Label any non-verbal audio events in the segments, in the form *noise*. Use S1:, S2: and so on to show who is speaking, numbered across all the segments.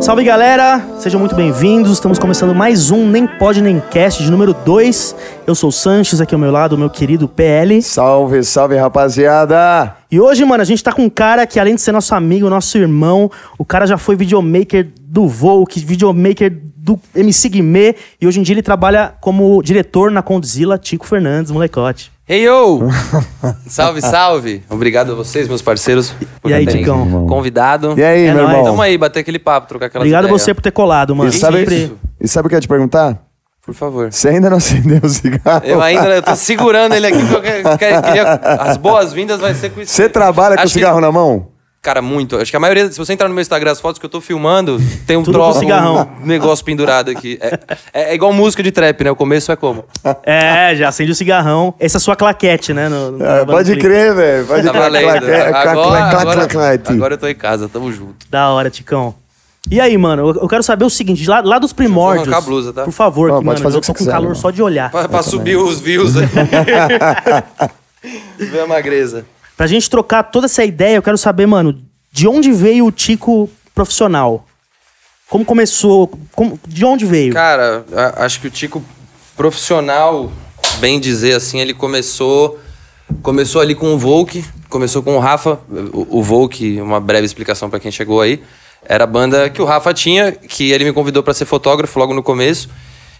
S1: Salve galera, sejam muito bem-vindos. Estamos começando mais um Nem Pode Nem Cast de número 2. Eu sou o Sanches, aqui ao meu lado, o meu querido PL.
S2: Salve, salve, rapaziada!
S1: E hoje, mano, a gente tá com um cara que, além de ser nosso amigo, nosso irmão, o cara já foi videomaker do Volk, videomaker do MC Guimê, e hoje em dia ele trabalha como diretor na Condzilla, Tico Fernandes, molecote.
S3: Hey,
S2: *laughs*
S3: yo! salve, salve! Obrigado a vocês, meus parceiros, por
S1: E aí,
S3: terem
S1: Ticão?
S3: convidado.
S2: E aí,
S1: É
S2: meu
S1: nóis.
S2: irmão?
S3: Tamo aí, bater aquele papo, trocar aquela
S1: Obrigado a você por ter colado, mano.
S2: E sabe,
S3: Sempre.
S2: e sabe o que eu ia te perguntar?
S3: Por favor.
S2: Você ainda não *laughs* acendeu o cigarro?
S3: Eu ainda
S2: *laughs*
S3: eu tô segurando ele aqui porque eu que- que- queria- As boas-vindas vai ser com isso.
S2: Você trabalha com
S3: Acho que-
S2: cigarro na mão?
S3: Cara, muito. Acho que a maioria. Se você entrar no meu Instagram, as fotos que eu tô filmando, tem um
S1: Tudo com
S3: troço,
S1: cigarrão.
S3: um negócio pendurado aqui. É, é- é igual música de trap, né? O começo é como?
S1: É, já acende o cigarrão. Essa é a sua claquete, né? no- no-
S2: É,
S1: no-
S2: pode
S1: no-
S2: crer, velho. Pode
S3: Tá
S2: crer.
S3: valendo.
S2: Clac, clac, clac,
S3: Agora,
S2: clac,
S3: agora,
S2: clac, clac.
S3: agora eu tô em casa, tamo junto.
S1: Da hora, Ticão. E aí, mano, eu- eu quero saber o seguinte, lá, lá dos primórdios.
S3: arrancar a blusa, tá?
S1: Por favor,
S2: Não,
S1: que, mano,
S2: pode fazer
S1: eu
S2: o que
S1: tô
S2: você
S1: com
S2: quiser,
S1: calor
S2: mano.
S1: só de olhar.
S3: Pra, pra subir os views aí. Ver a magreza.
S1: Pra gente trocar toda essa ideia, eu quero saber, mano, de onde veio o Tico profissional? Como começou? Como- de onde veio?
S3: Cara, a- acho que o Tico profissional, bem dizer assim, ele começou começou ali com o Volk, começou com o Rafa, o, o Volk, uma breve explicação pra quem chegou aí, era a banda que o Rafa tinha, que ele me convidou pra ser fotógrafo logo no começo.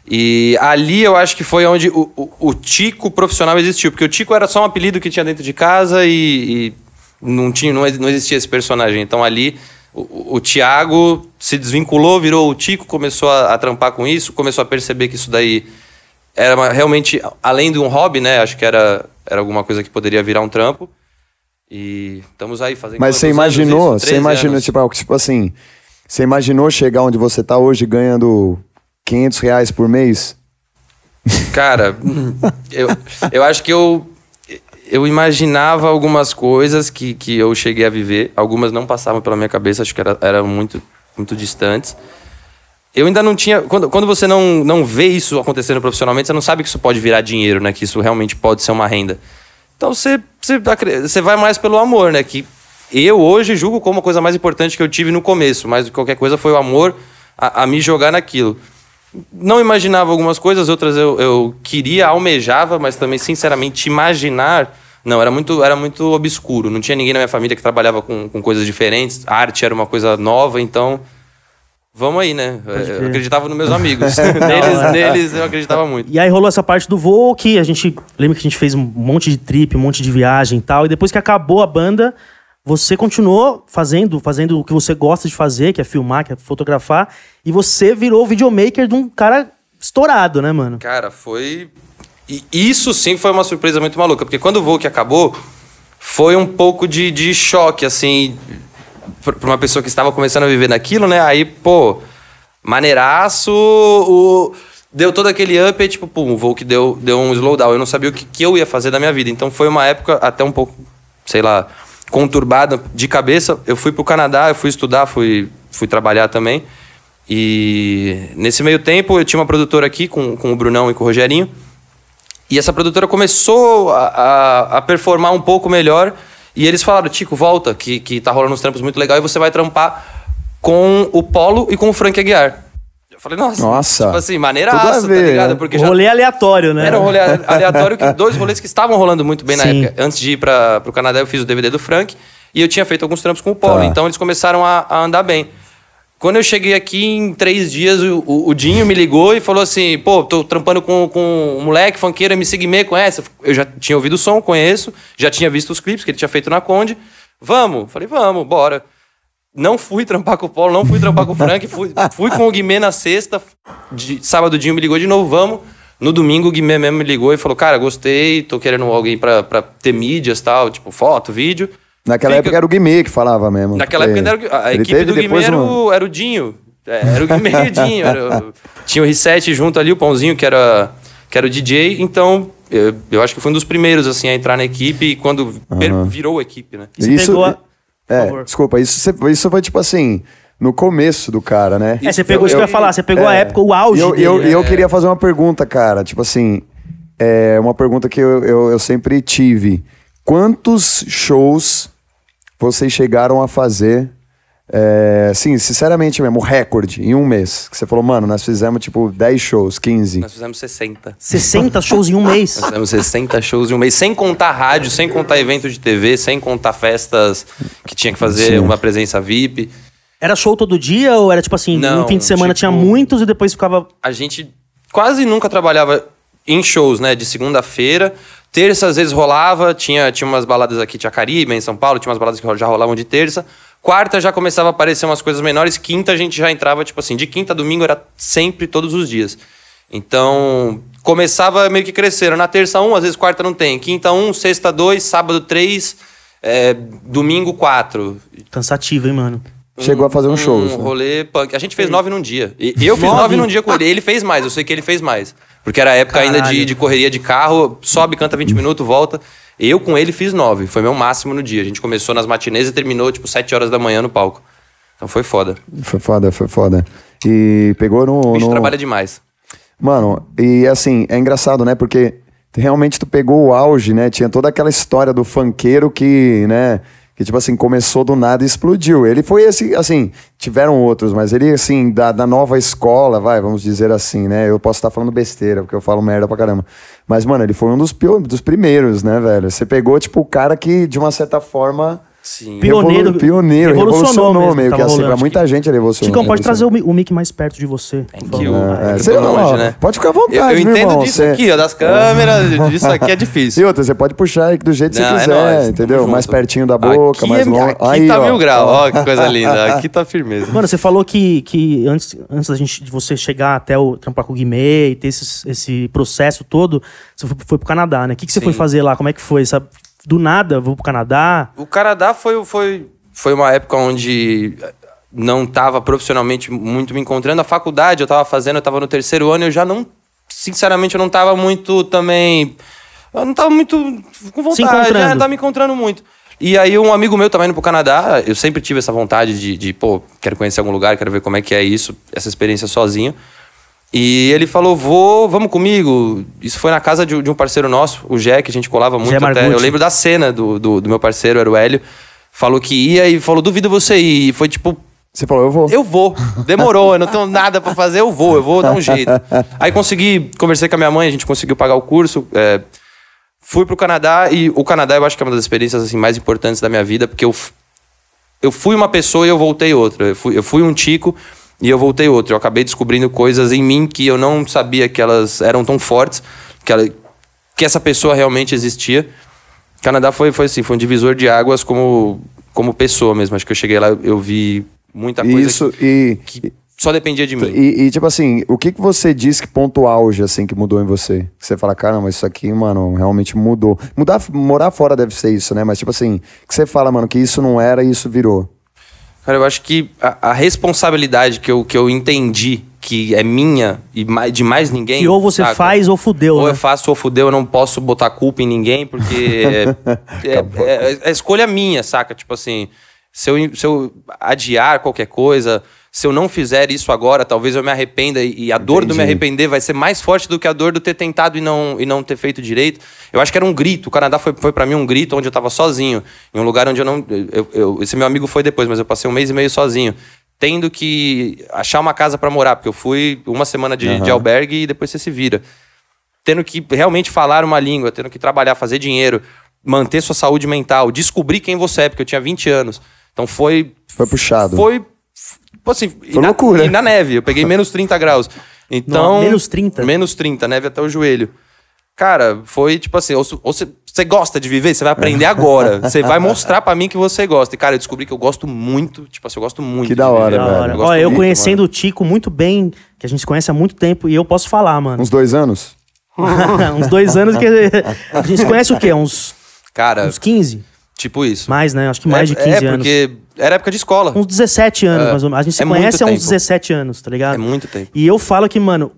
S3: E ali eu acho que foi onde o, o- o Tico profissional existiu, porque o Tico era só um apelido que tinha dentro de casa e, e não tinha não ex- não existia esse personagem então ali o- o, o Thiago se desvinculou virou o Tico começou a, a trampar com isso começou a perceber que isso daí era uma- realmente além de um hobby né acho que era era alguma coisa que poderia virar um trampo e estamos aí fazendo
S2: Mas você
S3: quantos anos
S2: imaginou,
S3: isso?
S2: você
S3: 13
S2: imaginou,
S3: anos.
S2: tipo, tipo assim, você imaginou chegar onde você tá hoje ganhando 500 reais por mês?
S3: Cara, eu, eu acho que eu, eu imaginava algumas coisas que, que eu cheguei a viver. Algumas não passavam pela minha cabeça, acho que era, eram muito, muito distantes. Eu ainda não tinha. Quando, quando você não, não vê isso acontecendo profissionalmente, você não sabe que isso pode virar dinheiro, né? Que isso realmente pode ser uma renda. Então você, você, acre- você vai mais pelo amor, né? Que eu hoje julgo como a coisa mais importante que eu tive no começo, mas qualquer coisa foi o amor a, a me jogar naquilo. Não imaginava algumas coisas, outras eu, eu queria, almejava, mas também, sinceramente, imaginar. Não, era muito, era muito obscuro. Não tinha ninguém na minha família que trabalhava com, com coisas diferentes. A arte era uma coisa nova, então. Vamos aí, né? Eu
S1: crer.
S3: acreditava nos meus amigos. neles, neles eu acreditava muito.
S1: E aí rolou essa parte do voo que a gente. Lembra que a gente fez um monte de trip, um monte de viagem e tal. E depois que acabou a banda, você continuou fazendo, fazendo o que você gosta de fazer, que é filmar, que é fotografar. E você virou o videomaker de um cara estourado, né, mano?
S3: Cara, foi. E isso sim foi uma surpresa muito maluca, porque quando o voo que acabou, foi um pouco de, de choque, assim, pra pra uma pessoa que estava começando a viver naquilo, né? Aí, pô, maneiraço, o- deu todo aquele up e, tipo, pum, o voo que deu, deu um slowdown. Eu não sabia o que, que eu ia fazer da minha vida. Então foi uma época até um pouco, sei lá, conturbada de cabeça. Eu fui pro Canadá, eu fui estudar, fui, fui trabalhar também. E nesse meio tempo eu tinha uma produtora aqui com, com o Brunão e com o Rogerinho. E essa produtora começou a, a- a performar um pouco melhor. E eles falaram, Tico, volta, que, que tá rolando uns trampos muito legal e você vai trampar com o Polo e com o Frank Aguiar. Eu falei, nossa,
S2: Nossa.
S3: tipo assim,
S2: Tudo a
S3: maneiraço, tá
S2: ver,
S3: ligado?
S2: né?
S3: Porque já
S1: Rolê aleatório, né?
S3: era um rolê
S1: *laughs*
S3: aleatório, que, dois rolês que estavam rolando muito bem na
S1: Sim.
S3: época. Antes de ir para o Canadá, eu fiz o DVD do Frank e eu tinha feito alguns trampos com o Paulo.
S2: Tá.
S3: Então eles começaram a, a andar bem. Quando eu cheguei aqui, em três dias, o, o- o Dinho me ligou e falou assim: pô, tô trampando com, com um moleque, funkeiro, MC Guimê, conhece? Eu já tinha ouvido o som, conheço, já tinha visto os clipes que ele tinha feito na Conde. Vamos? Falei, vamos, bora. Não fui trampar com o Paulo, não fui trampar com o Frank, fui, fui com o Guimê na sexta. De, sábado o Dinho me ligou de novo, vamos. No domingo o Guimê mesmo me ligou e falou: Cara, gostei, tô querendo alguém pra, pra ter mídias e tal, tipo foto, vídeo.
S2: Naquela
S3: Fica-
S2: época era o Guimê que falava mesmo.
S3: Naquela
S2: Porque
S3: época ainda era, o- a a
S2: ele
S3: equipe
S2: teve
S3: do Guimê
S2: depois
S3: era,
S2: um-
S3: o, era o Dinho. É, Era o Guimê
S2: *laughs*
S3: e o Dinho. era o- tinha o R7 junto ali, o Pãozinho, que era, que era o DJ. Então, eu, eu acho que fui um dos primeiros assim, a entrar na equipe e quando per- virou a equipe, né?
S1: Você pegou a- Por
S2: É,
S1: favor.
S2: desculpa, isso, cê- isso foi tipo assim, no começo do cara, né?
S1: É, você pegou isso que eu ia falar, você pegou a
S2: É.
S1: época, o auge
S2: E eu,
S1: dele,
S2: eu,
S1: né?
S2: eu queria fazer uma pergunta, cara. Tipo assim, é uma pergunta que eu, eu, eu sempre tive. Quantos shows vocês chegaram a fazer É, sim, sinceramente mesmo, o recorde em um mês. Que você falou, mano, nós fizemos tipo 10 shows, 15.
S3: Nós fizemos 60.
S1: 60 shows em um mês.
S3: Nós fizemos 60 shows em um mês, sem contar rádio, sem contar evento de TV, sem contar festas que tinha que fazer
S2: Sim.
S3: uma presença VIP.
S1: Era show todo dia ou era tipo assim,
S3: Não,
S1: um fim de semana
S3: tipo-
S1: tinha muitos e depois ficava.
S3: A gente quase nunca trabalhava em shows, né? De segunda-feira. Terça, às vezes, rolava. Tinha, tinha umas baladas aqui, tinha Caribe, em São Paulo. Tinha umas baladas que já rolavam de terça. Quarta já começava a aparecer umas coisas menores. Quinta a gente já entrava, tipo assim, de quinta a domingo era sempre, todos os dias. Então, começava meio que cresceram. Na terça um, às vezes quarta não tem. Quinta um, sexta dois, sábado três, é, domingo quatro.
S1: Cansativo, hein, mano?
S2: Chegou a fazer uns shows.
S3: Um
S2: né?
S3: rolê punk. A gente fez nove num dia. E eu fiz
S1: Nove?
S3: nove num dia com ele. Ele fez mais, eu sei que ele fez mais. Porque era a época ainda de,
S1: Caralho.
S3: de correria de carro, sobe, canta 20 minutos, volta. Eu com ele fiz nove. Foi meu máximo no dia. A gente começou nas matinês e terminou, tipo, sete horas da manhã no palco. Então foi foda.
S2: Foi foda, foi foda. E pegou no.
S3: O bicho
S2: no-
S3: trabalha demais.
S2: Mano, e assim, é engraçado, né? Porque realmente tu pegou o auge, né? Tinha toda aquela história do funkeiro que, né? Que, tipo assim, começou do nada e explodiu. Ele foi esse, assim, tiveram outros, mas ele, assim, da, da nova escola, vai, vamos dizer assim, né? Eu posso estar falando besteira, porque eu falo merda pra caramba. Mas, mano, ele foi um dos, pio- dos primeiros, né, velho? Você pegou, tipo, o cara que, de uma certa forma.
S3: Sim.
S1: Pio- Pioneiro-
S2: revolu- pioneiro,
S1: revolucionou
S2: revolucionou,
S1: mesmo,
S2: meio que
S1: tava
S2: assim.
S1: rolando.
S2: Pra muita gente ele revolucionou.
S1: Chicão, pode
S2: revolucionou.
S1: trazer um- o, mi- o mic mais perto de você. por
S3: Thank
S1: favor.
S3: you.
S2: É,
S3: Eu
S2: sei
S3: tô
S2: lá,
S3: longe,
S2: ó,
S3: né?
S2: Pode ficar à
S3: Eu, eu
S2: vontade, meu
S3: entendo
S2: irmão,
S3: disso
S2: cê- é.
S3: aqui, ó,
S2: *laughs*
S3: das câmeras, disso aqui é
S2: E
S3: difícil.
S2: outra, você pode puxar aí do jeito que
S3: Não,
S2: você
S3: é
S2: quiser,
S3: nóis, tamo
S2: entendeu?
S3: junto.
S2: Mais pertinho da boca,
S3: aqui,
S2: mais
S3: é-
S2: longe.
S3: Aqui
S2: aí,
S3: tá
S2: ó.
S3: mil grau, ó,
S2: *laughs*
S3: que coisa linda. Aqui tá firmeza.
S1: Mano, você falou que, que antes, antes da gente, de você chegar até o trampar com o Guimê e ter esses- esse, processo todo, você foi, foi pro Canadá, né? O que, que você foi fazer lá? Como é que foi? Sabe? Do nada, vou pro Canadá.
S3: O Canadá foi, foi, foi uma época onde não estava profissionalmente muito me encontrando. A faculdade eu estava fazendo, eu estava no terceiro ano, eu já não. Sinceramente, eu não estava muito também. Eu não estava muito com vontade,
S1: encontrando.
S3: né? não estava me encontrando muito. E aí, um amigo meu também indo pro Canadá, eu sempre tive essa vontade de, de, pô, quero conhecer algum lugar, quero ver como é que é isso, essa experiência sozinho. E ele falou, vou, vamos comigo. Isso foi na casa de, de um parceiro nosso, o Jack, a gente colava muito até. Eu
S1: Margutti.
S3: lembro da cena do, do, do meu parceiro, era o Hélio. Falou que ia e falou, duvido você ir. E foi tipo,
S2: Você falou, eu vou.
S3: eu vou. Demorou, eu não tenho nada pra fazer, eu vou, eu vou dar um jeito. Aí consegui, conversei com a minha mãe, a gente conseguiu pagar o curso. é, fui pro Canadá e o Canadá eu acho que é uma das experiências assim, mais importantes da minha vida, porque eu, f- eu fui uma pessoa e eu voltei outra. Eu fui, eu fui um tico e eu voltei outro. Eu acabei descobrindo coisas em mim que eu não sabia que elas eram tão fortes, que, ela- que essa pessoa realmente existia. O Canadá foi, foi assim, foi um divisor de águas como, como pessoa mesmo. Acho que eu cheguei lá, eu vi muita coisa.
S2: E isso, e,
S3: que só dependia de mim.
S2: e, e, tipo assim, o que, que você diz que ponto auge, assim, que mudou em você? Que você fala, caramba, isso aqui, mano, realmente mudou. Mudar, morar fora deve ser isso, né? Mas, tipo assim, que você fala, mano, que isso não era e isso virou.
S3: Cara, eu acho que a, a responsabilidade que eu, que eu entendi que é minha e mai- de mais ninguém.
S1: E ou você
S3: saca?
S1: faz ou fudeu,
S3: Ou
S1: né?
S3: eu faço ou fudeu, eu não posso botar culpa em ninguém,
S1: *laughs*
S3: porque é, é, é- é escolha minha, saca? Tipo assim, se eu, se eu adiar qualquer coisa, se eu não fizer isso agora, talvez eu me arrependa e, e a dor do
S2: Entendi.
S3: me arrepender vai ser mais forte do que a dor do ter tentado e não, e não ter feito direito. Eu acho que era um grito, o Canadá foi, foi para mim um grito onde eu tava sozinho, em um lugar onde eu não... eu- eu- esse meu amigo foi depois, mas eu passei um mês e meio sozinho. Tendo que achar uma casa para morar, porque eu fui uma semana de, de albergue e depois você se vira tendo que realmente falar uma língua, tendo que trabalhar, fazer dinheiro, manter sua saúde mental, descobrir quem você é, porque eu tinha 20 anos. Então foi.
S2: Foi puxado.
S3: Foi. tipo Assim, foi
S2: loucura.
S3: Na, e na neve, eu peguei menos 30 graus.
S2: *laughs*
S3: Então.
S1: Não, menos 30?
S3: Menos 30, neve até o joelho. Cara, foi tipo assim, ou você gosta de viver, você vai
S2: É.
S3: aprender
S2: *laughs*
S3: agora. Você vai mostrar pra mim que você gosta. E, cara, eu descobri que eu gosto muito. Tipo assim, eu gosto muito.
S2: Que da
S3: de viver,
S2: hora,
S1: Da
S2: velho.
S1: hora.
S3: Eu
S1: Eu,
S3: gosto
S1: Ó, eu
S3: muito,
S1: conhecendo o Tico muito bem, que a gente se conhece há muito tempo, e eu posso falar, mano. *laughs*
S3: *laughs*
S2: Uns dois anos?
S1: Uns dois anos que. A gente se conhece o quê? Uns,
S3: Cara,
S1: uns 15?
S3: tipo isso.
S1: Mais, né? Acho que mais
S3: é,
S1: de 15
S3: é
S1: anos.
S3: porque era época de escola.
S1: Uns 17 anos,
S3: É,
S1: mais ou menos. A gente se
S3: é muito
S1: conhece há uns
S3: tempo.
S1: 17 anos, tá ligado?
S3: É muito tempo.
S1: E eu falo que, mano,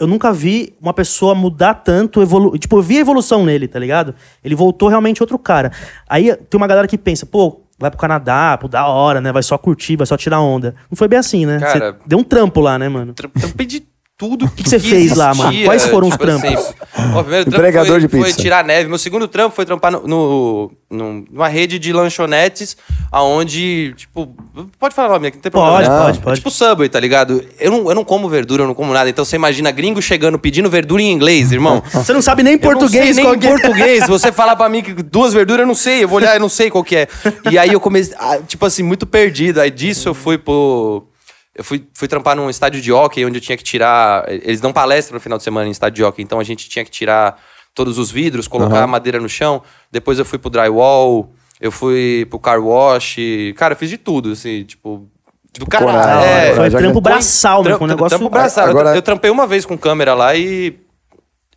S1: eu nunca vi uma pessoa mudar tanto, evolu... tipo, eu vi a evolução nele, tá ligado? Ele voltou realmente outro cara. Aí tem uma galera que pensa, pô, vai pro Canadá, pô, da hora, né? Vai só curtir, vai só tirar onda. Não foi bem assim, né?
S3: Cara-
S1: Você deu um trampo lá, né, mano?
S3: Trampo é de tudo que,
S1: que você fez lá, mano?
S3: existia,
S1: Quais foram os
S3: tipo assim,
S1: trampos?
S3: ó, o primeiro
S2: Entregador
S3: foi,
S2: de
S3: foi
S2: pizza.
S3: tirar neve. Meu segundo trampo foi trampar no, no- num- numa rede de lanchonetes, aonde, tipo, pode falar nome, aqui, não tem problema.
S1: Pode,
S3: né?
S1: pode,
S2: Ah.
S1: pode.
S3: É tipo Subway, tá ligado? Eu não, eu não como verdura, eu não como nada. Então você imagina gringo chegando pedindo verdura em inglês,
S2: *laughs*
S3: irmão.
S1: Você não sabe nem
S3: Eu não sei
S1: português
S3: nem
S1: qual
S3: em
S1: que é.
S3: português. Você falar pra mim que duas verduras, eu não sei. Eu vou olhar, eu não sei qual que é. E aí eu comecei, ah, tipo assim, muito perdido. Aí disso eu fui pro... Eu fui, fui trampar num estádio de hockey, onde eu tinha que tirar... Eles dão palestra no final de semana em estádio de hockey. Então a gente tinha que tirar todos os vidros, colocar a madeira no chão. Depois eu fui pro drywall, eu fui pro car wash. Cara, eu fiz de tudo, assim, tipo... Do caralho.
S2: coragem,
S3: é.
S1: Foi
S2: já que-
S1: trampo braçal, meu.
S3: Tram-
S1: Foi um negócio.
S3: Trampo braçal.
S2: Agora-
S3: Eu, eu trampei uma vez com câmera lá e.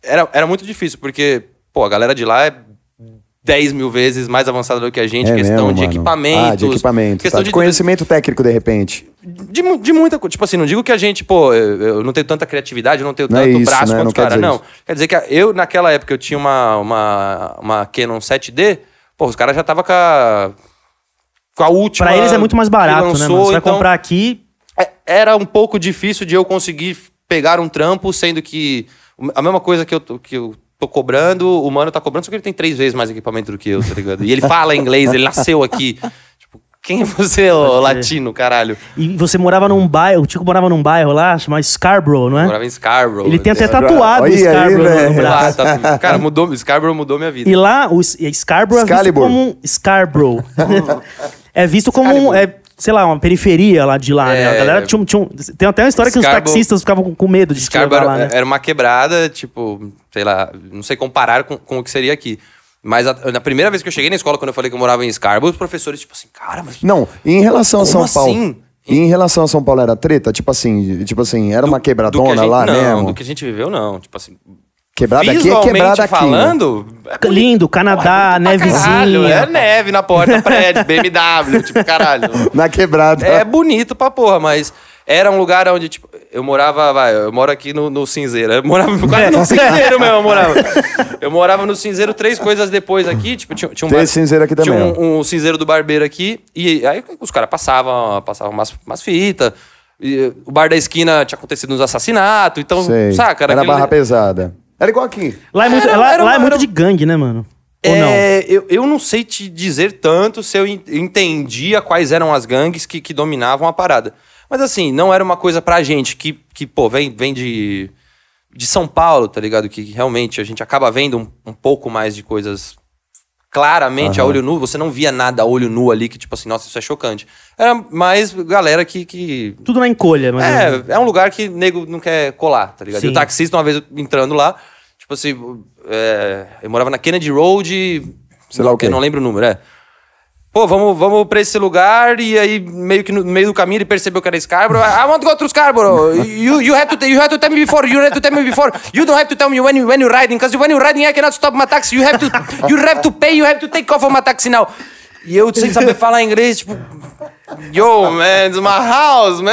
S3: Era, era muito difícil, porque, pô, a galera de lá é 10 mil vezes mais avançada do que a gente,
S2: É
S3: questão
S2: mesmo,
S3: de
S2: mano.
S3: equipamentos.
S2: Ah, de equipamento.
S3: Questão
S2: tá, De conhecimento técnico, de repente.
S3: de, mu- de muita coisa. Tipo assim, não digo que a gente, pô, eu, eu não tenho tanta criatividade, eu não tenho
S2: Não é
S3: tanto
S2: isso,
S3: braço
S2: né?
S3: quanto
S2: Não
S3: os
S2: quer
S3: caras.
S2: dizer
S3: Não.
S2: isso.
S3: Quer dizer que a- eu, naquela época, eu tinha uma, uma, uma Canon 7D, pô, os caras já tava com a. Com a última.
S1: Pra eles é muito mais barato,
S3: que
S1: né,
S3: lançou,
S1: mano? Você vai
S3: então-
S1: comprar aqui.
S3: é- era um pouco difícil de eu conseguir pegar um trampo, sendo que a mesma coisa que eu tô, que eu tô cobrando, o mano tá cobrando, só que ele tem três vezes mais equipamento do que eu, tá ligado? E ele fala inglês, ele nasceu aqui. Tipo, quem é você, ô
S1: Pode crer.
S3: latino, caralho?
S1: E você morava num bairro. O Tico morava num bairro lá, chamado Scarborough, não
S3: Eu
S1: é?
S3: morava em Scarborough.
S1: Ele tem até
S3: Sei lá,
S1: tatuado o
S2: Olha aí,
S1: Scarborough no- no
S2: velho.
S1: braço.
S3: lá, tá- cara, mudou, Scarborough mudou minha vida.
S1: E lá, o S- Scarborough é visto
S2: Excalibur.
S1: como um.
S3: *laughs*
S1: Scarborough. é visto como um.
S3: Excalibur.
S1: É, sei lá, uma periferia lá de lá, né? A
S3: É.
S1: galera tinha, um- tinha um- Tem até uma história que os
S3: Scarborough-
S1: taxistas ficavam com- com medo de Scarborough
S3: Scarborough é,
S1: lá, né?
S3: era uma quebrada, tipo, sei lá, não sei comparar com, com o que seria aqui. Mas a- na primeira vez que eu cheguei na escola, quando eu falei que eu morava em Scarborough, os professores, tipo assim, cara, mas
S2: Não, e em relação a
S3: Como
S2: São Paulo.
S3: assim?
S2: E em relação a São Paulo era treta? Tipo assim, tipo assim, era uma
S3: Do- do que a
S2: quebradona
S3: gente-
S2: lá
S3: não,
S2: mesmo.
S3: do que a gente viveu, não. Tipo assim,
S2: Quebrada aqui é
S3: visualmente
S2: quebrada aqui. né?
S3: falando, é bonito
S1: Lindo,
S3: pra
S1: Canadá,
S3: caralho,
S1: nevezinha.
S3: É neve na porta, *laughs* prédio, BMW, tipo, caralho.
S2: Na quebrada.
S3: É bonito pra porra, mas era um lugar onde, tipo, eu morava, vai, eu moro aqui no, no cinzeiro. Eu morava *laughs* quase
S2: É.
S3: no cinzeiro mesmo, eu morava. Eu morava no cinzeiro três coisas depois aqui, tipo, tinha, tinha um
S2: Tem
S3: bar-
S2: esse cinzeiro aqui
S3: Tinha
S2: também,
S3: um- um, cinzeiro do barbeiro aqui, e aí os caras passavam, passavam umas, umas fitas. e o bar da esquina tinha acontecido uns assassinatos, então,
S2: Sei.
S3: saca?
S2: Era
S3: aquele-
S2: barra pesada. Era igual aqui.
S1: Lá é muito,
S3: Era-
S1: lá,
S3: era-
S1: lá é
S3: era- um-
S1: muito de gangue, né, mano? Ou não?
S3: É, eu, eu não sei te dizer tanto se eu en- entendia quais eram as gangues que, que dominavam a parada. Mas assim, não era uma coisa pra gente que, que pô, vem, vem de, de São Paulo, tá ligado? Que realmente a gente acaba vendo um, um pouco mais de coisas claramente a olho nu. Você não via nada a olho nu ali que, tipo assim, nossa, isso é chocante. Era mais galera que- que
S1: Tudo na encolha, mas.
S3: é, é um lugar que nego não quer colar, tá ligado?
S1: Sim.
S3: E o taxista, uma vez eu entrando lá, tipo assim, é, eu morava na Kennedy Road.
S2: Sei lá o
S3: eu
S2: quê.
S3: Não lembro o número, é. Pô, vamos, vamos pra esse lugar, e aí meio que no meio do caminho ele percebeu que era Scarborough. I want to go to Scarborough. You, you, have to, t- you have to tell me before, you have to tell me before. You don't have to tell me when, you, when you're riding, because when you're riding I cannot stop my taxi. You have to, you have to pay, you have to take off of my taxi now. E eu sem saber falar inglês, tipo... Yo, man, it's my house, man.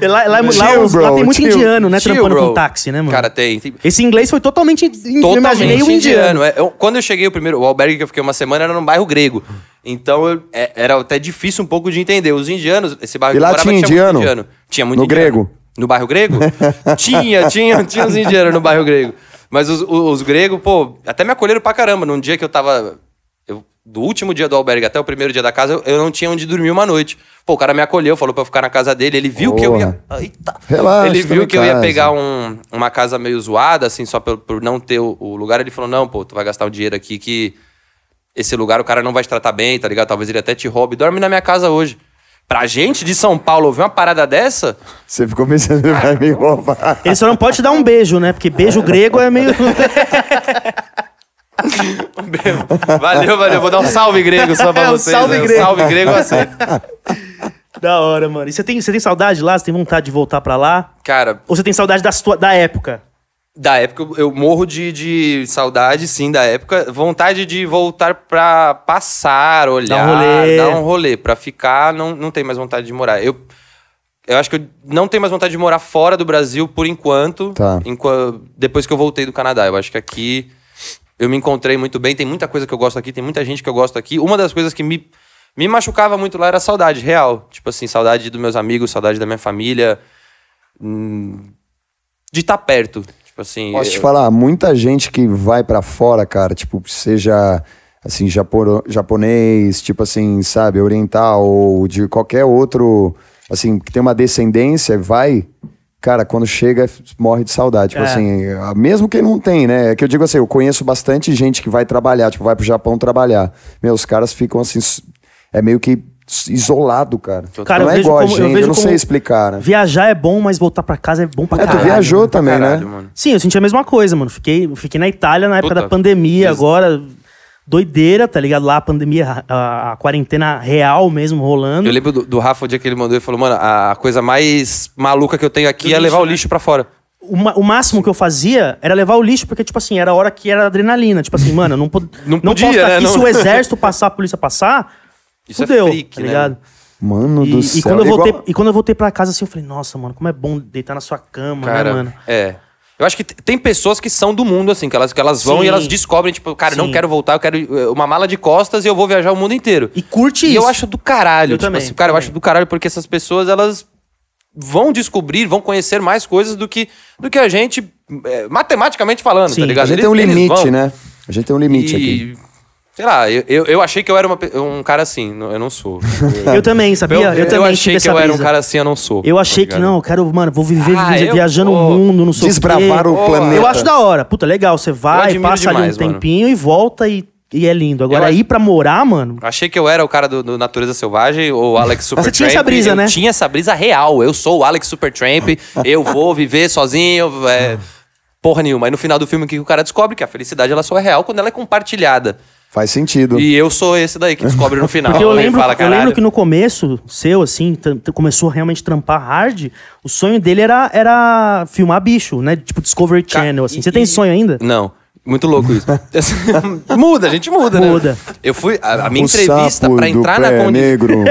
S1: é, Lá, lá, lá-
S2: Chill,
S1: lá
S2: bro,
S1: tem muito
S2: chill.
S1: indiano, né?
S3: Tio,
S1: trampando
S3: bro.
S1: com táxi, né, mano?
S3: Cara, tem. tem
S1: Esse inglês foi totalmente. eu imaginei um indiano.
S3: É, eu- quando eu cheguei, o primeiro o albergue que eu fiquei uma semana era num bairro grego. Então eu- é- era até difícil um pouco de entender. Os indianos, esse bairro
S2: E lá tinha
S3: muito
S2: indiano?
S3: Tinha muito
S2: No
S3: indiano.
S2: grego?
S3: No
S2: *laughs*
S3: bairro grego? tinha, tinha, tinha os indianos no bairro grego. Mas os, os, os gregos, pô, até me acolheram pra caramba. Num dia que eu tava. eu- do último dia do albergue até o primeiro dia da casa, eu, eu não tinha onde dormir uma noite. Pô, o cara me acolheu, falou pra eu ficar na casa dele. Ele viu que eu ia. Eita!
S2: Relaxa,
S3: ele
S2: tô
S3: viu
S2: em
S3: que eu ia
S2: casa.
S3: pegar um- uma casa meio zoada, assim, só por, por não ter o, o lugar. Ele falou: não, pô, tu vai gastar um dinheiro aqui que esse lugar o cara não vai te tratar bem, tá ligado? Talvez ele até te roube. Dorme na minha casa hoje. Pra gente de São Paulo ouvir uma
S1: *laughs*
S3: parada dessa,
S2: Você ficou pensando que vai me roubar.
S1: Ele só não pode te dar um beijo, né? Porque beijo grego é meio.
S3: valeu, valeu. Vou dar um salve grego só pra
S1: É, um
S3: vocês.
S1: salve
S3: né?
S1: grego.
S3: Salve grego
S1: *laughs*
S3: eu aceito.
S1: da hora, mano. E você tem, você tem saudade lá? Você tem vontade de voltar pra lá?
S3: Cara,
S1: Ou você tem saudade da, sua, da época?
S3: Da época, eu- eu morro de, de saudade, sim, da época. Vontade de voltar pra passar, olhar,
S1: rolê.
S3: dar um rolê. Pra ficar, não, não tenho mais vontade de morar. Eu, eu acho que eu não tenho mais vontade de morar fora do Brasil por enquanto.
S2: Tá.
S3: enqua- depois que eu voltei do Canadá. Eu acho que aqui eu me encontrei muito bem. Tem muita coisa que eu gosto aqui, tem muita gente que eu gosto aqui. Uma das coisas que me, me machucava muito lá era a saudade, real. Tipo assim, saudade dos meus amigos, saudade da minha família. hum, de estar perto. Tipo assim.
S2: Posso te
S3: eu-
S2: falar, muita gente que vai pra fora, cara, tipo, seja assim, japoro- japonês, tipo assim, sabe, oriental ou de qualquer outro, assim, que tem uma descendência, vai, cara, quando chega, morre de saudade. Tipo
S1: É.
S2: assim, a- mesmo quem não tem, né? É que eu digo assim, eu conheço bastante gente que vai trabalhar, tipo, vai pro Japão trabalhar. Meu, os caras ficam assim, s- é meio que s- isolado, cara.
S1: Cara, eu
S2: não é
S1: vejo
S2: igual
S1: como-
S2: a
S1: eu
S2: gente, eu,
S1: vejo
S2: não sei
S1: como-
S2: explicar, né?
S1: Viajar é bom, mas voltar pra casa é bom pra
S2: É, tu
S1: caralho.
S2: viajou
S1: né?
S2: também, né?
S3: Caralho, mano.
S1: Sim, eu senti a mesma coisa, mano. Fiquei, fiquei na Itália na época
S3: Puta,
S1: da pandemia,
S3: des-
S1: agora doideira, tá ligado? Lá a pandemia, a, a quarentena real mesmo rolando.
S3: Eu lembro do, do Rafa, o dia que ele mandou, ele falou, mano, a coisa mais maluca que eu tenho aqui é levar
S1: né?"
S3: o lixo pra fora.
S1: O, ma- o máximo que eu fazia era levar o lixo, porque, tipo assim, era a hora que era adrenalina. Tipo assim, mano, eu não, pod...
S3: *laughs* Não podia,
S1: posso tá
S3: né?
S1: aqui se
S3: *laughs* Não-
S1: o exército passar, a polícia passar,
S3: Isso é
S1: fudeu,
S3: freak,
S1: tá
S3: né?
S1: ligado?
S2: Mano do
S1: E,
S2: céu.
S1: e quando eu
S2: é igual-
S1: voltei, e quando eu voltei pra casa, assim, eu falei, nossa, mano, como é bom deitar na sua cama, né, mano?
S3: É. Eu acho que t- tem pessoas que são do mundo, assim, que elas, que elas vão
S1: Sim.
S3: e elas descobrem, tipo, cara, eu não
S1: Sim.
S3: quero voltar, eu quero eh, uma mala de costas e eu vou viajar o mundo inteiro.
S1: E curte
S3: E
S1: isso.
S3: eu acho do caralho.
S1: Eu
S3: tipo
S1: também,
S3: assim, cara, eu
S1: também.
S3: acho do caralho porque essas pessoas, elas vão descobrir, vão conhecer mais coisas do que, do que a gente, eh, matematicamente falando,
S1: Sim.
S3: tá ligado?
S2: A gente
S3: Eles-
S2: tem um
S3: eles
S2: limite,
S3: vão.
S2: né? A gente tem um limite aqui.
S3: E, sei lá, eu, eu, eu achei que eu era uma pe- um cara assim, não- eu não sou.
S1: Eu também, *laughs* sabia? Eu, também tive
S3: achei que
S1: essa
S3: eu era um
S1: brisa.
S3: cara assim, eu não sou.
S1: Eu
S3: tá
S1: achei que
S3: ligado?
S1: não, eu quero, mano, vou viver
S3: Ah,
S1: via-
S3: eu-
S1: viajando o
S3: oh,
S1: mundo, não sei
S2: Desbravar
S1: o
S2: o
S1: quê.
S2: planeta.
S1: Eu acho da hora. Puta, legal. Você vai,
S3: admiro
S1: passa
S3: demais,
S1: ali um
S3: mano.
S1: tempinho e volta e, e é lindo. Agora,
S3: acho-
S1: ir pra morar, mano.
S3: Achei que eu era o cara do, do Natureza Selvagem ou Alex Supertramp.
S1: tinha essa brisa,
S3: eu
S1: né?
S3: tinha essa brisa real. Eu sou o Alex Supertramp, eu vou viver sozinho, é, porra nenhuma. Aí no final do filme, o que que o cara descobre? Que a felicidade ela só é real quando ela é compartilhada.
S2: Faz sentido.
S3: E eu sou esse daí que descobre no final.
S1: Porque eu
S3: Aí
S1: lembro,
S3: fala,
S1: eu lembro
S3: "Caralho".
S1: que no começo, seu, assim, t- t- começou a realmente trampar hard, o sonho dele era, era filmar bicho, né? Tipo Discovery
S3: Ca-
S1: Channel, assim.
S3: e-
S1: Você tem
S3: e-
S1: sonho ainda?
S3: Não. Muito louco isso. *laughs* muda, a gente muda, né?
S1: Muda.
S3: Eu fui. A, a minha
S2: O
S3: entrevista
S2: Um sapo
S3: pra
S2: do
S3: entrar na É,
S2: pé
S3: condi... *laughs*
S2: negro.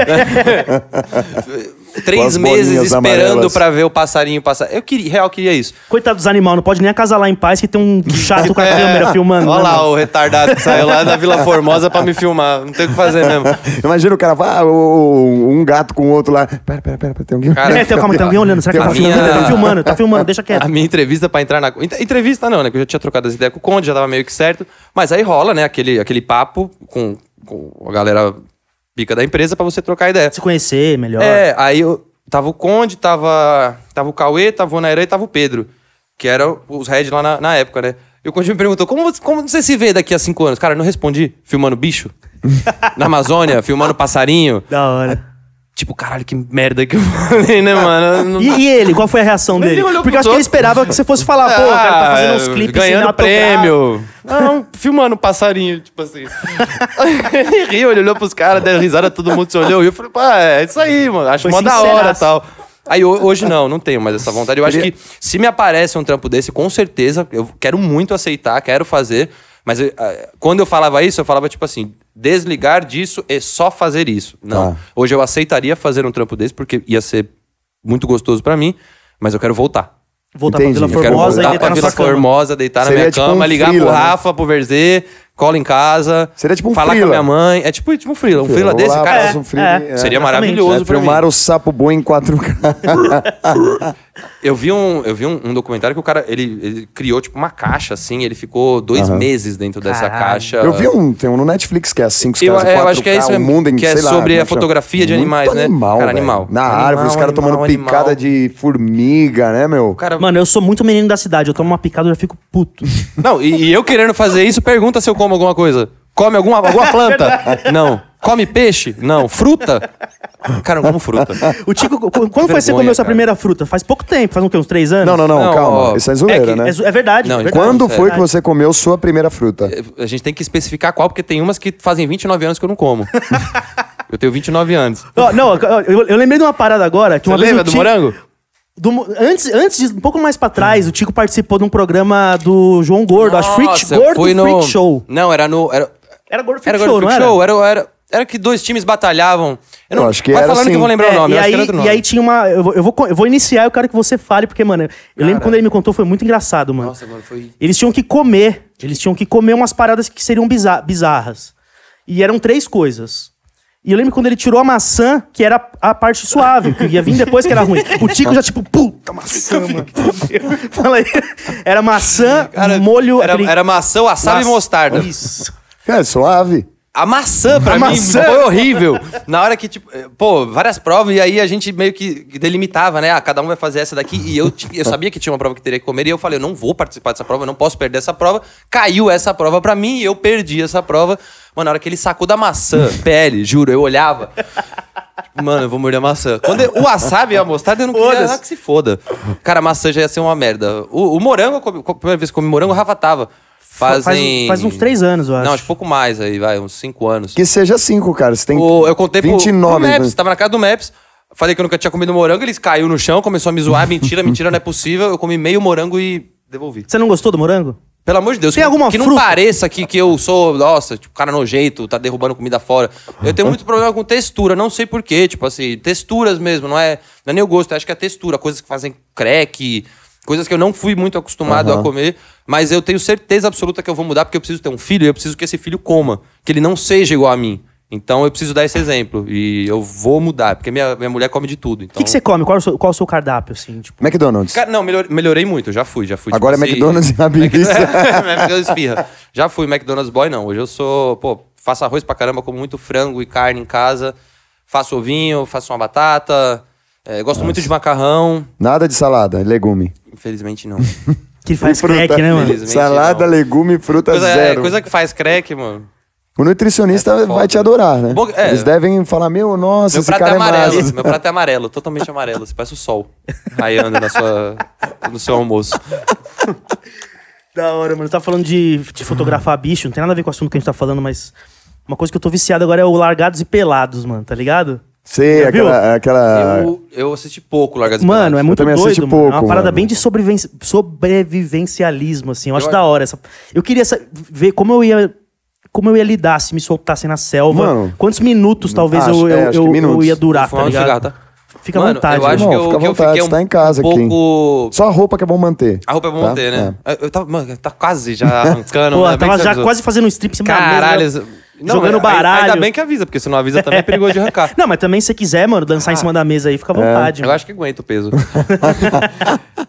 S2: Com
S3: Três
S2: as
S3: meses
S2: bolinhas
S3: esperando
S2: amarelas.
S3: pra ver o passarinho passar. Eu queria, real queria isso.
S1: Coitado dos animais, não pode nem acasalar em paz que tem
S3: *laughs*
S1: um chato com a câmera filmando.
S3: É. Olha
S1: né,
S3: lá
S1: mano?
S3: o retardado que saiu lá da Vila Formosa pra me filmar. Não tem o que fazer mesmo.
S2: *laughs* Imagina o cara, vai, ah, o- o- um gato com o outro lá. Pera, pera, pera, pera, tem alguém.
S3: Cara,
S1: É, tem, calma, tem alguém olhando. Será que
S2: Tem
S1: tá
S2: uma
S1: filmando?
S3: minha-
S1: Tá filmando, tá filmando, deixa quieto.
S3: *laughs* A minha entrevista pra entrar na. Ent- Entrevista não, né? Que eu já tinha trocado as ideias com o Conde, já tava meio que certo. Mas aí rola, né? Aquele, aquele papo com, com a galera pica da empresa pra você trocar ideia.
S1: Se conhecer melhor.
S3: É, aí eu, tava o Conde, tava, tava o Cauê, tava o Nairã e tava o Pedro, que eram os heads lá na, na época, né? E o Conde me perguntou, como você, como você se vê daqui a cinco anos? Cara, eu não respondi, filmando bicho? na Amazônia, filmando passarinho?
S1: Da hora.
S3: Tipo, caralho, que merda que eu falei, né, mano? Eu não-
S1: E, e ele, qual foi a reação
S3: Ele
S1: dele?
S3: olhou
S1: Porque
S3: pro
S1: eu acho que ele
S3: outro.
S1: esperava que você fosse falar, pô, o cara tá fazendo uns
S3: Ah,
S1: clipes
S3: ganhando
S1: cinematográficos.
S3: prêmio. Não, filmando um passarinho, tipo assim. *laughs* ele riu, ele olhou pros caras, deu risada, todo mundo se olhou. E eu falei, pá, é isso aí, mano. Acho
S1: Foi
S3: mó da hora
S1: sinceraço.
S3: tal. Aí ho- hoje não, não tenho mais essa vontade. Eu acho que se me aparece um trampo desse, com certeza, eu quero muito aceitar, quero fazer. Mas eu, ah, quando eu falava isso, eu falava tipo assim, desligar disso e só fazer isso. Não.
S2: Tá.
S3: Hoje eu aceitaria fazer um trampo desse, porque ia ser muito gostoso pra mim, mas eu quero voltar.
S1: Voltar
S2: Entendi.
S1: pra
S2: Eu
S1: Vila
S3: Eu quero
S1: Formosa e
S3: voltar
S1: deitar
S3: pra
S1: na
S3: Vila
S1: sua cama.
S3: Formosa, deitar na
S2: Seria
S3: minha
S2: tipo um
S3: cama, ligar
S2: frila,
S3: pro
S2: né?
S3: Rafa, pro Verzê, cola em casa.
S2: Seria tipo um
S3: Falar
S2: frila.
S3: com a minha mãe. É tipo, tipo um frila. Um frila
S2: Vou
S3: desse,
S2: lá,
S3: cara.
S2: faço um free,
S1: é,
S2: é.
S3: Seria
S1: exatamente.
S2: *laughs*
S3: maravilhoso
S2: É,
S3: pra mim.
S2: filmar o sapo boi em 4K.
S3: *laughs* Eu vi, um, eu vi um, um documentário que o cara, ele, ele criou tipo uma caixa, assim. Ele ficou dois meses dentro dessa
S1: Caralho.
S3: caixa.
S2: Eu vi um, tem um no Netflix que é 5
S3: Eu-
S2: caras,
S3: é, eu
S2: 4K,
S3: acho que é isso
S2: o
S3: mesmo,
S2: mundo em,
S3: que é
S2: sei lá,
S3: sobre
S2: como chama?
S3: a fotografia de
S2: Muito
S3: animais, né?
S2: animal,
S3: Cara,
S2: velho.
S3: animal.
S2: Na
S3: Animal,
S2: árvore, os caras
S3: animal,
S2: tomando picada
S3: animal.
S2: de formiga, né, meu?
S3: O cara...
S1: Mano, eu sou muito menino da cidade. Eu tomo uma picada e já fico puto.
S3: Não, e, e eu querendo fazer isso, pergunta se eu como alguma coisa. Come alguma, alguma
S1: *laughs*
S3: planta? Não. Come peixe? Não. Fruta? Cara, eu não como fruta.
S1: O Tico,
S2: *laughs*
S1: qu- quando foi que você
S3: vergonha,
S1: comeu sua
S3: cara.
S1: primeira fruta? Faz pouco tempo, faz um quê? Uns três anos?
S2: Não, não, não,
S3: Não,
S2: calma.
S3: ó,
S2: Isso é
S3: é
S2: zoeira,
S3: que-
S2: né?
S1: É, zo- é verdade.
S3: Não,
S1: é verdade.
S2: Quando
S3: Não,
S2: foi que
S1: sério.
S2: você comeu sua primeira fruta?
S3: A gente tem que especificar qual, porque tem umas que fazem 29 anos que eu não como. eu tenho 29 anos.
S1: Ó, não, ó, eu, eu lembrei de uma parada agora. Que
S3: Você
S1: uma vez
S3: lembra
S1: o
S3: do
S1: Tico-
S3: morango?
S1: do mo- antes, antes disso, um pouco mais pra trás, o Tico participou de um programa do João Gordo. acho Freak,
S3: Nossa,
S1: Gordo
S3: foi no-
S1: Freak Show.
S3: Não, era no... Era,
S1: Era Gordo Freak
S3: era
S1: Show,
S3: Show,
S1: não
S3: Freak
S1: era?
S3: Show, era, era, era que dois times batalhavam. Eu,
S2: Eu acho que
S3: vai
S2: era
S3: falando que
S2: assim.
S3: eu vou lembrar
S1: É,
S3: o nome,
S1: e,
S3: eu acho
S1: aí,
S3: que era outro nome.
S1: e aí tinha uma. Eu vou, eu, vou, co- eu vou iniciar, eu quero que você fale, porque, mano, eu lembro quando ele me contou, foi muito engraçado, mano.
S3: Nossa, mano, foi...
S1: Eles tinham que comer. Eles tinham que comer umas paradas que seriam bizar- bizarras. E eram três coisas. E eu lembro quando ele tirou a maçã, que era a parte suave, que ia vir depois que era ruim. O Tico já, tipo, puta maçã, mano. Fala aí. Era maçã,
S3: Cara,
S1: molho.
S3: Era,
S1: aquele-
S3: era maçã, assado e
S1: Nossa,
S3: mostarda.
S1: Isso.
S2: É suave.
S3: A maçã, pra
S1: A
S3: mim,
S1: maçã.
S3: foi horrível. Na hora que, tipo, eh, pô, várias provas, e aí a gente meio que delimitava, né? Ah, cada um vai fazer essa daqui. E eu, ti- eu sabia que tinha uma prova que teria que comer, e eu falei, eu não vou participar dessa prova, eu não posso perder essa prova. Caiu essa prova pra mim, e eu perdi essa prova. Mano, na hora que ele sacou da maçã, pele, juro, eu olhava. Tipo, Mano, eu vou morder a maçã. Quando eu- o wasabi e a mostarda, eu não queria
S1: Foda-se.
S3: ah, que se foda. Cara, a maçã já ia ser uma merda. O, o morango, eu comi- a primeira vez que eu comi morango, o Rafa tava.
S1: Fa- faz- um-
S3: Fazem...
S1: faz uns três anos, eu acho.
S3: Não, acho pouco mais aí, vai, uns cinco anos.
S2: Que seja cinco, cara. Você tem
S3: O- eu contei pro-
S2: 29.
S3: pro tá? Maps, tava na casa do Maps. Falei que eu nunca tinha comido morango, eles caiu no chão, começou a me zoar, *laughs* mentira, mentira, não é possível. Eu comi meio morango e devolvi.
S1: Você não gostou do morango?
S3: Pelo amor de Deus,
S1: Tem
S3: que,
S1: alguma
S3: que não
S1: fruta?
S3: pareça que, que eu sou, nossa, tipo, cara nojento, tá derrubando comida fora. Eu tenho muito problema com textura, não sei porquê, tipo assim, texturas mesmo, não é, não é nem o gosto, eu acho que é textura, coisas que fazem crack, coisas que eu não fui muito acostumado a comer, mas eu tenho certeza absoluta que eu vou mudar porque eu preciso ter um filho e eu preciso que esse filho coma, que ele não seja igual a mim. Então eu preciso dar esse exemplo e eu vou mudar, porque minha, minha mulher come de tudo.
S1: O que, que você come? Qual é o seu, qual é o seu cardápio, assim? Tipo,
S2: McDonald's.
S3: Cara, não, melhor- melhorei muito, já fui, já fui.
S2: Agora
S3: tipo,
S2: é
S3: assim,
S2: McDonald's
S3: *laughs*
S2: e Habib's.
S3: McDonald's espirra. Já fui McDonald's boy, não. Hoje eu sou, pô, faço arroz pra caramba, como muito frango e carne em casa. Faço ovinho, faço uma batata. É, gosto muito de macarrão.
S2: Nada de salada, legume. *laughs*
S3: Infelizmente, não.
S1: que faz crack, né, mano?
S3: Infelizmente,
S2: Salada,
S3: não.
S2: legume, fruta
S3: Coisa, é,
S2: zero.
S3: coisa que faz crack, mano.
S2: O nutricionista
S3: Essa é
S2: vai
S3: foda.
S2: te adorar, né?
S3: Bom, é.
S2: Eles devem falar, meu, nossa,
S3: Meu
S2: esse
S3: prato é
S2: cara é
S3: amarelo.
S2: massa.
S3: Meu prato é amarelo, totalmente amarelo. Você parece o sol raiando na sua, no seu almoço.
S1: Da hora, mano. Tá falando de, de fotografar bicho, não tem nada a ver com o assunto que a gente tá falando, mas uma coisa que eu tô viciado agora é o Largados e Pelados, mano, tá ligado?
S2: Sei,
S1: Já viu?
S2: aquela... aquela...
S3: Eu, eu assisti pouco Largados e
S1: Mano, é
S3: Pelados.
S1: muito
S2: também assisti
S1: doido, mano. é
S2: pouco,
S1: uma parada
S2: mano.
S1: bem de sobreviven- sobrevivencialismo, assim. Eu acho
S3: Eu-
S1: da hora essa. Eu queria sa- ver como eu ia. Como eu ia lidar se me soltassem na selva?
S2: Mano,
S1: Quantos minutos talvez
S2: acho-
S1: eu, eu,
S2: é, acho que
S1: eu- eu
S2: minutos.
S1: ia durar,
S3: Vou fumar
S1: tá
S3: um
S1: ligado?
S3: cigarro, tá?
S1: Fica à
S3: Mano,
S1: vontade.
S3: eu acho
S1: mano.
S3: que
S2: Não,
S3: eu,
S2: fica à
S3: que eu
S2: vontade,
S3: fiquei um
S2: você tá em casa aqui.
S3: pouco...
S2: Só a roupa que é bom manter.
S3: A roupa é bom
S2: tá?
S3: manter, né?
S2: É.
S3: Eu, eu tava, mano, tá quase já arrancando.
S1: Pô,
S3: né? Bem
S1: tava
S3: que
S1: já
S3: avisou.
S1: quase fazendo um strip em cima da mesa,
S3: Caralho.
S1: né?
S3: essa- Não,
S1: Jogando
S3: aí-
S1: baralho.
S3: Ainda bem que avisa, porque se não avisa também é perigoso de arrancar.
S1: *laughs* Não, mas também se você quiser, mano, dançar
S3: Ah.
S1: em cima da mesa aí, fica à
S2: É.
S1: vontade.
S3: Eu
S1: mano.
S3: acho que aguento
S1: *laughs*
S3: o peso.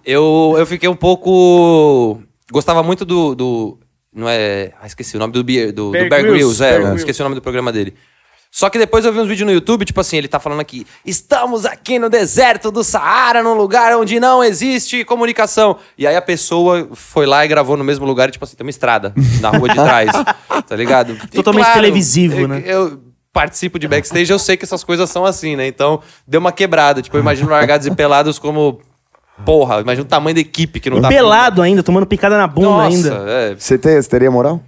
S3: eu, eu fiquei um pouco. Gostava muito do. do- não é. Ah, esqueci o nome do, Beer, do, do
S1: Bear
S3: Bear
S1: Grylls,
S3: Grylls. É,
S1: Bear
S3: eu
S1: Grylls.
S3: esqueci o nome do programa dele. Só que depois eu vi uns vídeos no YouTube, tipo assim, ele tá falando aqui: estamos aqui no deserto do Saara, num lugar onde não existe comunicação. E aí a pessoa foi lá e gravou no mesmo lugar, e, tipo assim, tem uma estrada na rua
S1: *laughs*
S3: de trás, tá ligado? E
S1: Totalmente televisivo, né?
S3: eu participo de backstage, eu sei que essas coisas são assim, né? Então, deu uma quebrada. Tipo, eu imagino largados e pelados como. Porra, imagina o tamanho da equipe que não dá.
S1: Pelado ainda, tomando picada na bunda
S3: Tá Nossa,
S1: ainda.
S3: é,
S2: Você, te- você teria moral?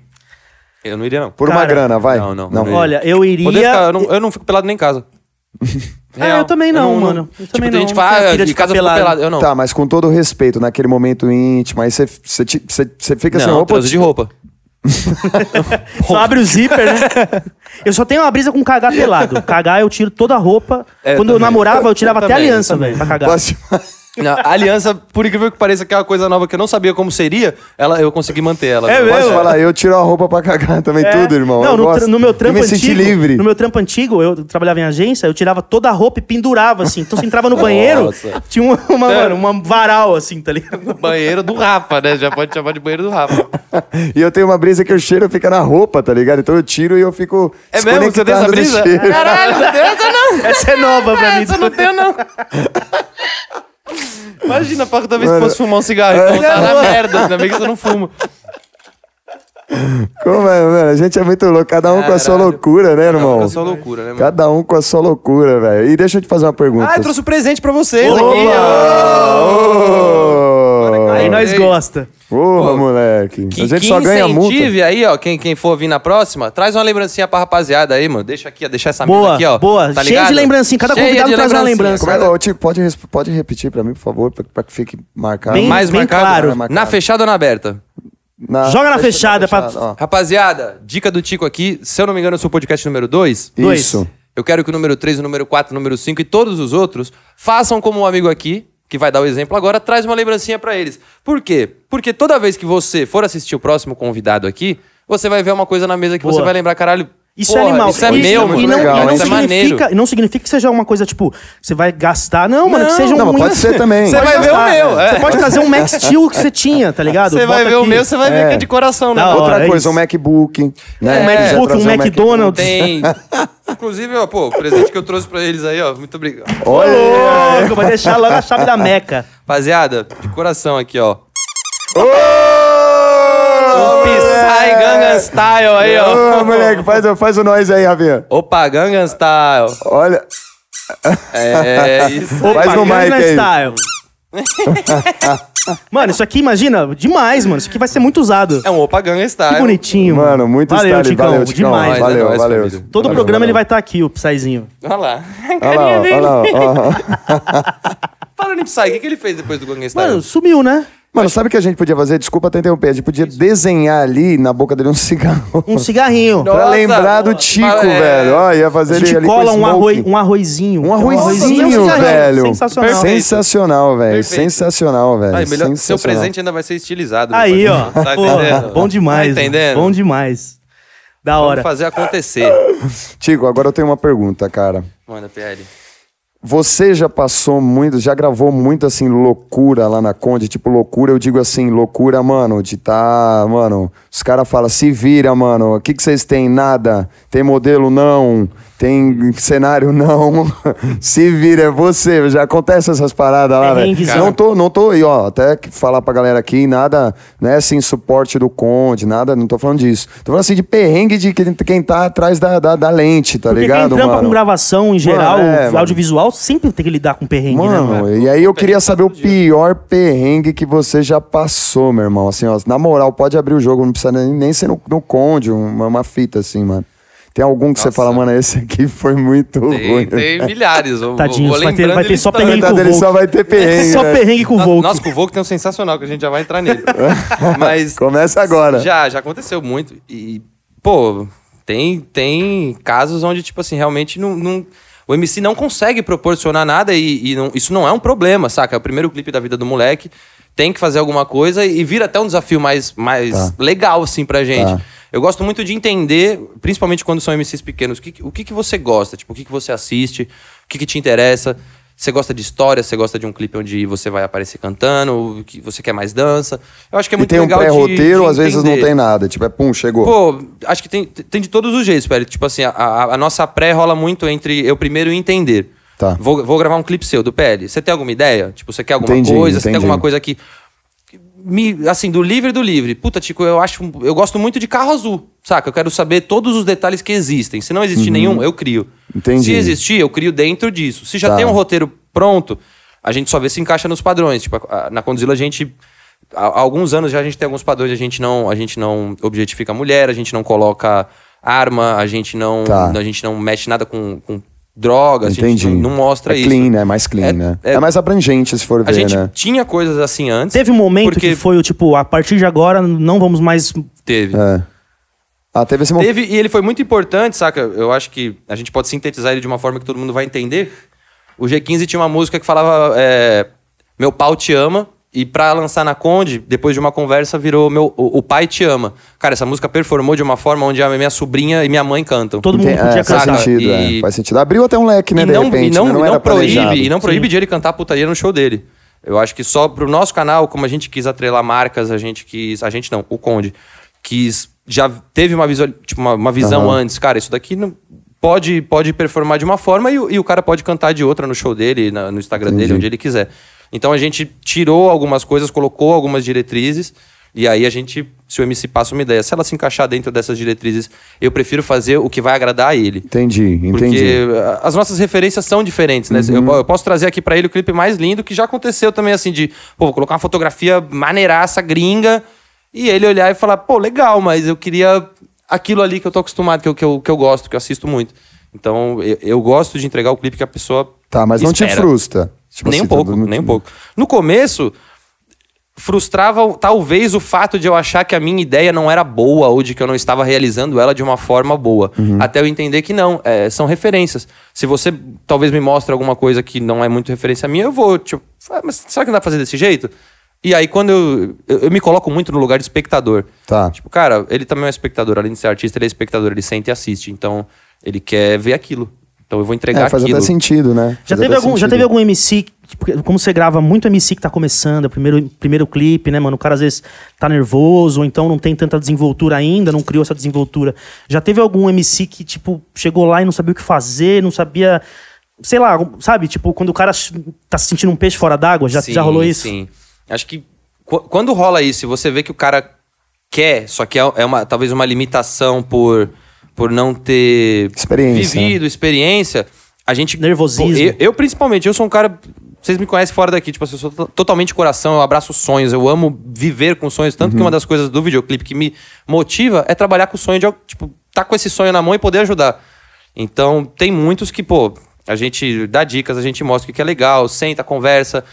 S3: eu não iria, não.
S2: Por uma
S1: Cara,
S2: grana, vai.
S3: não, não, não.
S1: Olha, eu iria.
S3: Poder ficar- eu, não, eu não fico pelado nem em
S1: *laughs*
S3: casa.
S1: Ah, eu também não, mano. Eu
S3: tipo,
S1: também
S3: tem
S1: não.
S3: gente que fala,
S1: Eu
S3: ah,
S1: queria
S3: de
S1: ficar
S3: casa eu fico
S1: pelado.
S3: pelado. Eu não.
S2: Tá, mas com todo o respeito, naquele momento íntimo, aí você- você te- você você fica assim, tipo, sem
S3: não,
S2: roupa.
S3: transo de *laughs* roupa.
S1: Só abre o zíper,
S3: *laughs*
S1: né? eu só tenho uma brisa com cagar pelado. Cagar, eu tiro toda a roupa.
S3: É, eu
S1: Quando eu
S3: também.
S1: namorava, eu tirava
S3: Eu
S1: até a
S3: também, eu
S1: aliança,
S3: também.
S1: velho, pra
S2: *laughs*
S1: cagar.
S2: Posso te-
S3: Não, a aliança, por incrível que pareça, que é uma coisa nova que eu não sabia como seria, ela, eu consegui manter ela.
S1: É
S3: Eu
S1: mesmo?
S2: Posso
S3: gosto-
S2: falar, eu tiro a roupa pra cagar *laughs* também,
S1: É.
S2: tudo, irmão.
S1: Não,
S2: eu
S1: no, tra-
S2: gosto.
S1: no meu
S2: Eu
S1: trampo
S2: me
S1: antigo.
S2: senti livre.
S1: No meu trampo antigo, eu trabalhava em agência, eu tirava toda a roupa e pendurava, assim. Então você entrava no banheiro,
S3: Nossa. É.
S1: tinha uma, uma, mano, uma varal, assim, tá ligado?
S3: *laughs* Banheiro do Rafa, né? Já pode chamar de banheiro do Rafa.
S2: E eu tenho uma brisa que o cheiro fica na roupa, tá ligado? Então eu tiro e eu fico.
S3: É mesmo? Você tem essa
S2: desconectado do
S3: brisa?
S2: cheiro.
S3: Caralho, não tem essa não.
S1: Essa é nova pra mim.
S3: Essa não tem não. *laughs* Imagina, pá, toda vez que
S2: Mano. É.
S3: fosse fumar um cigarro, então
S2: *laughs*
S3: tá na merda. Ainda bem que você não fuma.
S2: Como é, mano? A gente é muito louco, cada um com a sua
S3: Caralho.
S2: loucura, né, irmão?
S3: É só loucura, né, mano?
S2: Cada um com a sua loucura, velho. E deixa eu te fazer uma pergunta.
S3: Ah, eu trouxe um presente pra vocês
S2: Ô,
S1: Aí nós
S3: Ei.
S1: gosta.
S2: Porra, moleque.
S3: aqui. ó.
S2: a gente
S3: que
S2: só ganha multa.
S3: incentive né, aí, ó, quem, quem for vir na próxima, traz uma lembrancinha pra rapaziada aí, mano. Deixa aqui, ó, deixar essa mesa
S1: Boa,
S3: aqui, ó.
S1: boa.
S3: Tá
S1: Cheio
S3: ligado?
S1: de lembrancinha. Cada
S3: Cheia
S1: convidado
S3: de
S1: traz uma
S2: Como
S1: lembrança.
S2: é, Ô, Tico, pode, res- pode repetir pra mim, por favor, pra, pra que fique marcado.
S1: Bem-
S3: Mais marcado?
S1: claro.
S3: Na fechada ou na aberta? Ah,
S2: Na-
S1: Joga na
S2: fecha-
S1: fechada pra-
S2: ó.
S3: Rapaziada, dica do Tico aqui. Se eu não me engano, eu sou o podcast número 2.
S1: Dois.
S2: Isso.
S3: Eu quero que o número 3, o número 4, o número 5 e todos os outros façam como um amigo aqui, que vai dar o exemplo agora, traz uma lembrancinha pra eles. Por quê? Porque toda vez que você for assistir o próximo convidado aqui, você vai ver uma coisa na mesa que
S1: Boa.
S3: você vai lembrar, caralho.
S1: Isso
S3: Porra,
S1: é animal.
S3: isso é
S1: e,
S3: meu,
S1: e
S3: mano.
S1: não,
S2: Legal,
S1: e não
S2: isso é
S1: significa,
S3: maneiro.
S1: e não significa que seja uma coisa, tipo, você vai gastar. Não, mano, que seja um
S2: Não, mas
S1: ruim.
S2: pode
S1: *laughs*
S2: ser também.
S1: Você
S3: Você vai ver o meu, é.
S1: Você pode trazer um
S2: *laughs*
S1: Max Steel que você tinha, tá ligado?
S3: Você vai
S1: Bota
S3: ver o
S1: aqui.
S3: meu, você vai
S2: É.
S3: ver que é de coração, né?
S1: Da hora.
S2: Outra
S1: é
S2: coisa,
S1: isso.
S2: um MacBook. Né?
S3: É.
S2: Quiser
S1: MacBook,
S2: trazer
S1: um McDonald's.
S3: Tem. *laughs* Inclusive, ó, pô, o presente que eu trouxe pra eles aí, ó. Muito obrigado.
S1: Ô, louco, vai deixar lá na chave da Meca.
S3: Rapaziada, de coração aqui, ó.
S2: Ô,
S3: Psy Gangnam Style aí,
S2: Ô,
S3: ó.
S2: moleque, faz, o- faz o nós aí, Javier.
S3: Opa, Gangnam Style.
S2: Olha,
S1: *laughs*
S3: É isso.
S1: Opa,
S2: Faz no
S1: Gangnam
S2: mic aí. *laughs*
S1: Style. mano, isso aqui, imagina, demais, mano. Isso aqui vai ser muito usado.
S3: É um Opa Gangnam Style.
S1: Que bonitinho.
S2: mano, muito
S1: valeu,
S2: style.
S1: Ticão,
S2: valeu, Ticão.
S1: demais. né,
S3: Nós,
S2: valeu,
S3: é nóis,
S2: valeu.
S3: família.
S1: Todo
S2: Valeu,
S1: programa
S2: valeu.
S1: ele vai estar aqui, o Psyzinho.
S3: Olha lá.
S2: Olha lá, ó, olha lá, ó.
S3: Falando em Psy, o que, que ele fez depois do Gangnam Style?
S1: Mano, sumiu, né?
S2: Mano, sabe o que a gente podia fazer? Desculpa até interromper. A gente podia desenhar ali na boca dele um cigarro. *laughs*
S1: Um cigarrinho.
S3: Nossa,
S2: pra lembrar do
S3: boa.
S2: Tico,
S3: Mas, é,
S2: velho. Ó, ia
S1: A
S2: fazer ele
S1: gente
S2: ali
S1: cola
S2: com
S1: um, arroz,
S2: smoking.
S1: um arrozinho.
S2: Um arrozinho,
S1: É um cigarrinho.
S2: velho.
S1: Sensacional.
S3: Perfeito.
S2: Sensacional, velho.
S3: Perfeito.
S2: Sensacional, velho.
S3: Ai, melhor, seu
S2: Sensacional.
S3: presente ainda vai ser estilizado.
S1: é Aí, ó.
S3: depois. Tá
S1: Pô,
S3: entendendo?
S1: bom demais.
S3: Tá entendendo?
S1: Bom demais. Da
S3: Vamos
S1: hora.
S3: fazer acontecer.
S2: Tico, agora eu tenho uma pergunta, cara.
S3: Manda, PL.
S2: Você já passou muito, já gravou muito assim loucura lá na Conde, tipo loucura, eu digo assim, loucura, mano, de tá, mano, os caras falam, se vira, mano, o que que vocês têm? Nada, tem modelo não, tem cenário *laughs* não, se vira, é você, já acontece essas paradas lá, velho.
S1: Perrenguezão.
S2: Não tô, não tô, e ó, até que falar pra galera aqui, nada, né, assim, suporte do Conde, nada, não tô falando disso. Tô falando assim de perrengue de quem- quem tá atrás da, da, da lente, tá
S1: Porque
S2: ligado,
S1: quem trampa
S2: mano?
S1: com gravação em geral,
S2: é, mano.
S1: audiovisual, sempre tem que lidar com perrengue, né, mano?
S2: Mano, e aí eu queria saber o pior perrengue que você já passou, meu irmão. Assim, ó, na moral, pode abrir o jogo, não precisa nem, nem ser no, no conde, uma, uma fita assim, mano. Tem algum que você
S3: Nossa.
S2: fala, mano, esse aqui foi muito ruim. né? *laughs*
S3: Tem, tem milhares. Eu vou-
S1: Tadinho,
S3: vou
S1: vai ter-
S3: lembrando,
S1: vai ter
S3: eles
S1: só
S3: estão-
S1: perrengue
S2: Na verdade,
S1: com
S2: ele
S1: Volk.
S2: só vai ter perrengue.
S1: É Só
S2: né?
S1: perrengue com o
S3: Nossa,
S1: Volk.
S3: Nossa, com o Volk tem um sensacional que a gente já vai
S1: *laughs*
S3: entrar nele. *laughs* Mas
S2: Começa agora.
S3: já, é já aconteceu muito. E, pô, tem, tem casos onde, tipo assim, realmente não, não- o MC não consegue proporcionar nada e, e não- isso não é um problema, saca? É o primeiro clipe da vida do moleque, tem que fazer alguma coisa e vira até um desafio mais, mais legal, assim, pra gente.
S2: Tá.
S3: Eu gosto muito de entender, principalmente quando são MCs pequenos, o que, o que, que você gosta, tipo, o que, que você assiste, o que, que te interessa. Você gosta de história, você gosta de um clipe onde você vai aparecer cantando, o que você quer mais dança. Eu acho que é
S2: E
S3: muito
S2: tem um
S3: legal de- de
S2: pré-roteiro, às vezes não
S3: entender.
S2: tem nada. Tipo, é pum, chegou.
S3: Pô, acho que tem, tem de todos os jeitos, velho. Tipo assim, a, a- a nossa pré rola muito entre eu primeiro e entender.
S2: Tá.
S3: Vou, vou gravar um clipe seu do PL. Você tem alguma ideia? Tipo, você quer alguma
S2: Entendi,
S3: coisa? Você tem
S2: entendi.
S3: alguma coisa que. que Me, assim, do livre e do livre. Puta, Tico, eu acho. Eu gosto muito de carro azul, saca? Eu quero saber todos os detalhes que existem. Se não existir nenhum, eu crio.
S2: Uhum. Entendi.
S3: Se existir, eu crio dentro disso. Se já
S2: Tá.
S3: tem um roteiro pronto, a gente só vê se encaixa nos padrões. Tipo, a- a- na Condzilla a gente. Há há alguns anos já a gente tem alguns padrões, a gente não, a gente não objetifica a mulher, a gente não coloca arma, a gente não,
S2: Tá.
S3: a gente não mexe nada com, com drogas, a
S2: Entendi.
S3: gente não, não mostra
S2: é
S3: isso.
S2: clean, né? Mais clean,
S3: É-
S2: né? É,
S3: é-
S2: mais abrangente, se for
S3: A
S2: ver,
S3: gente
S2: né?
S3: tinha coisas assim antes.
S1: Teve um momento
S3: porque
S1: que foi o tipo, a partir de agora não vamos mais.
S3: teve.
S2: É. Ah, teve esse momento.
S3: Teve, e ele foi muito importante, saca? Eu acho que a gente pode sintetizar ele de uma forma que todo mundo vai entender. O G15 tinha uma música que falava é, Meu pau te ama. E pra lançar na Conde, depois de uma conversa, virou meu, o, o pai te ama. Cara, essa música performou de uma forma onde a minha sobrinha e minha mãe cantam.
S1: Todo mundo
S2: Tem-
S1: podia
S2: é, faz
S1: cantar.
S2: sentido,
S3: E-
S2: é. Faz sentido. Abriu até um leque, né?
S3: e
S2: de
S3: não,
S2: repente,
S3: e não,
S2: né?
S3: e não
S2: era planejado.
S3: proíbe, e não proíbe de ele cantar putaria no show dele. Eu acho que só pro nosso canal, como a gente quis atrelar marcas, a gente quis. A gente não, o Conde. Quis. Já teve uma, visual, tipo, uma, uma visão
S2: Aham.
S3: antes, cara, isso daqui não. Pode, pode performar de uma forma e, o- e o cara pode cantar de outra no show dele, na- no Instagram dele, onde ele quiser. Então a gente tirou algumas coisas, colocou algumas diretrizes, e aí a gente, se o MC passa uma ideia, se ela se encaixar dentro dessas diretrizes, eu prefiro fazer o que vai agradar a ele.
S2: Entendi, entendi. Uhum.
S3: Porque ah, as nossas referências são diferentes, né? Eu, eu posso trazer aqui pra ele o clipe mais lindo que já aconteceu também, assim, de, pô, vou colocar uma fotografia maneiraça, gringa, e ele olhar e falar, pô, legal, mas eu queria aquilo ali que eu tô acostumado, que eu, que eu, que eu gosto, que eu assisto muito. Então, eu, eu gosto de entregar o clipe que a pessoa.
S2: Tá, mas não te
S3: espera.
S2: frustra. Tipo
S3: nem
S2: assim,
S3: um pouco,
S2: tudo-
S3: nem um pouco. No começo, frustrava o- talvez o fato de eu achar que a minha ideia não era boa ou de que eu não estava realizando ela de uma forma boa.
S2: Uhum.
S3: Até eu entender que não, é, são referências. Se você talvez me mostra alguma coisa que não é muito referência minha, eu vou, tipo, "Ah, mas será que não dá pra fazer desse jeito? E aí, quando eu, eu, eu me coloco muito no lugar de espectador.
S2: Tá.
S3: Tipo, cara, ele também é um espectador. Além de ser artista, ele é espectador. Ele sente e assiste. Então, ele quer ver aquilo. Então, eu vou entregar
S2: É, faz
S3: aquilo.
S2: até sentido, né?
S1: Já
S2: Faz
S1: teve,
S2: até
S1: algum, já
S2: sentido.
S1: teve algum MC, que- porque como você grava muito MC que tá começando, é o primeiro, primeiro clipe, né, mano? O cara às vezes tá nervoso, ou então não tem tanta desenvoltura ainda, não criou essa desenvoltura. Já teve algum MC que, tipo, chegou lá e não sabia o que fazer, não sabia. Sei lá, sabe? Tipo, quando o cara tá se sentindo um peixe fora d'água, já,
S3: Sim,
S1: já rolou isso?
S3: Sim. Acho que qu- quando rola isso, e você vê que o cara quer, só que é é uma, talvez uma limitação por, por não ter
S2: Experiência,
S3: vivido, experiência. A gente.
S1: Nervosismo.
S3: Pô, Eu, eu, principalmente, eu sou um cara. Vocês me conhecem fora daqui, tipo, assim, eu sou to- totalmente coração, eu abraço sonhos, eu amo viver com sonhos. Tanto que uma das coisas do videoclipe que me motiva é trabalhar com o sonho de, al- tipo, tá com esse sonho na mão e poder ajudar. Então, tem muitos que, pô, a gente dá dicas, a gente mostra o que é legal, senta, conversa.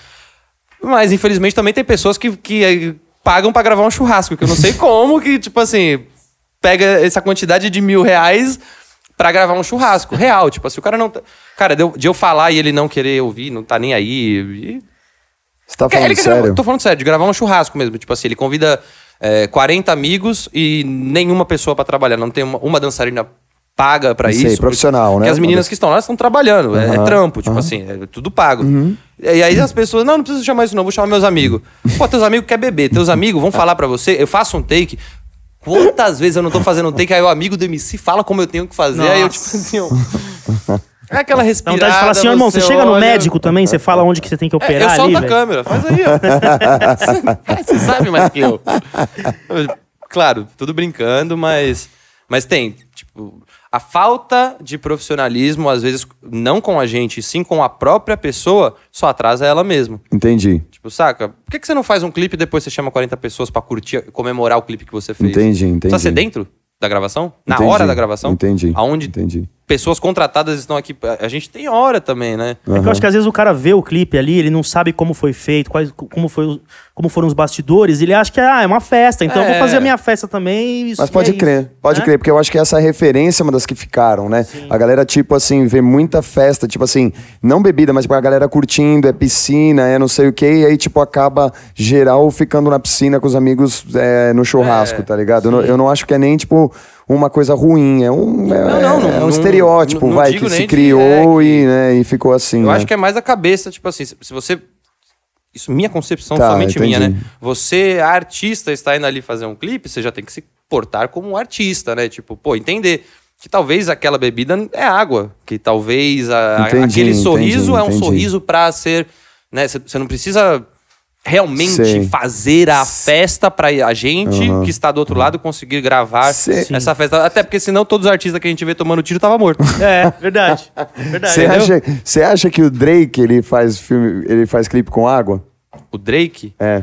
S3: Mas infelizmente também tem pessoas que, que eh, pagam pra gravar um churrasco, que eu não sei como, que, tipo assim, pega essa quantidade de mil reais pra gravar um churrasco. Real, tipo assim, o cara não. tá- Cara, de eu, de eu falar e ele não querer ouvir, não tá nem aí. e-
S2: Você tá
S3: Quer-
S2: falando
S3: ele quer
S1: é
S2: sério?
S3: gravar- tô falando sério, de gravar um churrasco mesmo. Tipo assim, ele convida eh, 40 amigos e nenhuma pessoa pra trabalhar. Não tem uma, uma dançarina paga pra
S2: Sei,
S3: isso.
S2: profissional,
S3: porque
S2: né?
S3: as meninas que estão lá estão trabalhando. é- É,
S2: Aham,
S3: trampo, tipo
S2: aham. Uhum.
S3: assim, é tudo pago. E aí as pessoas, não, não precisa chamar isso não, vou chamar
S2: *laughs*
S3: meus amigos. Pô, teus amigos querem beber, teus amigos vão falar pra você, eu faço um take... Quantas vezes eu não tô fazendo um take, aí o amigo do MC fala como eu tenho que fazer, aí eu
S1: Nossa.
S3: tipo assim... eu- É aquela
S1: Dá
S3: respirada...
S1: vontade de falar assim, ó, irmão, você chega no
S3: olha-
S1: médico também, você fala onde que você tem que
S3: é,
S1: operar
S3: eu solto
S1: ali,
S3: a
S1: velho.
S3: câmera, faz aí,
S1: *laughs*
S3: ó. Você sabe mais que eu. Claro, tudo brincando, mas, mas tem. Tipo, a falta de profissionalismo, às vezes, não com a gente, sim com a própria pessoa, só atrasa ela mesma.
S2: Entendi,
S3: Tipo, saca? Por que, que você não faz um clipe e depois você chama 40 pessoas pra curtir, comemorar o clipe que você fez?
S2: entendi, entendi.
S3: Precisa ser dentro da gravação? Na
S2: Entendi,
S3: hora da gravação?
S2: Entendi.
S3: Aonde
S2: Entendi.
S3: pessoas contratadas estão aqui. A gente tem hora também, né?
S1: É que eu acho que às vezes o cara vê o clipe ali, ele não sabe como foi feito, quais, como, foi, o- como foram os bastidores, ele acha que ah, é uma festa, então eu
S3: É.
S1: vou fazer a minha festa também. e isso-
S2: Mas pode
S1: e é
S2: crer,
S1: isso,
S2: pode
S1: né?
S2: crer, porque eu acho que essa referência é uma das que ficaram, né? A galera, tipo assim, vê muita festa, tipo assim, não bebida, mas tipo, a galera curtindo, é piscina, é não sei o quê, e aí, tipo, acaba geral ficando na piscina com os amigos é, no churrasco, tá ligado? Eu não, eu não acho que é nem, tipo, uma coisa ruim, é um, é,
S3: Não, não,
S2: é
S3: não-
S2: um
S3: não-
S2: estereótipo,
S3: não- não
S2: vai,
S3: digo
S2: que
S3: nem
S2: se
S3: de-
S2: criou
S3: é,
S2: e, né, e ficou assim.
S3: Eu
S2: né?
S3: acho que é mais a cabeça, tipo assim, se se você. Isso, minha concepção,
S2: Tá,
S3: somente minha,
S2: entendi.
S3: né? Você, artista, está indo ali fazer um clipe, você já tem que se portar como um artista, né? Tipo, pô, entender que talvez aquela bebida é água, que talvez a- a-
S2: Entendi,
S3: aquele
S2: entendi,
S3: sorriso é um
S2: entendi.
S3: sorriso pra ser. né? Você você não precisa realmente
S2: Sei.
S3: fazer a festa pra a gente que está do outro lado conseguir gravar
S2: Sei.
S3: essa festa. Até porque senão todos os artistas que a gente vê tomando tiro
S2: *laughs*
S3: estavam mortos.
S1: É, verdade.
S3: é
S1: verdade.
S2: Você
S1: entendeu?
S2: acha, você acha que o Drake, ele faz filme, ele faz clipe com água?
S3: o Drake.
S2: É.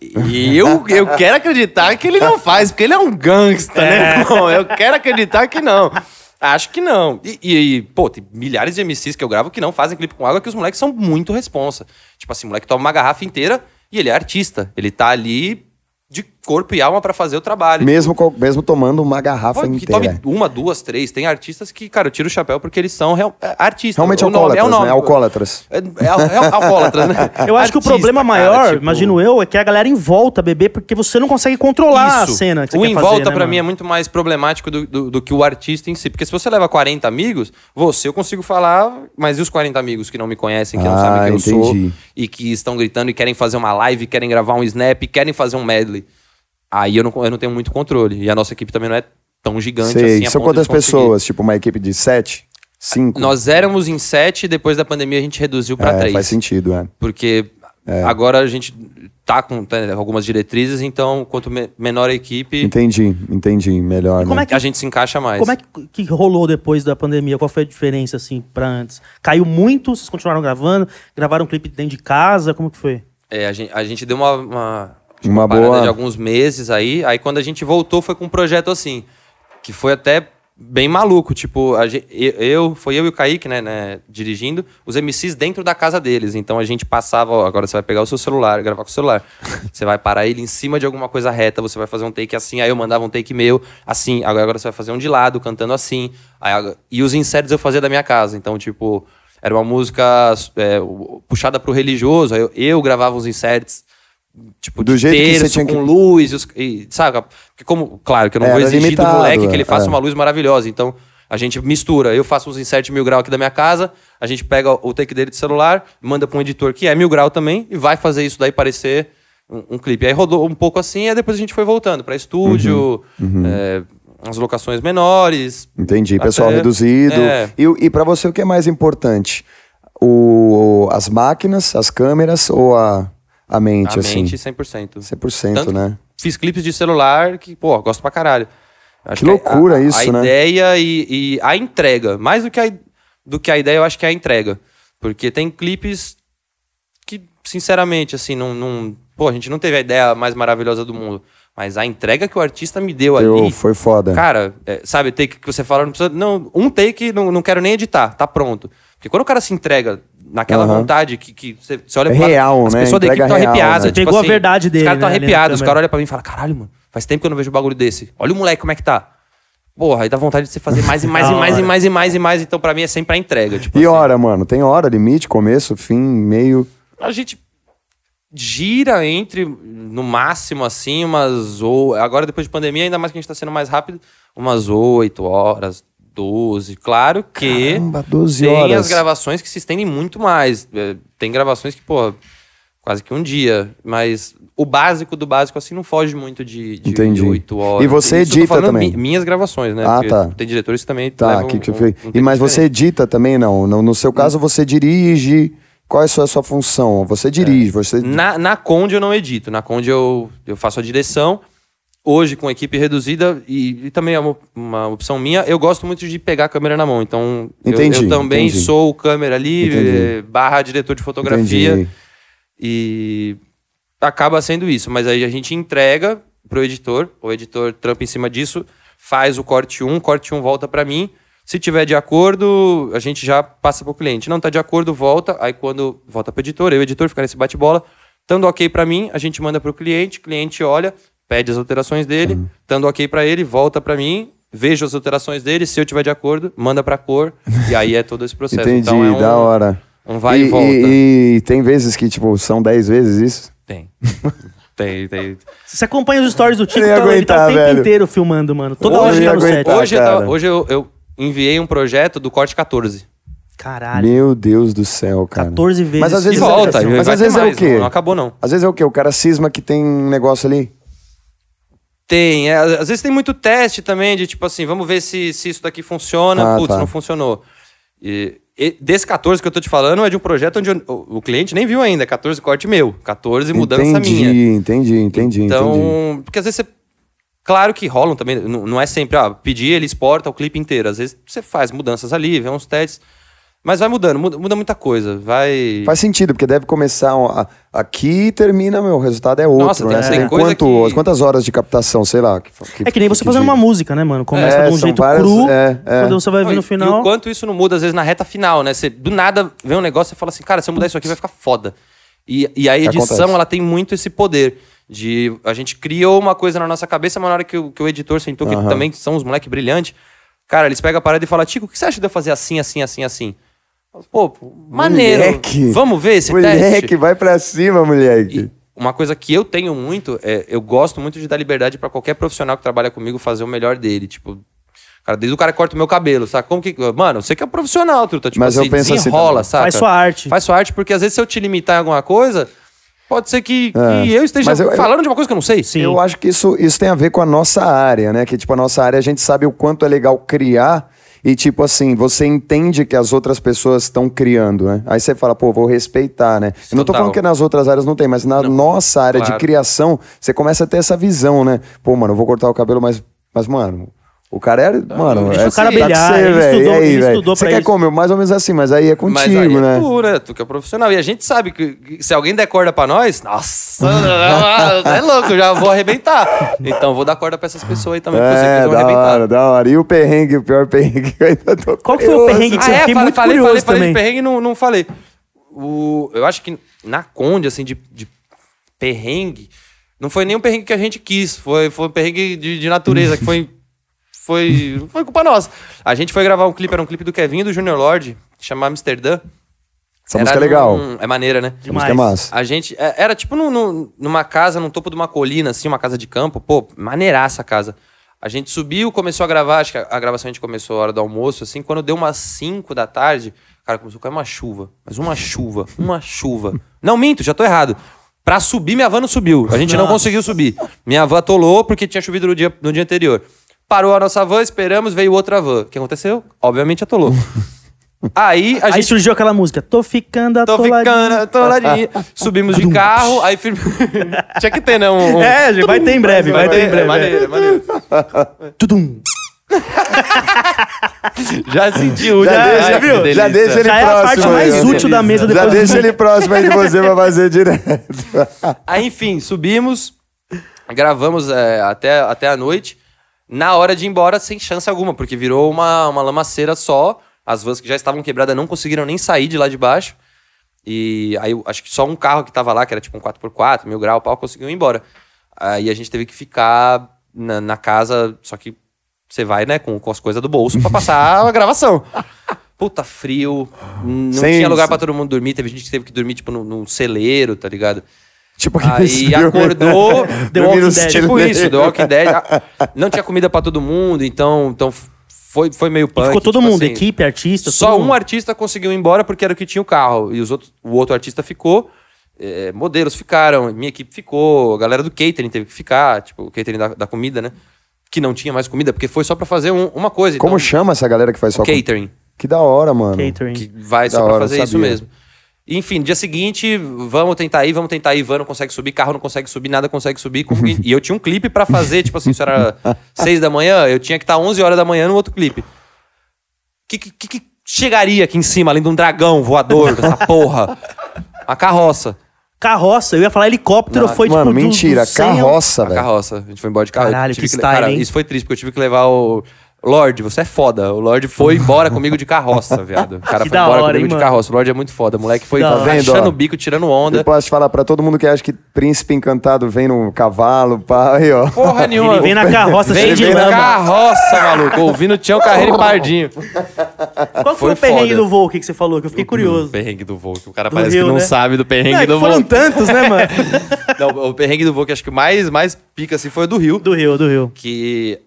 S3: E eu, eu quero acreditar que ele não faz, porque ele é um gangsta,
S1: É.
S3: né? irmão? eu quero acreditar que não. Acho que não. E, e- e, pô, tem milhares de MCs que eu gravo que não fazem clipe com água, que os moleques são muito responsa. Tipo assim, o moleque toma uma garrafa inteira e ele é artista. Ele tá ali de corpo e alma pra fazer o trabalho.
S2: Mesmo, co- mesmo tomando uma garrafa
S3: Pô, que
S2: inteira.
S3: tome uma, duas, três. Tem artistas que, cara, eu tiro o chapéu porque eles são real- é, artistas.
S2: Realmente
S3: O
S2: alcoólatras,
S3: nome- é o nome.
S2: né? Alcoólatras.
S3: É, é al- é alcoólatra, né?
S1: Eu acho que o
S3: Artista,
S1: problema
S3: cara,
S1: maior,
S3: tipo-
S1: imagino eu, é que a galera envolta beber porque você não consegue controlar a cena que você
S3: o
S1: quer
S3: em
S1: fazer,
S3: volta,
S1: né,
S3: pra
S1: mano?
S3: mim, é muito mais problemático do, do, do que o artista em si. Porque se você leva 40 amigos, você eu consigo falar, mas e os 40 amigos que não me conhecem, que não
S2: Ah,
S3: sabem quem eu
S2: entendi.
S3: sou, e que estão gritando e querem fazer uma live, querem gravar um snap, querem fazer um medley. Aí eu não, eu não tenho muito controle. E a nossa equipe também não é tão gigante
S2: Sei.
S3: assim. a
S2: São
S3: ponto de
S2: quantas
S3: conseguir.
S2: pessoas? Tipo, uma equipe de sete? Cinco?
S3: Nós éramos em 7 depois da pandemia a gente reduziu pra
S2: é,
S3: três
S2: Faz sentido, é.
S3: porque agora a gente tá com tá, algumas diretrizes, então quanto me- menor a equipe,
S2: Entendi, entendi. Melhor,
S1: Como
S2: né?
S1: é que-
S3: a gente se encaixa mais.
S1: Como é que, que rolou depois da pandemia? Qual foi a diferença, assim, pra antes? Caiu muito? Vocês continuaram gravando? Gravaram um clipe dentro de casa? Como que foi?
S3: É, a gente, a gente deu uma, uma,
S2: Uma
S3: parada
S2: boa-
S3: de alguns meses aí. Aí quando a gente voltou foi com um projeto assim, que foi até bem maluco. Tipo, a gente, eu, foi eu e o Kaique, né, né, dirigindo, os MCs dentro da casa deles. Então a gente passava, ó, agora você vai pegar o seu celular, gravar com o celular. você vai parar ele em cima de alguma coisa reta, você vai fazer um take assim, aí eu mandava um take meu, assim, agora agora você vai fazer um de lado, cantando assim. Aí, ag- e os inserts eu fazia da minha casa. Então, tipo... Era uma música é, puxada pro religioso. Aí eu, eu gravava uns inserts, tipo,
S2: Do
S3: de
S2: jeito que você
S3: terço,
S2: tinha que-
S3: com luz. E, os- e, sabe? Porque como, claro, que eu não
S2: É,
S3: vou
S2: era
S3: exigir
S2: limitado,
S3: do moleque que ele
S2: é.
S3: faça uma luz maravilhosa. Então, a gente mistura. Eu faço uns insert mil grau aqui da minha casa, a gente pega o take dele de celular, manda pra um editor que é mil grau também e vai fazer isso daí parecer um, um clipe. Aí rodou um pouco assim, aí depois a gente foi voltando pra estúdio,
S2: Uhum.
S3: é, umas locações menores.
S2: Entendi, pessoal
S3: Até-
S2: reduzido.
S3: é.
S2: E, e para você, o que é mais importante? O, as máquinas, as câmeras ou a, a mente,
S3: a
S2: assim?
S3: mente 100%.
S2: 100%,
S3: Tanto
S2: né?
S3: Fiz clipes de celular que, pô, gosto pra caralho. Acho
S2: Que loucura
S3: a, a-
S2: isso,
S3: a
S2: né?
S3: ideia e, e a entrega. Mais do que a, i- do que a ideia, eu acho que é a entrega. Porque tem clipes que, sinceramente, assim, não, não... Pô, a gente não teve a ideia mais maravilhosa do mundo. Mas a entrega que o artista me deu
S2: Teu-
S3: ali...
S2: foi foda.
S3: Cara, é, sabe, take que você fala, não precisa. Não, um take, não, não quero nem editar, tá pronto. Porque quando o cara se entrega naquela
S2: Aham.
S3: vontade que, que você, você olha
S2: É
S3: pra-
S2: real,
S3: as
S2: né?
S3: pessoas da
S2: Entrega
S3: equipe estão
S2: real,
S3: arrepiadas.
S2: né?
S3: tipo
S1: Pegou a
S3: assim,
S1: verdade dele,
S3: Os caras estão
S1: né, ali na
S3: arrepiados, os
S1: câmera.
S3: caras olham pra mim e falam, caralho, mano, faz tempo que eu não vejo um bagulho desse. Olha o moleque como é que tá. Porra, aí dá vontade de você fazer mais e mais e
S1: Da
S3: mais e
S1: hora.
S3: mais e mais e mais. Então, pra mim, é sempre a entrega. Tipo,
S2: E
S3: assim,
S2: hora, mano? Tem hora, limite, começo, fim, meio.
S3: a gente gira entre, no máximo, assim, umas. Ou, agora, depois de pandemia, ainda mais que a gente tá sendo mais rápido, umas 8 horas, 12. Claro que.
S2: Caramba, 12
S3: tem
S2: horas.
S3: as gravações que se estendem muito mais. É, Tem gravações que, pô, quase que um dia. Mas o básico do básico, assim, não foge muito de, de
S2: Entendi.
S3: oito horas.
S2: E você
S3: Isso eu tô
S2: edita
S3: falando
S2: também?
S3: mi- minhas gravações, né?
S2: Ah,
S3: Porque
S2: tá.
S3: Tem diretores que também
S2: Tá,
S3: levam
S2: que, que
S3: um-
S2: foi.
S3: um
S2: e
S3: tempo
S2: mas você
S3: diferente. Hum.
S2: edita também, não? No, no seu caso, você dirige. Qual é a sua, a sua função? Você dirige, você.
S3: Na, na Conde eu É. não edito. Na Conde eu, eu faço a direção. Hoje, com equipe reduzida, e, e também é uma, uma opção minha, eu gosto muito de pegar a câmera na mão. Então, eu-
S2: Entendi,
S3: eu, também
S2: entendi.
S3: sou o câmera ali,
S2: Entendi.
S3: eh, barra diretor de fotografia.
S2: Entendi.
S3: E acaba sendo isso. Mas aí a gente entrega pro editor, o editor trampa em cima disso, faz o corte 1, corte 1 volta para mim. Se tiver de acordo, a gente já passa pro cliente. Não tá de acordo, volta. Aí quando volta pro editor, eu e o editor fica nesse bate-bola. Tando ok para mim, a gente manda pro cliente, cliente olha, pede as alterações dele,
S2: Uhum.
S3: tando ok para ele, volta para mim, vejo as alterações dele, se eu tiver de acordo, manda pra cor, e aí é todo esse processo.
S2: Entendi,
S3: então é um,
S2: da hora.
S3: um vai e,
S2: e,
S3: volta.
S2: e- e tem vezes que, tipo, são 10 vezes isso?
S3: Tem. *laughs* tem, tem.
S1: Você acompanha os stories do Tico,
S2: Eu não ia
S1: tá, ele tá
S2: aguentar,
S1: o tempo
S2: velho.
S1: inteiro filmando, mano. Toda
S2: Eu
S1: hora
S2: não
S1: ele
S2: ia
S1: tá no set.
S2: aguentar.
S3: Hoje, eu, tava-
S2: cara.
S3: hoje eu, eu enviei um projeto do corte 14.
S1: Caralho.
S2: Meu Deus do céu, cara.
S1: 14 vezes.
S2: Mas
S1: E
S2: às
S3: E
S2: vezes, é-
S3: volta.
S1: Mas
S3: vai
S2: mas às
S3: ter
S2: vezes é
S3: mais,
S2: o quê?
S3: Não, não acabou, não.
S2: Às vezes é o quê? O cara cisma que tem um negócio ali?
S3: Tem. é, às vezes tem muito teste também de tipo assim, vamos ver se, se isso daqui funciona.
S2: Ah,
S3: Putz,
S2: tá.
S3: não funcionou. E, e desse 14 que eu tô te falando é de um projeto onde eu- o, o cliente nem viu ainda. 14 corte meu. 14 mudança é
S2: entendi,
S3: minha.
S2: entendi, entendi,
S3: Então,
S2: entendi.
S3: porque às vezes você. Claro que rolam também, não, não é sempre, ah, pedir, ele exporta o clipe inteiro. Às vezes você faz mudanças ali, vê uns testes. Mas vai mudando, muda, muda muita coisa. Vai.
S2: Faz sentido, porque deve começar um- a- aqui e termina, meu, o resultado é outro,
S3: Nossa, tem-
S2: né? Você
S3: tem
S2: tem
S3: coisa
S2: quanto-
S3: que-
S2: quantas horas de captação, sei lá. que-
S1: É que nem você fazendo
S2: dia?
S1: uma música, né, mano? Começa
S2: É,
S1: de um
S2: são
S1: jeito
S2: várias-
S1: cru,
S2: é, é.
S1: quando você vai
S3: Não,
S1: ver
S3: e-
S1: no
S3: E o
S1: final.
S3: quanto isso não muda, às vezes, na reta final, né? Você, do nada vê um negócio e fala assim, cara, se eu mudar isso aqui vai ficar foda. E, e a edição,
S2: Acontece.
S3: ela tem muito esse poder. De a gente criou uma coisa na nossa cabeça, mas na hora que o, que o editor sentou, que
S2: Aham.
S3: também são os moleques brilhantes, cara, eles pegam a parada e falam, Tico, o que você acha de eu fazer assim, assim, assim, assim? Eu falo, Pô, maneiro.
S2: Moleque.
S3: Vamos ver esse teste?
S2: Moleque, vai pra cima, moleque.
S3: E uma coisa que eu tenho muito é eu gosto muito de dar liberdade pra qualquer profissional que trabalha comigo fazer o melhor dele, tipo, cara, desde o cara que corta o meu cabelo, sabe? Como que, mano, você que é um profissional, truta, tipo,
S2: Mas eu
S3: assim,
S2: penso assim
S3: desenrola,
S2: também.
S3: sabe?
S1: Faz sua arte.
S3: Faz sua arte, porque às vezes se eu te limitar em alguma coisa, pode ser que,
S2: É.
S3: que eu esteja
S2: Mas eu- eu-
S3: falando de uma coisa que eu não sei.
S1: Sim.
S2: Eu acho que isso, isso tem a ver com a nossa área, né? Que, tipo, a nossa área a gente sabe o quanto é legal criar e, tipo, assim, você entende que as outras pessoas estão criando, né? Aí você fala, pô, vou respeitar, né? Eu não tô
S3: Total.
S2: falando que nas outras áreas não tem, mas na nossa área de
S3: claro.
S2: criação, você começa a ter essa visão, né? Pô, mano, eu vou cortar o cabelo, mas, mas mano. O cara é. Mano,
S3: deixa
S2: é
S3: o cara
S2: tá com
S1: brilhar,
S2: você,
S1: ele
S2: velho,
S1: estudou-
S2: e aí,
S1: ele
S2: velho?
S1: estudou
S2: Você
S1: pra
S2: quer
S1: isso.
S2: como? Mais ou menos assim, mas aí é contigo,
S3: Mas aí
S2: né?
S3: é tu, né? Tu que é profissional. E a gente sabe que, que se alguém der corda pra nós, nossa, *laughs* é louco, eu já vou arrebentar. Então vou dar corda pra essas pessoas aí também, porque eu sei que
S2: É,
S3: eles vão
S2: da
S3: arrebentar.
S2: hora, da hora. E o perrengue, o pior perrengue que eu ainda tô
S1: Qual que foi o
S2: curioso.
S1: perrengue que você-
S3: Ah, é,
S1: fiquei
S3: falei,
S1: muito
S3: falei, falei,
S1: curioso
S3: falei
S1: também.
S3: de perrengue e não, não falei. O, eu acho que na Conde, assim, de, de perrengue, não foi nem um perrengue que a gente quis, foi, foi um perrengue de, de natureza,
S1: *laughs*
S3: que foi, foi, foi culpa nossa. A gente foi gravar um clipe, era um clipe do Kevin e do Junior Lorde, chama Amsterdã.
S2: Essa música é legal.
S3: num- é maneira, né?
S2: Essa música é massa.
S3: A gente. é, Era tipo num- num- numa casa, no topo de uma colina, assim, uma casa de campo. Pô, maneiraça a casa. A gente subiu, começou a gravar, acho que a, a gravação a gente começou a hora do almoço, assim, quando deu umas 5 da tarde, cara, começou a cair uma chuva. Mas uma chuva, uma chuva. Não minto, já tô errado. Pra subir, minha van não subiu. A gente não conseguiu subir. Minha van atolou porque tinha chovido no dia, no dia anterior. Parou a nossa van, esperamos, veio outra van. O que aconteceu? Obviamente atolou. Aí a
S1: Aí
S3: gente
S1: surgiu aquela música, tô ficando
S3: Tô
S1: atoladinho.
S3: ficando, tô *laughs* ladinho. Subimos de carro, aí firme. *laughs* Tinha que ter, né? Um, um-
S1: É, gente, vai ter em breve, vai, ter em breve.
S3: Maneiro, é maneiro.
S1: Tudum.
S3: Já sentiu,
S1: Ah,
S2: Já deixa,
S3: Ai, que
S1: viu?
S2: já
S3: delícia.
S2: deixa ele
S1: Já é a
S2: próximo.
S1: parte
S2: aí,
S1: mais
S2: ó.
S1: útil da mesa
S2: Já
S1: depois do-
S2: deixa ele próximo aí de você pra fazer direto.
S1: *laughs*
S3: Aí, enfim, subimos, gravamos é, até, até a noite. Na hora de ir embora, sem chance alguma, porque virou uma, uma lamaceira só. As vans que já estavam quebradas não conseguiram nem sair de lá de baixo. E aí, eu acho que só um carro que tava lá, que era tipo um 4x4, mil grau, pau, conseguiu ir embora. Aí a gente teve que ficar na, na casa, só que você vai, né, com, com as coisas do bolso pra passar a gravação. Puta frio, não
S2: Sem-
S3: tinha lugar pra todo mundo dormir, teve gente que teve que dormir, tipo, num, num celeiro, tá ligado?
S2: Tipo, que
S3: Aí Ah,
S1: *laughs*
S3: acordou,
S1: The
S3: deu
S1: Walking
S3: um
S1: Dead.
S3: tipo isso, The Walking Dead. Ah, Não tinha comida pra todo mundo, então, então foi, foi meio
S1: E
S3: punk.
S1: ficou todo
S3: tipo
S1: mundo,
S3: assim.
S1: equipe, artista,
S3: Só
S1: todo
S3: um
S1: mundo.
S3: artista conseguiu ir embora porque era o que tinha o carro. E os outros, o outro artista ficou, eh, modelos ficaram, minha equipe ficou, a galera do catering teve que ficar, tipo, o catering da, da comida, né? Que não tinha mais comida, porque foi só pra fazer um- uma coisa.
S2: Como
S3: então,
S2: chama essa galera que faz só... com-
S3: Catering.
S2: Que da hora, mano.
S1: catering.
S3: Que vai
S2: Da
S3: só pra
S2: hora,
S3: fazer
S2: não
S3: isso
S2: sabia.
S3: mesmo. Enfim, dia seguinte, vamos tentar ir, vamos tentar ir, van não consegue subir, carro não consegue subir, nada consegue subir.
S2: *laughs*
S3: como que- E eu tinha um clipe pra fazer, tipo assim, isso era seis da manhã, eu tinha que estar 11 horas da manhã no outro clipe. O que, que- que- que chegaria aqui em cima, além de um dragão voador, dessa porra? Uma carroça.
S1: Carroça, eu ia falar helicóptero,
S3: Não,
S1: foi
S2: Mano,
S1: tipo... do- do
S2: mentira.
S1: 100 ao-
S2: Carroça,
S3: A
S2: velho.
S3: carroça. A gente foi embora de carro.
S1: Caralho,
S3: Eu
S1: que
S3: tive
S1: style,
S3: cara,
S1: hein?
S3: Isso foi triste, porque eu tive que levar o... Lorde, você é foda. O Lorde foi embora comigo
S1: *laughs*
S3: de carroça, viado. O cara
S1: Que
S3: foi
S1: da
S3: embora
S1: hora,
S3: comigo
S1: hein,
S3: de
S1: mano?
S3: carroça. O Lorde é muito foda. O moleque foi
S1: Da hora.
S2: Vendo,
S3: rachando
S2: ó.
S3: o bico, tirando onda.
S2: Eu posso falar pra todo mundo que acha que príncipe encantado vem no cavalo, pá, aí, ó.
S3: Porra nenhuma.
S1: Ele vem na carroça,
S3: Vem
S1: cheio de
S3: de
S1: lama.
S3: carroça, maluco. Ouvindo Tião Carreiro e Pardinho.
S1: Qual foi,
S3: Foi
S1: o perrengue
S3: foda.
S1: do voo que que você falou? Que eu fiquei curioso.
S3: Perrengue do voo. que O cara parece
S1: Rio,
S3: que não
S1: né?
S3: sabe do perrengue
S1: Não, é que
S3: do
S1: foram
S3: voo.
S1: tantos, né, mano?
S3: Não, o perrengue do voo que acho que mais, mais pica assim foi o do Rio.
S1: *laughs* Do Rio, do Rio.
S3: que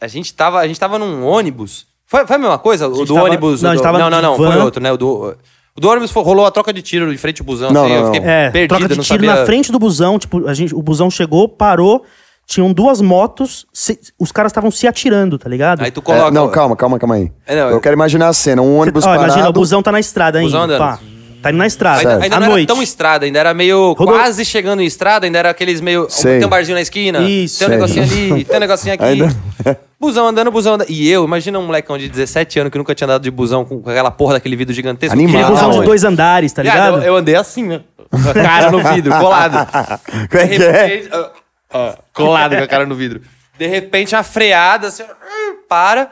S3: a gente tava, a gente tava num ônibus. Foi, foi a mesma coisa? O
S1: gente
S3: do
S1: tava-
S3: ônibus.
S1: não, a
S3: o
S1: gente
S3: do-
S1: tava
S3: não, não, não,
S1: van.
S3: Foi outro, né? O do, o do ônibus foi- rolou a troca de tiro em frente ao busão.
S2: Não,
S3: assim,
S2: não,
S3: eu
S2: não.
S3: fiquei
S1: É,
S3: perdido,
S1: troca de
S3: não
S1: tiro
S3: sabia.
S1: na frente do busão. Tipo, a gente, o busão chegou, parou, tinham duas motos, se- os caras estavam se atirando, tá ligado?
S3: Aí tu
S2: É,
S3: coloca.
S2: não, calma, calma, calma aí.
S3: É, não,
S2: eu
S3: eu-
S2: quero imaginar a cena. Um ônibus
S1: Ó,
S2: parado.
S1: imagina, o busão tá na estrada ainda.
S3: Busão andando.
S1: pá. Tá indo na estrada,
S2: é.
S3: Ainda, ainda
S1: à
S3: não
S1: noite.
S3: era tão estrada, ainda era meio
S1: Rodou-
S3: quase chegando em estrada, ainda era aqueles meio.
S2: Sei.
S3: Tem um barzinho na esquina,
S1: Isso,
S3: tem um
S1: sei.
S2: *laughs*
S3: negocinho ali, tem um negocinho aqui.
S2: Ainda-
S3: Busão andando, busão andando. E eu, imagina um molecão de 17 anos que nunca tinha andado de busão com com aquela porra daquele vidro gigantesco.
S2: Animal.
S1: Aquele
S3: Queria
S1: busão
S3: andar
S1: de
S3: muito.
S1: dois andares, tá
S3: Viado,
S1: ligado?
S3: Eu, eu andei assim, né? Com a cara no vidro,
S2: Como é
S3: colado. De
S2: que é?
S3: repente, ah, ah, colado com a cara no vidro. De repente, uma freada, assim, hum, para.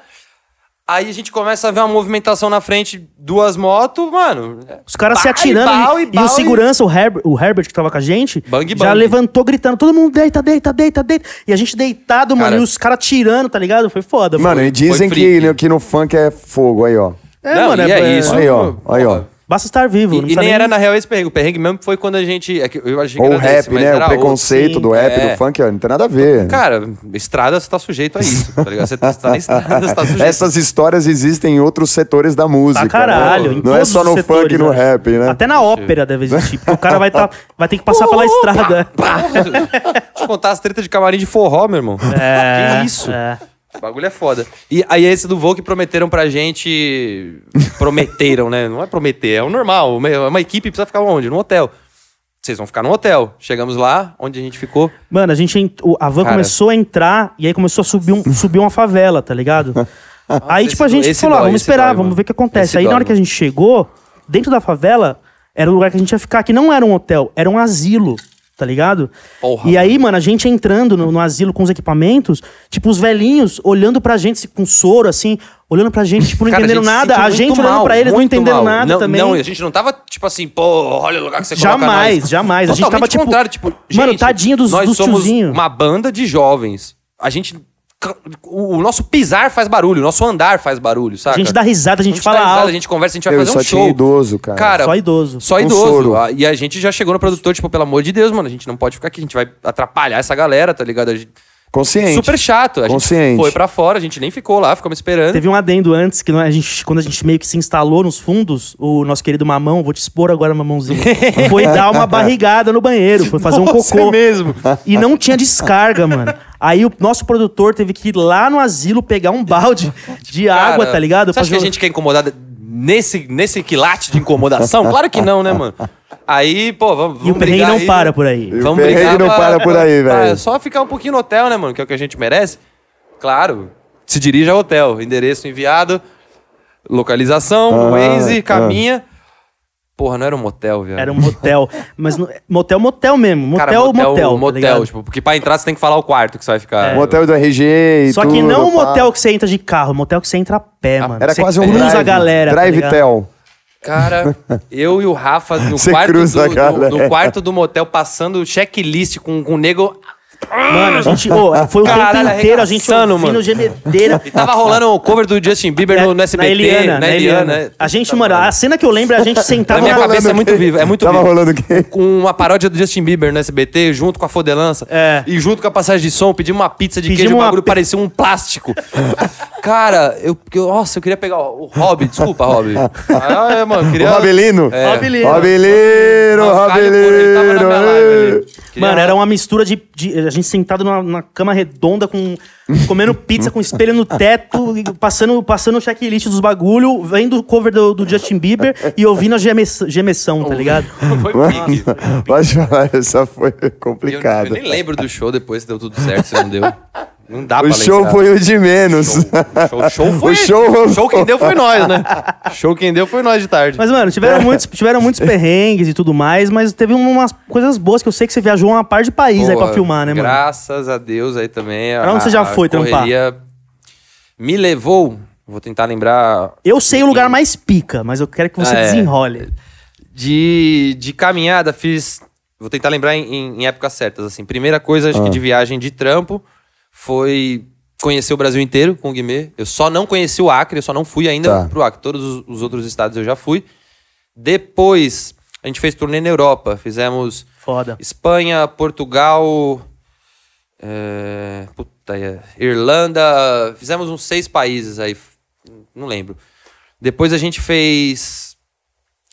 S3: Aí a gente começa a ver uma movimentação na frente, duas motos, mano.
S1: Os caras se
S3: Bala e
S1: atirando. E,
S3: bala e
S1: e
S3: bala
S1: o
S3: e-
S1: segurança, o, Herber- o Herbert que tava com a gente,
S3: Bang,
S1: já
S3: bang.
S1: levantou gritando: todo mundo deita, deita, deita, deita. E a gente deitado, mano,
S3: Cara-
S1: e os caras tirando, tá ligado? Foi foda.
S2: Mano, e dizem
S3: foi
S2: que,
S3: freak.
S2: que no funk é fogo, aí, ó.
S1: é,
S3: Não, e é isso.
S2: Aí, ó. Aí, ó.
S1: Basta estar vivo.
S3: E,
S1: não
S3: e
S1: precisa
S3: nem era, na real, esse perrengue. O perrengue mesmo foi quando a gente... é que eu achei que
S2: Ou o
S3: era desse,
S2: rap,
S3: mas
S2: né?
S3: era
S2: O
S3: outro.
S2: preconceito
S1: Sim,
S2: do rap,
S3: é.
S2: do funk, ó, não tem nada a ver.
S3: Cara, estrada, você tá sujeito a isso, tá ligado? Você tá, você
S2: *laughs*
S3: tá na estrada, você tá sujeito.
S2: Essas histórias existem em outros setores da música.
S1: Pra
S2: né?
S1: Tá caralho. em
S2: Não é
S1: todos
S2: só
S1: os
S2: no
S1: setores,
S2: funk e no
S1: né?
S2: rap, né?
S1: Até na ópera deve existir. Porque o cara vai,
S2: *laughs*
S1: tá, vai ter que passar pela estrada.
S3: Pá! Deixa eu contar as tretas de camarim de forró, meu irmão.
S1: É,
S3: que isso?
S1: é.
S3: O bagulho é foda. E aí esse do voo que prometeram pra gente... Prometeram, né? Não é prometer, é o normal. Uma, uma equipe precisa ficar onde? Num hotel. Vocês vão ficar num hotel. Chegamos lá, onde a gente ficou.
S1: Mano, a gente. ent- o- A van
S3: Cara.
S1: começou a entrar e aí começou a subir,
S3: *laughs*
S1: um, subir uma favela, tá ligado? aí,
S3: esse
S1: tipo, a gente
S3: dói, esse
S1: falou, ah,
S3: dói,
S1: vamos
S3: esse
S1: esperar,
S3: dói,
S1: vamos
S3: mano.
S1: ver o que acontece.
S3: Esse
S1: aí, na
S3: dói,
S1: hora que a
S3: mano.
S1: gente chegou, dentro da favela, era o lugar que a gente ia ficar, que não era um hotel, era um asilo, tá ligado?
S3: Porra.
S1: E aí, mano, a gente entrando no, no asilo com os equipamentos, tipo, os velhinhos olhando pra gente se- com soro, assim, olhando pra gente, tipo, não
S3: Cara,
S1: entendendo
S3: gente se
S1: nada.
S3: sentiu
S1: A
S3: muito
S1: gente olhando
S3: mal,
S1: pra eles, não
S3: muito
S1: entendendo
S3: mal.
S1: nada
S3: Não,
S1: também.
S3: Não, a gente não tava, tipo assim, pô, olha o lugar que você coloca
S1: Jamais,
S3: nós.
S1: jamais. A gente
S3: Totalmente
S1: tava, tipo,
S3: contrário, tipo...
S1: mano,
S3: gente,
S1: tadinho dos-
S3: Nós
S1: dos
S3: somos
S1: tiozinho.
S3: uma banda de jovens. A gente O nosso pisar faz barulho, o nosso andar faz barulho,
S1: A
S3: saca?
S1: gente dá risada, a gente,
S3: A gente
S1: fala
S3: dá risada,
S1: alto.
S3: a gente conversa, a gente vai
S2: Eu
S3: fazer
S2: só
S3: um
S2: tinha
S3: show.
S2: idoso, cara.
S1: Só idoso.
S3: Só
S2: Com
S3: idoso.
S2: soro.
S3: Ah, E a gente já chegou no produtor, tipo, pelo amor de Deus, mano, a gente não pode ficar aqui, a gente vai atrapalhar essa galera, tá ligado? A gente-
S2: Consciente.
S3: Super chato. A
S2: Consciente.
S3: gente foi pra fora, a gente nem ficou lá, ficamos esperando.
S1: Teve um adendo antes, que não- a gente, quando a gente meio que se instalou nos fundos, o nosso querido Mamão, vou te expor agora, Mamãozinho, foi dar
S3: *laughs*
S1: uma barrigada no banheiro, foi fazer um
S3: Nossa, é
S1: cocô.
S3: mesmo.
S1: E não tinha descarga, mano. Aí o nosso produtor teve que ir lá no asilo pegar um balde de água,
S3: Cara,
S1: tá ligado?
S3: Você acha que
S1: Pra
S3: a
S1: jo-
S3: gente quer incomodada nesse, nesse quilate de incomodação? Claro que não, né, mano? Aí, pô, vamos.
S1: E o
S3: vamos
S1: perrengue
S3: brigar
S1: não
S3: aí. né?
S1: para por aí.
S2: E o
S3: Vamos
S2: perrengue
S3: brigar
S2: não
S3: pra-
S2: para por aí,
S3: pra-
S2: velho.
S3: Só ficar um pouquinho no hotel, né, mano? Que é o que a gente merece. Claro. Se dirige ao hotel. Endereço enviado. Localização,
S2: Ah,
S3: Waze,
S2: ah.
S3: caminha. Porra, não era um motel, velho.
S1: Era um motel. Mas no- motel, motel mesmo. Motel,
S3: Cara,
S1: motel. tá
S3: motel,
S1: ligado?
S3: tipo, porque pra entrar você tem que falar o quarto que você vai ficar.
S2: É. Motel Um do RG e
S1: Só que
S2: tudo,
S1: não o
S2: pá.
S1: motel que você entra de carro, o motel que você entra a pé,
S3: Ah,
S1: mano.
S2: Era
S1: você
S2: quase um
S1: cruza
S2: drive.
S1: a galera. tá
S2: Drive
S1: ligado?
S2: tel. *laughs*
S3: Cara, eu e o Rafa no,
S2: Você
S3: quarto
S2: cruza a
S3: do,
S2: galera.
S3: no, no quarto do motel passando checklist com, com o nego.
S1: Mano, a gente. ô, é, foi o
S3: Caralho,
S1: tempo inteiro a gente
S3: arregaçando,
S1: ouvindo
S3: mano.
S1: gemedeira.
S3: E tava rolando o cover do Justin Bieber no, no SBT,
S1: na Eliana,
S3: na Eliana, né?
S1: A gente, mano, a cena que eu lembro é a
S3: *laughs*
S1: gente
S3: Na
S1: sentado
S3: minha
S1: na
S2: rolando
S3: cabeça é
S2: o
S3: muito
S2: quê?
S3: viva, é muito
S2: Tava
S3: viva.
S2: rolando o quê?
S3: Com uma paródia do Justin Bieber no SBT, junto com a Fodelança.
S1: É.
S3: E junto com a passagem de som, pedimos uma pizza de
S1: Pedimos
S3: queijo, o
S1: uma
S3: bagulho
S1: pi-
S3: parecia um plástico. Cara, eu, eu- Nossa, eu queria pegar o o Rob, desculpa, Rob. Ah, é, mano, eu
S2: O
S3: queria.
S2: Rabelino?
S3: É.
S1: Rabelino.
S2: Rabelino,
S3: Não, o Caio, pô, ele tava na minha live
S2: Rabelino.
S3: ali. Queria-
S1: Mano, era uma mistura de, de- A gente sentado numa, numa cama redonda, com comendo pizza, com espelho no teto, e passando, passando o checklist dos bagulho, vendo o cover do, do Justin Bieber e ouvindo a geme- gemeção, tá ligado?
S3: Foi pique.
S2: Mano, pode falar, essa foi
S3: Eu, eu
S2: complicada.
S3: nem lembro do show depois se deu tudo certo, se não deu. Não dá pra
S2: O show
S3: lembrar.
S2: foi o de menos.
S3: Show,
S2: *laughs*
S3: show, show foi.
S2: O show-
S3: show quem deu foi nós, né? Show quem deu foi nós de tarde.
S1: Mas, mano, tiveram muitos, tiveram muitos perrengues e tudo mais, mas teve umas coisas boas que eu sei que você viajou uma par de país aí pra
S3: Pô,
S1: filmar, né, mano?
S3: Graças a Deus aí também.
S1: Pra onde você já foi trampar?
S3: correria Me levou, vou tentar lembrar,
S1: Eu sei o lugar mais pica, mas eu quero que você
S3: Ah, é.
S1: desenrole.
S3: de, de caminhada, fiz. Vou tentar lembrar em, em- em épocas certas. Assim, primeira coisa,
S1: Ah.
S3: acho que de viagem de trampo foi conhecer o Brasil inteiro com o Guimê. Eu só não conheci o Acre, eu só não fui ainda
S2: Tá.
S3: pro Acre. Todos os, os outros estados eu já fui. Depois, a gente fez turnê na Europa. Fizemos
S2: *laughs*
S1: Foda.
S3: Então. Espanha, Portugal, é, puta, é, Irlanda. Fizemos uns seis países aí, f- não lembro. Depois a gente fez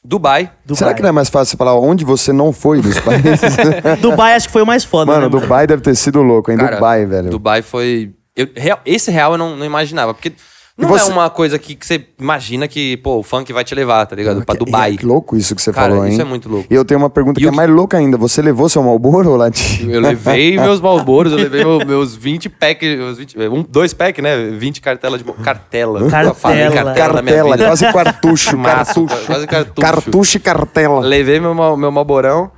S3: Dubai.
S1: Dubai.
S2: Será que não é mais fácil falar onde você não foi
S3: *laughs*
S2: dos países?
S1: Dubai acho que foi o mais foda,
S2: Mano,
S1: né, mano?
S2: Dubai deve ter sido louco, hein?
S3: Cara,
S2: Dubai, velho.
S3: Dubai foi. eu- real- esse real eu não, não imaginava, porque não
S2: você-
S3: é uma coisa que, que você imagina que, pô, o funk vai te levar, tá ligado? Pra
S2: Que- é,
S3: Dubai.
S2: Que louco isso que você
S3: Cara,
S2: falou, hein?
S3: isso é muito louco.
S2: E eu tenho uma pergunta
S3: E
S2: que
S3: o
S2: é
S3: que-
S2: mais louca ainda. Você levou seu Malboro, Latinho? *laughs*
S3: Eu levei meus Malboros, eu levei meu- meus 20 packs, meus 20, um, dois packs, né? 20 cartelas de. mo- Cartela. Eu falei
S1: Cartela.
S3: cartela na minha
S2: Cartela,
S3: vida.
S2: quase quartucho,
S3: *laughs* Massa,
S2: cartucho.
S3: quase cartucho.
S2: Cartucho e cartela.
S3: Levei meu, ma- meu malborão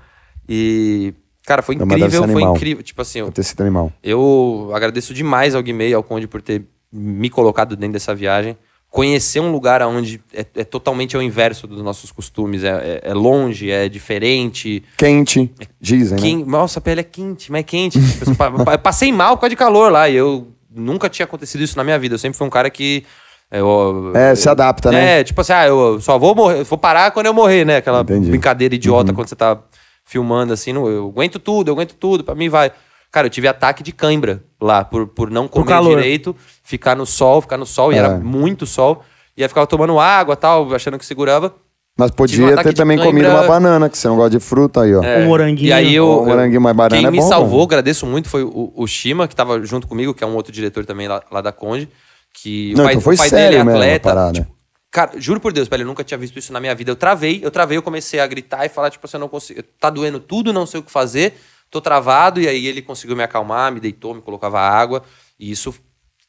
S3: e. Cara, foi
S2: Não, mas deve
S3: incrível,
S2: ser
S3: foi
S2: animal.
S3: incrível. Tipo assim, eu,
S2: Deve ter sido animal.
S3: eu agradeço demais ao Guimê e ao Conde por ter me colocado dentro dessa viagem. Conhecer um lugar onde é, é totalmente ao inverso dos nossos costumes. É, é- é longe, é diferente.
S2: Quente, dizem, né?
S3: Quem, nossa, a pele é quente, mas é quente. Tipo, eu pa- pa- eu passei mal por causa de calor lá e eu nunca tinha acontecido isso na minha vida. Eu sempre fui um cara que. eu-
S2: É, se adapta, né?
S3: é, tipo assim, ah, eu só vou morrer, vou parar quando eu morrer, né? Aquela
S2: Entendi. Uhum.
S3: brincadeira idiota quando você tá filmando assim, não, eu aguento tudo, eu aguento tudo, pra mim vai. Cara, eu tive ataque de cãibra lá, por, por não comer
S1: calor.
S3: direito, ficar no sol, ficar no sol, e
S2: É.
S3: era muito sol, e aí ficava tomando água tal, achando que segurava.
S2: Mas
S3: Tive um
S2: podia
S3: ataque
S2: ter
S3: de
S2: também comido
S3: cãibra.
S2: uma banana, que você não gosta de fruta aí, ó.
S1: Um moranguinho.
S3: E aí eu.
S2: Um moranguinho mais barato
S3: Quem
S2: é
S3: me
S2: bom,
S3: salvou,
S2: mano.
S3: agradeço muito, foi o, o Shima, que tava junto comigo, que é um outro diretor também lá, lá da Conde. Que
S2: Não,
S3: o pai,
S2: então foi
S3: o pai
S2: sério
S3: dele é
S2: mesmo a
S3: atleta.
S2: parada.
S3: tipo, cara, juro por Deus, velho, eu nunca tinha visto isso na minha vida. Eu travei, eu travei, eu comecei a gritar e falar, tipo assim, eu não consigo. Tá doendo tudo, não sei o que fazer, tô travado. E aí ele conseguiu me acalmar, me deitou, me colocava água. E isso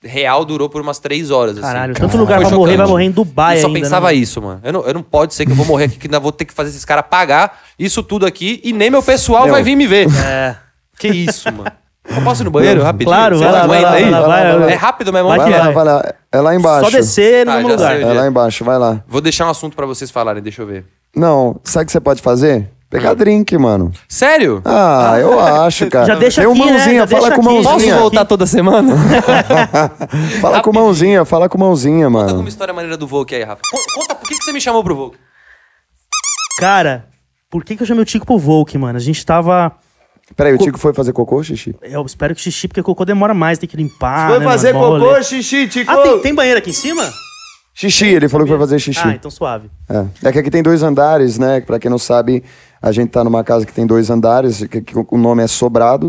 S3: real durou por umas três horas.
S1: Caralho,
S3: assim.
S1: tanto
S3: Foi
S1: lugar pra
S3: chocante.
S1: morrer, vai morrer em Dubai
S3: Eu só
S1: ainda, né,
S3: pensava
S1: mano?
S3: isso, mano. Eu não, eu não pode ser que eu vou morrer aqui, que ainda vou ter que fazer esses caras pagar isso tudo aqui e nem meu pessoal
S2: Meu.
S3: vai vir me ver.
S1: É.
S3: Que isso, mano. Eu posso ir no banheiro rapidinho?
S1: Claro,
S3: Você
S1: vai lá, vai
S3: aguenta
S1: lá,
S3: aí?
S1: vai lá, vai lá.
S3: É rápido mesmo.
S1: Vai
S3: Vai
S1: que
S2: Vai
S1: é.
S2: lá, vai lá. É lá embaixo.
S1: Só descer no
S3: Ah,
S1: mesmo
S3: já
S1: lugar.
S3: sei.
S2: É lá embaixo, vai lá.
S3: Vou deixar um assunto pra vocês falarem, deixa eu ver.
S2: Não, sabe o que você pode fazer? Pegar
S3: Hum.
S2: drink, mano.
S3: Sério?
S2: Ah,
S3: *laughs*
S2: eu acho, cara.
S1: Já deixa
S2: Tem um
S1: aqui, né?
S2: mãozinha,
S1: Já
S2: fala
S1: deixa
S2: com
S1: aqui.
S2: mãozinha.
S3: Posso voltar toda *laughs* semana?
S2: Fala com mãozinha, fala com mãozinha,
S3: Conta
S2: mano.
S3: uma história maneira do Volk aí, Rafa. Con- Conta por que, que você me chamou pro Volk.
S1: Cara, por que, que eu chamei o Tico pro Volk, mano? A gente tava.
S2: Peraí, o Tico foi fazer cocô, xixi?
S1: Eu espero que xixi, porque cocô demora mais, tem que limpar.
S4: Foi
S1: né,
S4: fazer
S1: mano? Mó
S4: cocô,
S1: rolê.
S4: xixi, Tico.
S1: Ah, tem, tem banheiro aqui em cima?
S2: Xixi, ele falou que foi fazer xixi.
S1: Ah, então suave.
S2: É. é que aqui tem dois andares, né? Pra quem não sabe, a gente tá numa casa que tem dois andares, que, que o nome é Sobrado,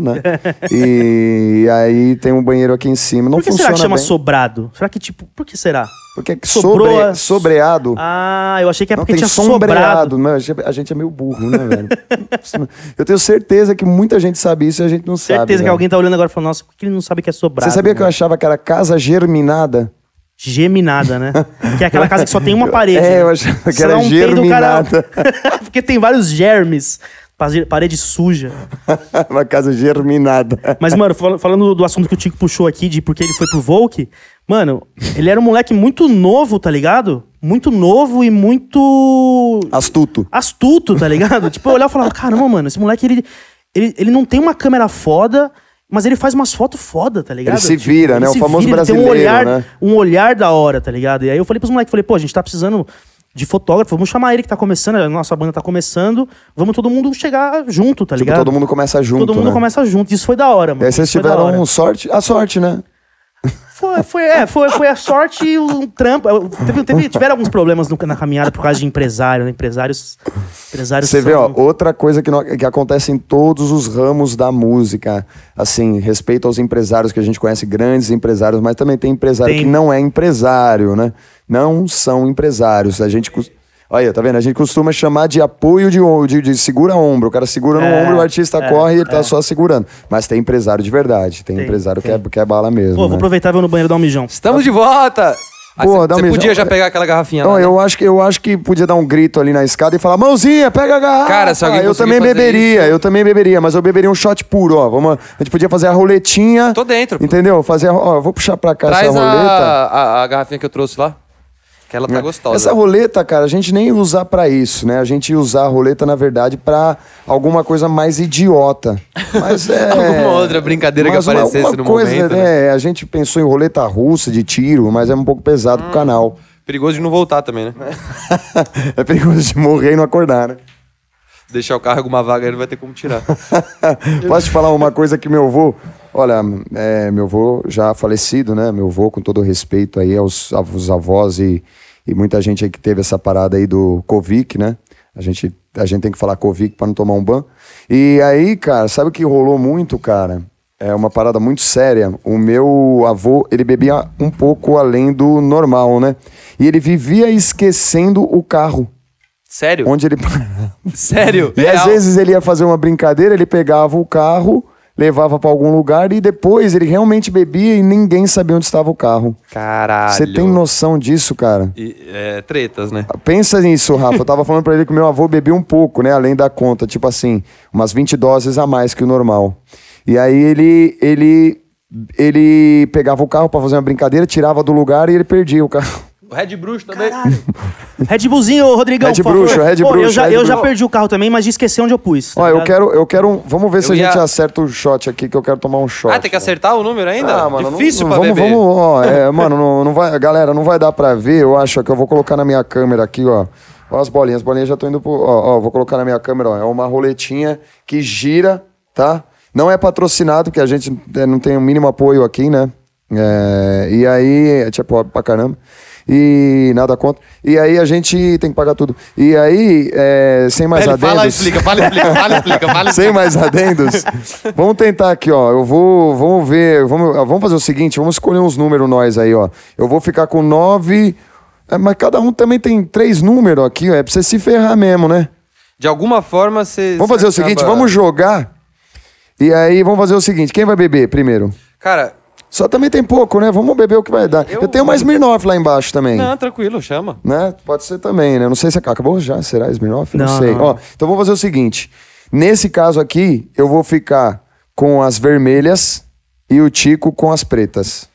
S1: *laughs*
S2: né? e, aí tem um banheiro aqui em cima. Não
S1: Por que
S2: funciona
S1: será que chama
S2: bem,
S1: sobrado? Será que, tipo, por que será?
S2: Porque é
S1: sobrou
S2: sobre,
S1: a-
S2: sobreado.
S1: Ah, eu achei que é
S2: Não
S1: porque
S2: tem
S1: tinha sobrado.
S2: sombreado, né? A gente- A gente é meio burro, né,
S1: *laughs*
S2: velho? Eu tenho certeza que muita gente sabe isso e a gente não sabe.
S1: Certeza que
S2: velho.
S1: alguém tá olhando agora e falando, nossa, por que ele não sabe que é sobrado?
S2: Você sabia que eu
S1: né?
S2: achava que era casa germinada? *laughs*
S1: Geminada, né? que é aquela casa que só tem uma parede.
S2: É,
S1: né?
S2: eu achava que
S1: Se
S2: era
S1: dá um peido, o cara-
S2: germinada.
S1: *laughs* porque tem vários germes. Pare- Parede suja.
S2: Uma casa germinada.
S1: Mas, mano, fal- falando do assunto que o Tico puxou aqui, de porque ele foi pro Volk, mano, ele era um moleque muito novo, tá ligado? Muito novo e muito
S2: Astuto.
S1: astuto, tá
S2: *laughs*
S1: ligado? tipo, eu olhava e falava, caramba, mano, esse moleque, ele, ele, ele não tem uma câmera foda, mas ele faz umas fotos foda, tá ligado?
S2: Ele se vira, né? O famoso brasileiro,
S1: ele tem um olhar,
S2: né?
S1: um olhar da hora, tá ligado? E aí eu falei pros moleques, falei, pô, a gente tá precisando de fotógrafo, vamos chamar ele que tá começando, a nossa banda tá começando, vamos todo mundo chegar junto, tá
S2: Tipo,
S1: ligado?
S2: todo mundo começa junto,
S1: Todo mundo
S2: né?
S1: começa junto. Isso foi da hora, mano.
S2: E aí vocês
S1: Isso foi da hora.
S2: tiveram sorte, a sorte, né?
S1: Foi, foi, é, foi, foi a sorte e um trampo. Eu- Teve, teve- tiveram alguns problemas no- na caminhada por causa de empresário, né? Empresários. empresários
S2: Você vê, ó,
S1: são-
S2: outra coisa que, nó- que acontece em todos os ramos da música, assim, respeito aos empresários que a gente conhece, grandes empresários, mas também tem empresário
S1: Tem.
S2: que não é empresário, né? Não são empresários. A gente. cos- Olha, tá vendo? A gente costuma chamar de apoio de, on- de, de segura-ombro. O cara segura no
S1: É,
S2: ombro, o artista
S1: é,
S2: corre e ele tá só segurando. Mas tem empresário de verdade. Tem,
S1: Tem,
S2: empresário
S1: tem.
S2: Que, é, que é bala mesmo.
S1: Pô, vou
S2: né?
S1: aproveitar e vou no banheiro dar um mijão.
S3: Estamos de volta! Ah,
S2: Pô,
S3: cê-
S2: dá um
S3: você
S2: beijão.
S3: podia já pegar aquela garrafinha
S2: Não,
S3: lá, né?
S2: Então, eu, acho que, eu acho que podia dar um grito ali na escada e falar: mãozinha, pega a garrafa.
S3: Cara, se alguém
S2: Eu
S3: conseguir
S2: também
S3: fazer
S2: beberia, eu também beberia, mas eu beberia um shot puro, ó. Vamos, a gente podia fazer a roletinha.
S3: Tô dentro, pô.
S2: Entendeu? Fazer a, ó, eu vou puxar pra cá
S3: Traz
S2: Então, essa
S3: a,
S2: roleta.
S3: a, a garrafinha que eu trouxe lá. Que ela tá gostosa.
S2: Essa roleta, cara, a gente nem ia usar pra isso, né? A gente ia usar a roleta, na verdade, pra alguma coisa mais idiota.
S3: *laughs*
S2: Mas é.
S3: Alguma outra brincadeira que
S2: mas uma-
S3: aparecesse
S2: alguma
S3: no
S2: coisa,
S3: momento,
S2: né? A gente pensou em roleta russa de tiro, mas é um pouco pesado
S3: Hum.
S2: pro canal. *laughs*
S3: Perigoso de não voltar também, né?
S2: é perigoso de morrer e não acordar, né?
S3: Deixar o carro em alguma vaga, ele vai ter
S2: *laughs*
S3: como tirar.
S2: Posso te falar uma coisa que meu avô. Olha, é, meu avô já falecido, né? Meu avô, com todo respeito aí aos, aos avós e, e muita gente aí que teve essa parada aí do Covic, né? A gente, a gente tem que falar Covic pra não tomar um ban. E aí, cara, sabe o que rolou muito, cara? É uma parada muito séria. O meu avô, ele bebia um pouco além do normal, né? E ele vivia esquecendo o carro.
S3: Sério?
S2: Onde ele. *laughs*
S3: Sério?
S2: E às
S3: Real?
S2: vezes ele ia fazer uma brincadeira, ele pegava o carro, levava pra algum lugar e depois ele realmente bebia e ninguém sabia onde estava o carro.
S3: Caralho.
S2: Você tem noção disso, cara?
S3: E, é, tretas, né?
S2: Pensa nisso, Rafa. Eu tava falando pra ele que meu avô bebia um pouco, né? Além da conta, tipo assim, umas 20 doses a mais que o normal. E aí ele ele ele pegava o carro pra fazer uma brincadeira, tirava do lugar e ele perdia o carro.
S3: O Red Bruxo também.
S1: Red Bullzinho, ô, Rodrigão,
S2: Red
S1: por favor.
S2: Bruxo, Red
S1: Pô, eu
S2: Bruxo,
S1: já,
S2: Red
S1: eu já
S2: Bruxo.
S1: perdi o carro também, mas esqueci onde eu pus. tá
S2: Ó, eu
S1: ligado?
S2: quero eu quero um, vamos ver se
S3: Eu
S2: a gente
S3: ia-
S2: acerta o shot aqui que eu quero tomar um shot.
S3: Ah, tem que
S2: cara.
S3: acertar o número ainda?
S2: Ah, mano,
S3: Difícil
S2: não, não,
S3: pra
S2: vamos,
S3: beber.
S2: Vamos, ó, é, *laughs* mano, não, não vai, galera, não vai dar pra ver, eu acho que eu vou colocar na minha câmera aqui, ó. Ó as bolinhas, as bolinhas já estão indo pro, ó, ó, vou colocar na minha câmera, ó, é uma roletinha que gira, tá? Não é patrocinado, porque a gente eh, não tem o mínimo apoio aqui, né? É, e aí, a gente é pobre pra caramba. E nada contra. E aí a gente tem que pagar tudo. E aí, eh, sem mais
S3: Pera,
S2: adendos...
S3: fala, explica, fala, explica, fala, explica,
S2: *laughs*
S3: fala,
S2: Sem
S3: explica.
S2: mais adendos. vamos tentar aqui, ó. Eu vou. Vamos ver. Vamos, ah, vamos fazer o seguinte: vamos escolher uns números nós aí, ó. Eu vou ficar com nove. é, mas cada um também tem três números aqui, ó. É pra você se ferrar mesmo, né?
S3: De alguma forma, você.
S2: Vamos fazer o seguinte: vamos jogar. E aí, vamos fazer o seguinte: quem vai beber primeiro?
S3: Cara,
S2: Só também tem pouco, né? Vamos beber o que vai dar. Eu,
S3: Eu-
S2: tenho mais Smirnoff lá embaixo também.
S3: não, tranquilo, chama.
S2: Né? Pode ser também, né? Não sei se ac- acabou já, será Smirnoff? Não,
S1: Não,
S2: sei.
S1: não.
S2: Ó, então vamos fazer o seguinte. Nesse caso aqui, eu vou ficar com as vermelhas e o Tico com as pretas.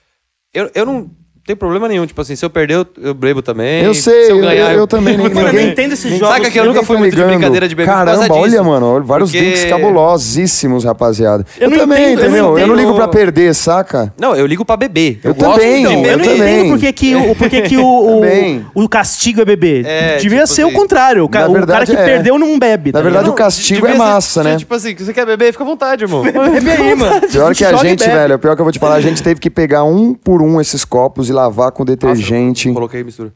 S3: Eu, eu não. tem problema nenhum. Tipo assim, se eu perder, eu, eu bebo também.
S2: Eu sei,
S3: se eu
S2: eu,
S3: ganhar,
S2: eu
S3: *laughs*
S2: também.
S1: Mano, eu
S2: Ninguém,
S1: não entendo esses
S2: ninguém-
S1: jogos.
S3: Saca que eu nunca fui
S2: ninguém
S3: muito
S2: tá
S3: de
S2: ligando.
S3: brincadeira de beber por
S2: Caramba,
S3: causa disso.
S2: olha, mano, vários
S3: Porque-
S2: drinks cabulosíssimos, rapaziada.
S1: Eu
S2: Eu,
S1: não
S2: também,
S1: entendo, eu não
S2: entendeu? Eu não,
S1: entendo.
S2: ligo pra perder, saca?
S3: Não, eu ligo pra beber.
S2: Eu
S3: gosto
S2: também,
S3: de
S2: um,
S1: Eu
S2: eu
S1: não
S3: beber.
S2: também.
S1: entendo por que que o, por que que o,
S2: *laughs* Também.
S1: o, o castigo é beber.
S3: É,
S1: Devia
S3: tipo
S1: ser o
S3: assim.
S1: contrário. O, ca-
S2: Na
S1: o cara
S2: verdade,
S1: que
S2: é.
S1: perdeu não bebe.
S2: Na
S1: tá
S2: verdade,
S1: ligado?
S2: o castigo
S3: Devia
S2: é
S3: ser-
S2: massa, né?
S3: Tipo assim, você quer beber? Fica à
S2: *laughs*
S3: vontade, irmão. Bebe aí, mano.
S2: Pior que a
S3: Joga e
S2: gente,
S3: bebe.
S2: velho, pior que eu vou te falar, a gente teve que pegar um por um esses copos e lavar com detergente.
S3: Coloquei mistura.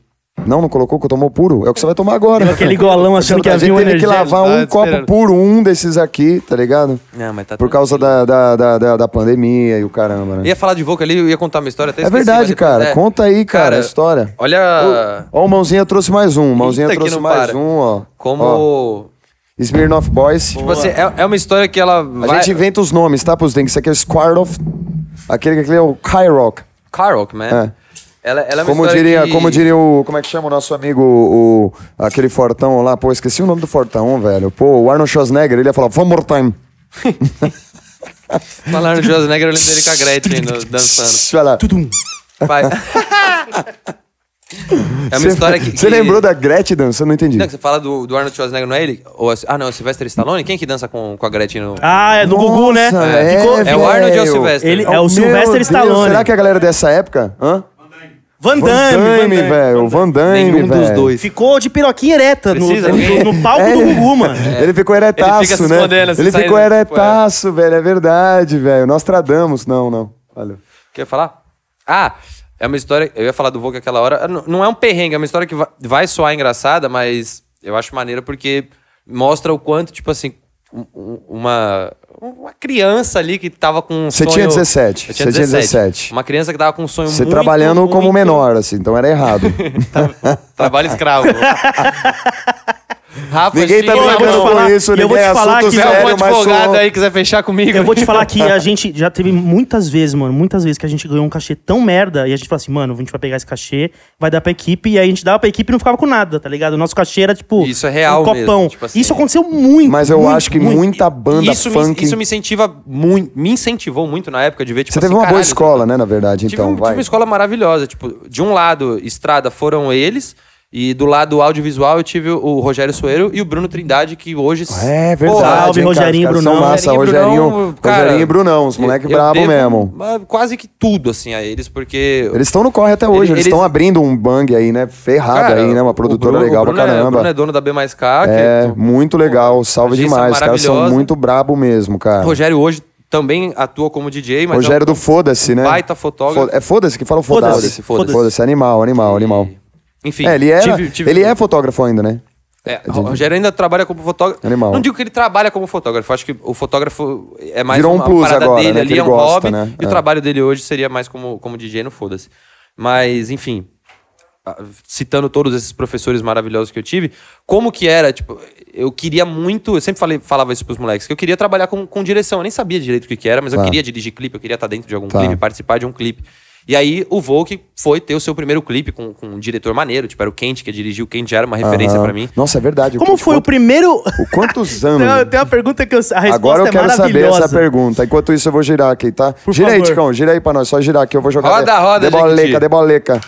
S2: Não, não colocou, que tomou puro. É o que você vai tomar agora.
S1: Deu aquele golão achando que
S2: a
S1: havia
S2: gente
S1: um
S2: teve tá que
S1: energético.
S2: lavar um
S3: Tá
S2: copo
S3: esperando.
S2: por um desses aqui, tá ligado?
S3: Não, mas tá
S2: Por causa da, da, da, da, da pandemia e o caramba, né?
S3: Ia falar de Volca ali, eu ia contar minha história até
S2: É
S3: esqueci, mas
S2: verdade,
S3: depois-
S2: cara.
S3: é.
S2: Conta aí, cara,
S3: Cara,
S2: a história.
S3: Olha
S2: Ó, o Mãozinha trouxe mais um. Mãozinha
S3: Eita, que
S2: trouxe
S3: não
S2: mais
S3: para.
S2: um, ó.
S3: como.
S2: Ó, Smirnoff Boys.
S3: Tipo assim, é, é uma história que ela
S2: a
S3: vai.
S2: gente inventa os nomes, tá, pros drinks? Esse aqui é Squaroff. Aquele que é o Kyrock.
S3: Carrock, man.
S2: É.
S3: né? Ela, ela é uma
S2: Como
S3: história
S2: diria,
S3: que-
S2: como diria o. Como é que chama o nosso amigo, o, aquele Fortão lá? Pô, esqueci o nome do Fortão, velho. Pô, o Arnold Schwarzenegger, ele ia falar, one more time.
S3: Falaram de Schwarzenegger, eu lembro dele com a Gretchen
S2: *laughs*
S3: no- dançando.
S2: Vai lá.
S1: Tudum.
S3: Vai. é uma história que.
S2: Você
S3: que-
S2: lembrou da Gretchen dançando? Não entendi.
S3: Não, que você fala do, do Arnold Schwarzenegger, não é ele? Ou, a- ah, não, é o Sylvester Stallone? Quem que dança com, com a Gretchen no.
S1: Ah, é do Gugu, né?
S2: Nossa,
S1: É. Ficou...
S3: É o Arnold ou o
S2: velho.
S3: Sylvester?
S1: Ele- é
S2: Meu
S1: o Sylvester
S2: Deus,
S1: Stallone.
S2: Será que é a galera dessa época? Hã?
S1: Van Damme, Van Damme.
S2: velho. O Van Damme,
S3: Nenhum dos
S2: velho.
S3: dois.
S1: Ficou de piroquinha ereta no,
S3: Precisa, né?
S1: no, no palco
S2: É.
S1: do Gugu,
S2: *laughs*
S1: mano.
S2: Ele ficou eretaço,
S3: Ele fica se
S2: né?
S3: escondendo, assim,
S2: ele
S3: saindo,
S2: ficou
S3: tipo, é.
S2: eretaço, velho. É verdade, velho. Nostradamus. Não, não. Valeu.
S3: Quer falar? Ah, é uma história. Eu ia falar do Vogue aquela hora. Ah, Não, não é um perrengue, é uma história que va- vai soar engraçada, mas eu acho maneira porque mostra o quanto, tipo assim, um- um- uma. Uma criança ali que tava com um
S2: Você
S3: sonho.
S2: tinha 17,
S3: Eu
S2: você tinha 17.
S3: Uma criança que tava com um sonho
S2: Você
S3: muito,
S2: trabalhando como
S3: muito-
S2: menor, assim, então
S1: *laughs*
S2: era errado. *laughs*
S3: Trabalho escravo. Rafa,
S2: Ninguém tá
S3: xinga o
S1: Eu vou te
S2: brincando
S3: Rafael.
S1: falar-
S2: com isso,
S1: eu vou
S2: ninguém é
S1: te falar
S2: assunto
S1: que-
S3: Se é algum
S2: sério, mas
S3: advogado
S2: só...
S3: aí quiser fechar comigo.
S1: Eu vou te falar que a gente já teve muitas vezes, mano, muitas vezes que a gente ganhou um cachê tão merda e a gente falou assim, mano, a gente vai pegar esse cachê, vai dar pra equipe, e aí a gente dava pra equipe e não ficava com nada, tá ligado? O nosso cachê era tipo
S3: Isso é real
S1: um copão.
S3: mesmo, tipo assim.
S1: Isso aconteceu muito.
S2: Mas eu
S1: muito,
S2: acho que
S1: muito.
S2: muita banda
S3: isso,
S2: funk...
S3: me, isso me incentiva muito. Me incentivou muito na época de ver, tipo,
S2: Você teve
S3: assim,
S2: uma boa
S3: caralho,
S2: escola, né, na verdade,
S3: Tive, um-
S2: então,
S3: tive
S2: vai.
S3: uma escola maravilhosa. Tipo, de um lado, estrada foram eles. E do lado audiovisual eu tive o Rogério Soeiro e o Bruno Trindade, que hoje.
S2: É
S3: Pô,
S2: verdade,
S1: Salve,
S2: hein, cara,
S1: Rogerinho
S2: os caras
S1: Brunão.
S2: São massa,
S3: Rogerinho e
S2: Rogerinho,
S3: Brunão, cara,
S2: Rogerinho e Brunão, os moleque
S3: eu- eu
S2: brabo
S3: devo,
S2: mesmo.
S3: ah, Quase que tudo, assim, a eles, porque.
S2: Eles estão no corre até hoje,
S3: Ele-
S2: eles
S3: eles-
S2: estão abrindo um bang aí, né, ferrado
S3: cara,
S2: aí, né,
S3: o
S2: uma produtora
S3: Bruno-
S2: legal
S3: o
S2: pra
S3: Bruno É, o Bruno
S2: caramba.
S3: é dono da B, que
S2: É, muito legal, salve
S3: agência
S2: demais, os caras são
S3: maravilhosa.
S2: muito brabo mesmo, cara.
S3: Rogério hoje também atua como DJ, mas é um
S2: Rogério do Foda-se, né?
S3: baita fotógrafo.
S2: Foda- É Foda-se que fala o
S1: Foda-se,
S2: Foda-se.
S1: foda-se.
S2: Foda-se, animal, animal, é um animal.
S3: enfim,
S2: é, ele, era,
S3: tive- tive- um
S2: ele é fotógrafo ainda, né?
S3: É, o Rogério ainda trabalha como fotógrafo.
S2: Animal.
S3: Não digo que ele trabalha como fotógrafo, acho que o fotógrafo é mais
S2: Virou um
S3: uma
S2: plus
S3: parada
S2: agora,
S3: dele
S2: né, que
S3: ali,
S2: ele
S3: é um
S2: gosta,
S3: hobby.
S2: né?
S3: E
S2: É.
S3: o trabalho dele hoje seria mais como, como DJ, não foda-se. Mas, enfim, ah, citando todos esses professores maravilhosos que eu tive, como que era, tipo, eu queria muito, eu sempre falei, falava isso pros moleques, que eu queria trabalhar com, com direção, eu nem sabia direito o que, que era, mas
S2: Tá.
S3: eu queria dirigir clipe, eu queria estar dentro de algum
S2: Tá.
S3: clipe, participar de um clipe. E aí o Volk foi ter o seu primeiro clipe com, com um diretor maneiro, tipo, era o Kent, que dirigiu, o Kent já era uma referência
S2: Aham.
S3: pra mim.
S2: Nossa, é verdade.
S1: Como
S2: Quanto-
S1: foi o primeiro.
S2: o Quantos
S1: Tem uma-
S2: anos?
S1: Tem uma pergunta que eu, a resposta
S2: Agora eu
S1: é
S2: quero saber
S1: maravilhosa.
S2: essa pergunta. Enquanto isso, eu vou girar aqui, tá?
S1: Por
S2: gira aí,
S1: favor.
S2: Ticão, gira aí pra nós. Só girar aqui, eu vou jogar.
S3: Roda,
S2: de- De
S3: roda,
S2: boleca,
S3: Jequiti.
S2: de boleca.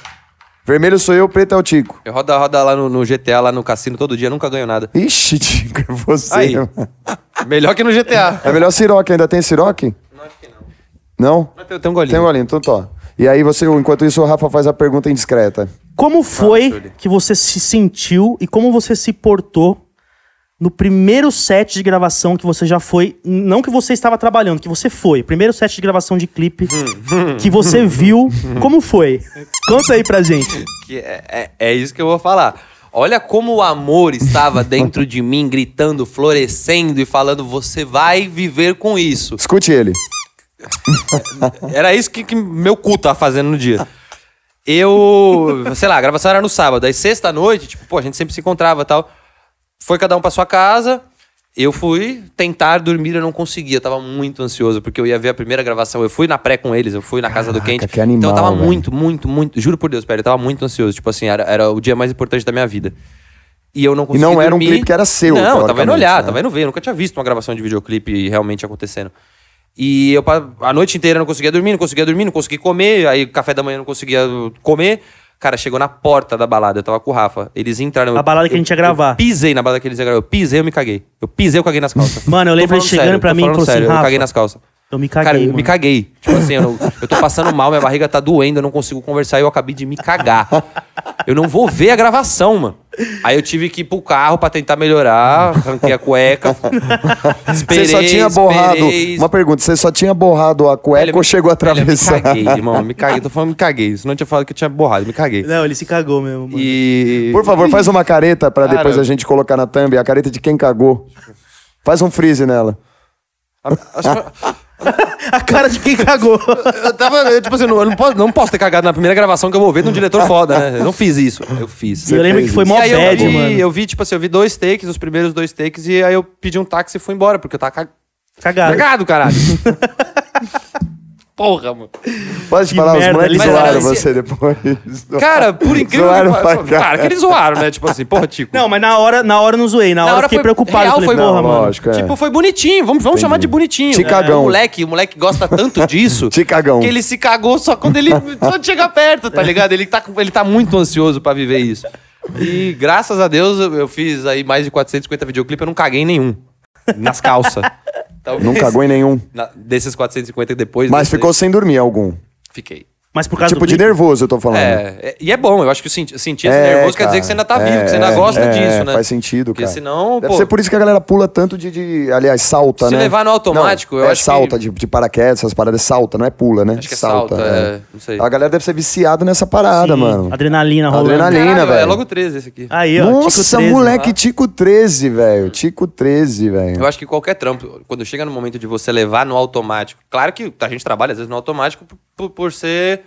S2: Vermelho sou eu, preto é o Tico.
S3: Eu roda roda lá no, no GTA, lá no cassino todo dia, nunca ganho nada.
S2: Ixi, *laughs* Tico, é você.
S3: Aí.
S2: mano.
S3: Melhor que no GTA. *laughs*
S2: É melhor Siroque, ainda tem Siroque?
S3: Não acho que não.
S2: Não?
S3: Tem, tem um golinho.
S2: Tem um golinho, então tá. E aí, você, enquanto isso, o Rafa faz a pergunta indiscreta.
S1: Como foi
S3: Júlio.
S1: que você se sentiu e como você se portou no primeiro set de gravação que você já foi? Não que você estava trabalhando, que você foi. Primeiro set de gravação de clipe
S3: *laughs*
S1: que você viu. Como foi? Conta aí pra gente.
S3: Que é, é- é isso que eu vou falar. Olha como o amor estava dentro de mim, gritando, florescendo e falando: você vai viver com isso.
S2: Escute ele.
S3: Era isso que, que meu cu tava fazendo no dia. Eu, sei lá, a gravação era no sábado. Aí sexta à noite, tipo, pô, a gente sempre se encontrava e tal. Foi cada um pra sua casa. Eu fui tentar dormir, eu não conseguia. Eu tava muito ansioso, porque eu ia ver a primeira gravação. Eu fui na pré com eles, eu fui na casa do
S2: Caraca,
S3: Quente.
S2: que animal,
S3: então eu tava
S2: velho.
S3: muito, muito, muito. Juro por Deus, velho, eu tava muito ansioso. Tipo assim, era, era o dia mais importante da minha vida. E eu não conseguia.
S2: não era um
S3: dormir.
S2: clipe que era seu,
S3: Não, tá eu tava
S2: teoricamente,
S3: indo olhar,
S2: né?
S3: tava indo ver. Eu nunca tinha visto uma gravação de videoclipe realmente acontecendo. E eu pa- a noite inteira não conseguia dormir, não conseguia dormir, não conseguia comer. Aí café da manhã não conseguia uh, comer. Cara, chegou na porta da balada, eu tava com o Rafa. Eles entraram.
S1: A balada que a gente ia gravar.
S3: Eu pisei na balada que eles iam gravar. Eu pisei, eu me caguei. Eu pisei, eu caguei nas calças.
S1: Mano, eu
S3: Tô
S1: lembro ele
S3: falando
S1: chegando
S3: sério,
S1: pra
S3: tô
S1: mim e
S3: falando
S1: falou assim,
S3: sério,
S1: "Rafa,
S3: Eu caguei nas calças.
S1: Eu me caguei,
S3: Cara, eu me
S1: mano.
S3: caguei. Tipo assim, eu, não- eu tô passando mal, minha barriga tá doendo, eu não consigo conversar e eu acabei de me cagar. Eu não vou ver a gravação, mano. Aí eu tive que ir pro carro pra tentar melhorar, arranquei a cueca. *laughs*
S2: Você
S3: Esperei,
S2: só tinha borrado.
S3: esperei,
S2: Uma pergunta, você só tinha borrado a cueca
S3: Velho, eu
S2: ou
S3: me-
S2: chegou a
S3: velho,
S2: atravessar?
S3: Eu me caguei, irmão. eu Me caguei. Tô falando me caguei. Senão eu tinha falado que eu tinha borrado. Me caguei.
S1: Não, ele se cagou mesmo, mano.
S3: E.
S2: Por favor, faz uma careta pra
S3: Cara.
S2: depois a gente colocar na thumb, a careta de quem cagou. Faz um freeze nela.
S3: Acho que eu-
S1: A cara de quem
S3: *laughs*
S1: cagou.
S3: eu tava. eu, tipo assim, eu não, eu não posso, não posso ter cagado na primeira gravação que eu vou ver de um diretor foda, né? Eu não fiz isso. Eu fiz.
S1: E eu lembro
S2: fez
S1: que foi
S2: isso.
S1: mó
S3: E aí
S1: bad,
S3: eu vi,
S1: mano.
S3: eu vi, tipo assim, eu vi dois takes, os primeiros dois takes, e aí eu pedi um táxi e fui embora, porque eu tava ca-
S1: Cagado.
S3: cagado, caralho. *laughs* Porra, mano.
S2: Pode
S1: Que
S2: falar, os
S1: merda,
S2: moleques
S1: eles
S2: zoaram
S3: zoaram
S2: você depois.
S3: *laughs* Cara, por incrível
S2: Zoaram
S3: que
S2: pra
S3: pareça. Cara,
S2: caralho.
S3: que eles zoaram, né? Tipo assim, porra, Tico.
S1: Não, mas na hora, na hora eu não zoei. Na, hora, eu
S3: hora
S1: fiquei
S3: foi-
S1: preocupado.
S3: real
S1: Falei,
S3: foi
S1: porra,
S2: Não,
S1: mano.
S2: lógico, é.
S3: Tipo, foi bonitinho, vamos, vamos chamar de bonitinho. É,
S2: Te cagão.
S3: O moleque, o moleque gosta
S1: *laughs*
S3: tanto disso.
S2: Te cagão.
S3: Que ele se cagou só quando ele só chega perto, tá ligado? Ele tá, com- ele tá muito ansioso pra viver isso. E graças a Deus eu eu fiz aí mais de 450 videoclipes, eu não caguei em nenhum. Nas calças. Talvez-
S2: Não cagou em nenhum.
S3: Na- desses 450 e depois.
S2: Mas
S3: desse-
S2: ficou sem dormir algum.
S3: Fiquei.
S1: Mas por causa
S2: tipo
S1: do
S2: de
S1: clipe,
S2: nervoso, eu tô falando.
S3: Tá É, é- e é bom, eu acho que o senti- sentir esse
S2: É,
S3: nervoso quer
S2: cara.
S3: dizer que você ainda tá
S2: É,
S3: vivo, que você ainda
S2: é,
S3: gosta
S2: é,
S3: disso, né?
S2: Faz sentido,
S3: Porque
S2: cara.
S3: senão,
S2: Deve
S3: pô.
S2: ser por isso que a galera pula tanto de. de- aliás, salta,
S3: Se
S2: né?
S3: levar no automático,
S2: não,
S3: eu
S2: é
S3: acho que-
S2: salta de, de paraquedas, essas paradas. Salta, não é pula, né?
S3: Acho que é salta, é, não sei.
S2: A galera deve ser viciada nessa parada,
S1: assim,
S2: mano.
S1: Adrenalina rolando.
S2: Adrenalina.
S3: Caralho,
S2: velho.
S3: É logo 13 esse aqui.
S1: Aí, ó. Tico
S2: Nossa,
S1: 13.
S2: moleque, Tico 13, velho. Tico 13, velho.
S3: Eu acho que qualquer trampo, quando chega no momento de você levar no automático, claro que a gente trabalha às vezes no automático por- por, por ser.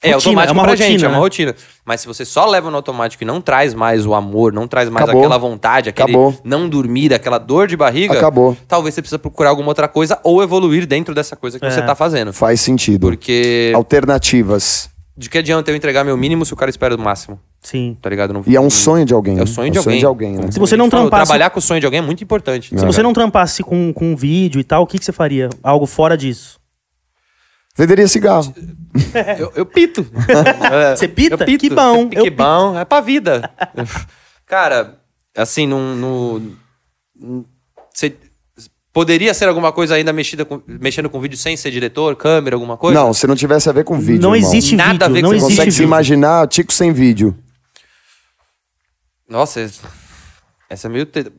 S3: É
S1: Rotina,
S3: automático
S1: é uma
S3: pra
S1: rotina,
S3: gente, é
S1: né?
S3: uma rotina. Mas se você só leva no automático e não traz mais o amor, não traz mais
S2: Acabou.
S3: aquela vontade, aquele
S2: Acabou.
S3: não dormir, aquela dor de barriga,
S2: Acabou.
S3: talvez você precisa procurar alguma outra coisa ou evoluir dentro dessa coisa que você tá fazendo.
S2: Faz sentido.
S3: Porque
S2: Alternativas.
S3: de que adianta eu entregar meu mínimo se o cara espera o máximo,
S1: Sim.
S3: tá ligado? Não-
S2: E é um sonho de alguém.
S3: É
S2: né?
S3: o sonho de
S2: É um
S3: alguém.
S2: sonho de alguém, né?
S1: Se você
S3: A
S1: não
S3: gente falou,
S1: trampasse-
S3: Trabalhar com o sonho de alguém é muito importante.
S1: Se você não trampasse com, com um vídeo e tal, o que, que você faria? Algo fora disso.
S2: Venderia cigarro.
S3: Eu, eu pito. *laughs* É,
S1: Você pita?
S3: Eu pito.
S1: Que bom,
S3: Que
S1: eu pito.
S3: bom. É pra vida. Cara, assim, num- no... num- cê- Poderia ser alguma coisa ainda mexida com- mexendo com vídeo sem ser diretor, câmera, alguma coisa?
S2: Não, se não tivesse a ver com vídeo.
S1: não
S2: irmão.
S1: existe
S3: Nada a ver
S1: vídeo.
S3: com
S1: Não
S3: isso.
S2: Você
S1: existe
S2: consegue se
S1: vídeo.
S2: imaginar Tico sem vídeo.
S3: Nossa, es- essa é meio. te-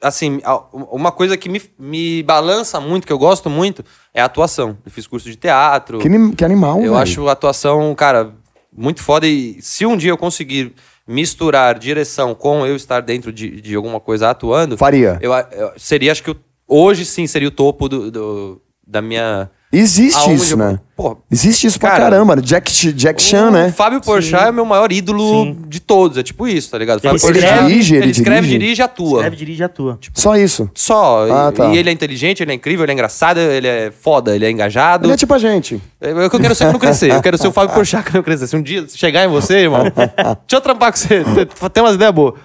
S3: Assim, a- uma coisa que me, me balança muito, que eu gosto muito, é a atuação. Eu fiz curso de teatro.
S2: Que, anim- que animal,
S3: Eu
S2: velho.
S3: acho a atuação, cara, muito foda. E se um dia eu conseguir misturar direção com eu estar dentro de, de alguma coisa atuando,
S2: Faria.
S3: eu, a- eu- seria, acho que, o- hoje sim, seria o topo do, do- da minha.
S2: Existe
S3: aonde
S2: isso,
S3: eu-
S2: né?
S3: Porra,
S2: Existe isso pra
S3: Cara, um
S2: caramba. né? Jack, Ch- Jack Chan,
S3: o
S2: né?
S3: Fábio Porchat é o meu maior ídolo
S1: Sim.
S3: de todos. É tipo isso, tá ligado? Fábio
S1: escreve-
S3: Porchat,
S2: dirige, ele
S3: ele escreve,
S2: dirige?
S3: dirige e atua.
S1: Escreve, dirige e atua.
S3: Tipo,
S2: Só isso.
S3: Só. E-
S2: Ah, tá.
S3: E ele é inteligente, ele é incrível, ele é engraçado, ele é foda, ele é engajado.
S2: Ele é tipo a gente.
S3: É o que eu quero ser quando eu crescer. Eu quero ser o Fábio Porchat quando eu crescer. Se um dia chegar em você, irmão, deixa eu trampar com você. Tem- Tem umas ideias boas.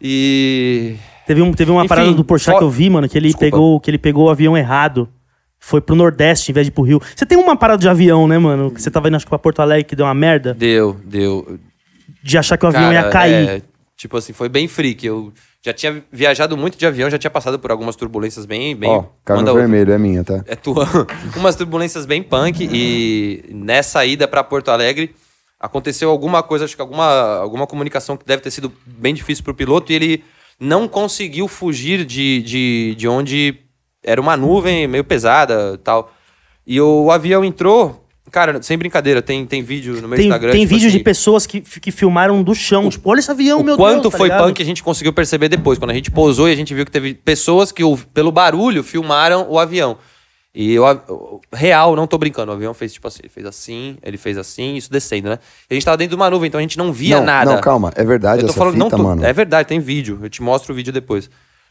S3: E...
S1: Teve, um, teve uma
S3: Enfim,
S1: parada do Porchat
S3: fo-
S1: que eu vi, mano, que ele,
S3: Desculpa.
S1: pegou, que ele pegou o avião errado. Foi pro Nordeste em vez de pro Rio. Você tem uma parada de avião, né, mano? Que você tava indo, acho que pra Porto Alegre, que deu uma merda.
S3: Deu, deu.
S1: De achar que o avião
S3: Cara,
S1: ia cair.
S3: é, tipo assim, foi bem freak. Eu já tinha viajado muito de avião, já tinha passado por algumas turbulências bem... bem
S2: Ó, cara
S3: manda
S2: no
S3: outra.
S2: vermelho, é minha, tá?
S3: É tua. *laughs* Umas turbulências bem punk. E nessa ida pra Porto Alegre, aconteceu alguma coisa, acho que alguma, alguma comunicação que deve ter sido bem difícil pro piloto. E ele não conseguiu fugir de, de, de onde era uma nuvem meio pesada tal. E o avião entrou. Cara, sem brincadeira, tem, tem vídeo no meu
S1: Tem,
S3: Instagram.
S1: tem
S3: tipo
S1: vídeo de
S3: assim,
S1: pessoas que, que filmaram do chão. tipo, olha esse avião,
S3: o
S1: meu
S3: quanto
S1: Deus. tá
S3: foi
S1: ligado?
S3: punk a gente conseguiu perceber depois, quando a gente pousou e a gente viu que teve pessoas que, ouv- pelo barulho, filmaram o avião. E o av- o- real, não tô brincando, o avião fez tipo assim, ele fez assim, ele fez assim, isso descendo, né? E a gente tava dentro de uma nuvem, então a gente não via
S2: não,
S3: nada.
S2: não, calma. É verdade
S3: Eu tô
S2: essa
S3: falando, não
S2: fita,
S3: tô-
S2: mano.
S3: É verdade, tem vídeo, eu te mostro o vídeo depois.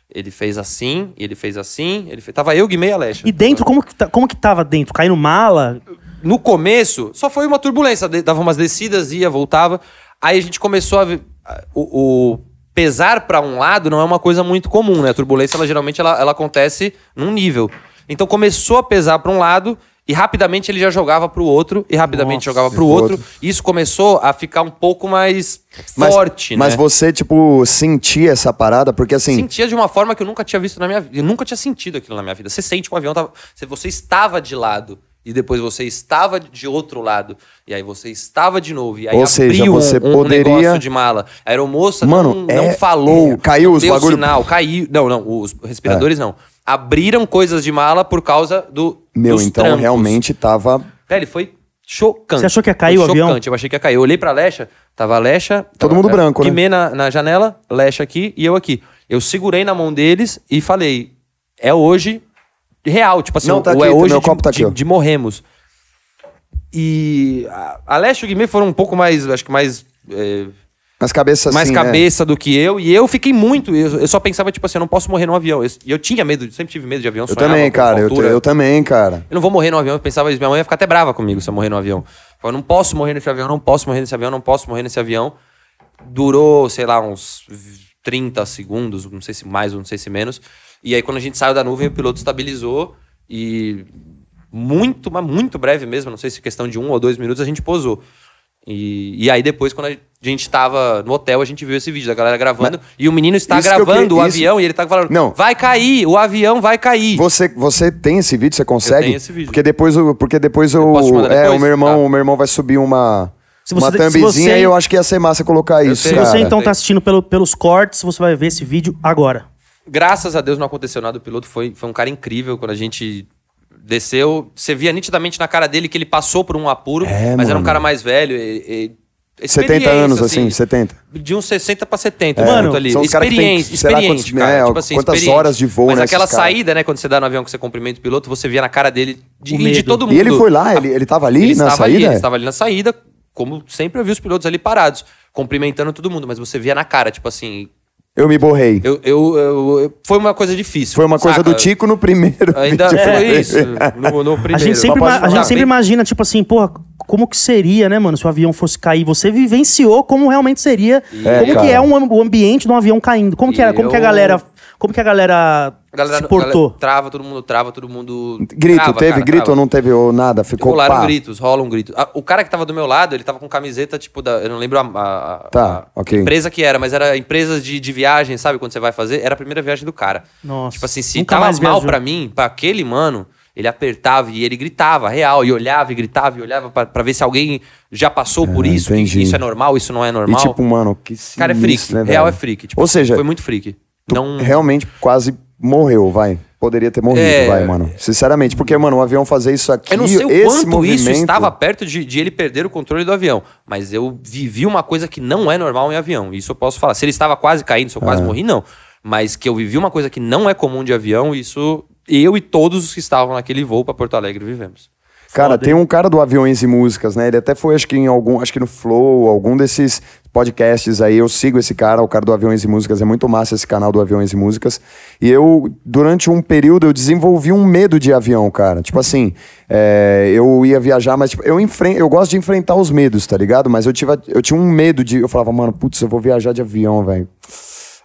S3: Ele fez assim, ele fez assim, ele fez... Tava eu, Guimê e Alexa.
S1: E dentro, como que, tá- como que tava dentro? Caindo mala?
S3: No começo, só foi uma turbulência. de- Dava umas descidas, ia, voltava. Aí a gente começou a. vi- a- O, o pesar para um lado não é uma coisa muito comum, né? A turbulência, ela geralmente ela, ela acontece num nível. Então começou a pesar para um lado e rapidamente ele já jogava para o outro e rapidamente
S1: Nossa.
S3: jogava para
S2: Pro
S3: o outro.
S2: outro.
S3: Isso começou a ficar um pouco mais
S2: Mas-
S3: forte,
S2: Mas
S3: né?
S2: você, tipo, sentia essa parada? Porque assim.
S3: sentia de uma forma que eu nunca tinha visto na minha vida. Eu nunca tinha sentido aquilo na minha vida. Você sente que o avião tava. se Você estava de lado. E depois você estava de outro lado. E aí você estava de novo. E aí
S2: Ou seja,
S3: abriu um-
S2: você
S3: um,
S2: poderia-
S3: negócio de mala. A aeromoça
S2: Mano,
S3: não,
S2: é-
S3: não falou.
S2: é, caiu
S3: não
S2: os
S3: deu
S2: bagulho- É.
S3: sinal. Caiu. Não, não. Os respiradores não. Abriram coisas de mala por causa do.
S2: Meu,
S3: dos
S2: então
S3: trancos.
S2: realmente tava.
S3: Velho, É, foi chocante.
S1: Você achou que ia cair
S3: Foi
S1: o avião?
S3: chocante, eu achei que ia cair. Eu olhei pra Lecha, tava a Lecha...
S2: Todo
S3: tava-
S2: mundo
S3: era
S2: branco, né?
S3: Guimê na, na janela, Lecha aqui e eu aqui. Eu segurei na mão deles e falei, é hoje real, tipo assim,
S2: Não, tá
S3: o
S2: aqui,
S3: é hoje
S2: meu
S3: de,
S2: copo tá aqui,
S3: de-
S2: ó.
S3: de morremos. E a, a Lecha e o Guimê foram um pouco mais, acho que mais... é,
S2: As cabeças
S3: mais
S2: assim, né?
S3: cabeça do que eu, e eu fiquei muito. Eu, eu só pensava, tipo assim, eu não posso morrer num avião. Eu- E eu, tinha medo, sempre tive medo de avião.
S2: Eu
S3: sonhava
S2: também,
S3: com- com
S2: cara. Eu,
S3: altura.
S2: eu também, cara.
S3: Eu não vou morrer no avião. Eu pensava isso. Minha mãe ia ficar até brava comigo se eu morrer no avião. Eu falava, não posso morrer nesse avião, não posso morrer nesse avião, não posso morrer nesse avião. Durou, sei lá, uns 30 segundos, não sei se mais ou não sei se menos. E aí, quando a gente saiu da nuvem, o piloto estabilizou e muito, mas muito breve mesmo, não sei se questão de um ou dois minutos, a gente pousou. E, e aí depois, quando a gente tava no hotel, a gente viu esse vídeo da galera gravando. e o menino está
S2: isso que eu
S3: gravando
S2: que-
S3: o
S2: isso-
S3: avião e ele tá falando,
S2: Não.
S3: vai cair, o avião vai cair.
S2: Você, você tem esse vídeo? Você consegue?
S3: tenho esse vídeo.
S2: Porque depois, eu- porque depois eu.
S3: posso te mandar
S2: é,
S3: depois?
S2: o meu irmão,
S3: Tá.
S2: o meu irmão vai subir uma.
S1: Se
S2: uma
S1: você- se
S2: thumbzinha
S1: você-
S3: é
S2: e eu acho que ia ser massa colocar isso,
S3: sei.
S1: Se
S2: cara.
S1: você então
S3: Tem.
S1: tá assistindo pelo- pelos cortes, você vai ver esse vídeo agora.
S3: graças a Deus não aconteceu nada. O piloto foi, foi um cara incrível quando a gente desceu. Você via nitidamente na cara dele que ele passou por um apuro,
S2: É,
S3: mas era um
S2: mano.
S3: cara mais velho. E, e-
S2: 70 anos, assim,
S3: experiência,
S2: 70.
S3: De uns 60 pra 70,
S1: Mano,
S3: mano, ali.
S2: são os caras que tem,
S3: Experiente,
S2: sei lá,
S3: experiente,
S2: quantos-
S3: cara.
S2: né,
S3: tipo assim,
S2: quantas
S3: experiente.
S2: horas de voo,
S3: Mas
S2: né,
S3: aquela
S2: esses caras.
S3: saída, né, quando você dá no avião que você cumprimenta o piloto, você via na cara dele de,
S1: O
S3: e de
S1: medo.
S3: todo mundo.
S2: E ele foi lá, ele, ele tava ali
S3: Ele
S2: na
S3: estava ali,
S2: saída?
S3: ele estava ali na saída, como sempre eu vi os pilotos ali parados, cumprimentando todo mundo, mas você via na cara, tipo assim,
S2: Eu me borrei.
S3: eu, eu, eu- eu- foi uma coisa difícil.
S2: Foi uma coisa
S3: saca?
S2: do Tico no primeiro.
S3: Ainda
S2: vídeo. *laughs*
S3: foi isso. No, no primeiro.
S1: a gente sempre, ima-
S2: Mas pode
S1: a
S2: falar.
S1: gente sempre imagina, tipo assim, porra, como que seria, né, mano, se o avião fosse cair? Você vivenciou como realmente seria,
S2: É,
S1: como
S2: cara.
S1: que é um am- o ambiente de um avião caindo. Como que era? Como que a
S3: Eu-
S1: galera. Como que a galera,
S3: A galera-
S1: se
S3: a galera
S1: portou?
S3: Trava, todo mundo trava, todo mundo.
S2: Grito,
S3: trava,
S2: teve
S3: cara,
S2: grito
S3: trava.
S2: ou não teve ou nada? Ficou
S3: Rolaram
S2: pá.
S3: gritos, rolam gritos. Ah, o cara que tava do meu lado, ele tava com camiseta, tipo, da, eu não lembro a, a- a-
S2: Tá,
S3: a
S2: ok.
S3: empresa que era, mas era empresas de, de viagem, sabe? Quando você vai fazer, era a primeira viagem do cara.
S1: Nossa,
S3: Tipo assim, se
S1: nunca
S3: tava
S1: mais
S3: mal
S1: viajou.
S3: pra mim, pra aquele mano, ele apertava e ele gritava, real, e olhava e gritava e olhava pra, pra ver se alguém já passou por isso, que
S2: entendi.
S3: isso é normal, isso não é
S2: E
S3: normal.
S2: tipo, mano, que
S3: O cara é freak.
S2: sinistro, né,
S3: real é
S2: velho?
S3: freak.
S2: Ou seja,
S3: foi muito freak.
S2: tu
S3: Não,
S2: realmente quase morreu, vai. Poderia ter morrido,
S3: É.
S2: vai, mano. Sinceramente, porque, mano, o avião fazer isso aqui,
S3: eu não sei o
S2: esse
S3: quanto
S2: movimento...
S3: isso estava perto de, de ele perder o controle do avião. Mas eu vivi uma coisa que não é normal em avião. Isso eu posso falar. Se ele estava quase caindo, se eu
S2: Ah.
S3: quase morri, não. Mas que eu vivi uma coisa que não é comum de avião, isso eu e todos os que estavam naquele voo para Porto Alegre vivemos.
S2: Cara,
S1: Foda,
S2: tem um cara do Aviões e Músicas, né? Ele até foi, acho que em algum, acho que no Flow, algum desses podcasts aí. Eu sigo esse cara, o cara do Aviões e Músicas. É muito massa esse canal do Aviões e Músicas. E eu, durante um período, eu desenvolvi um medo de avião, cara. Tipo assim, é, eu ia viajar, mas tipo, eu, enfren eu gosto de enfrentar os medos, tá ligado? Mas eu, tive, eu tinha um medo de. Eu falava, mano, putz, eu vou viajar de avião, velho.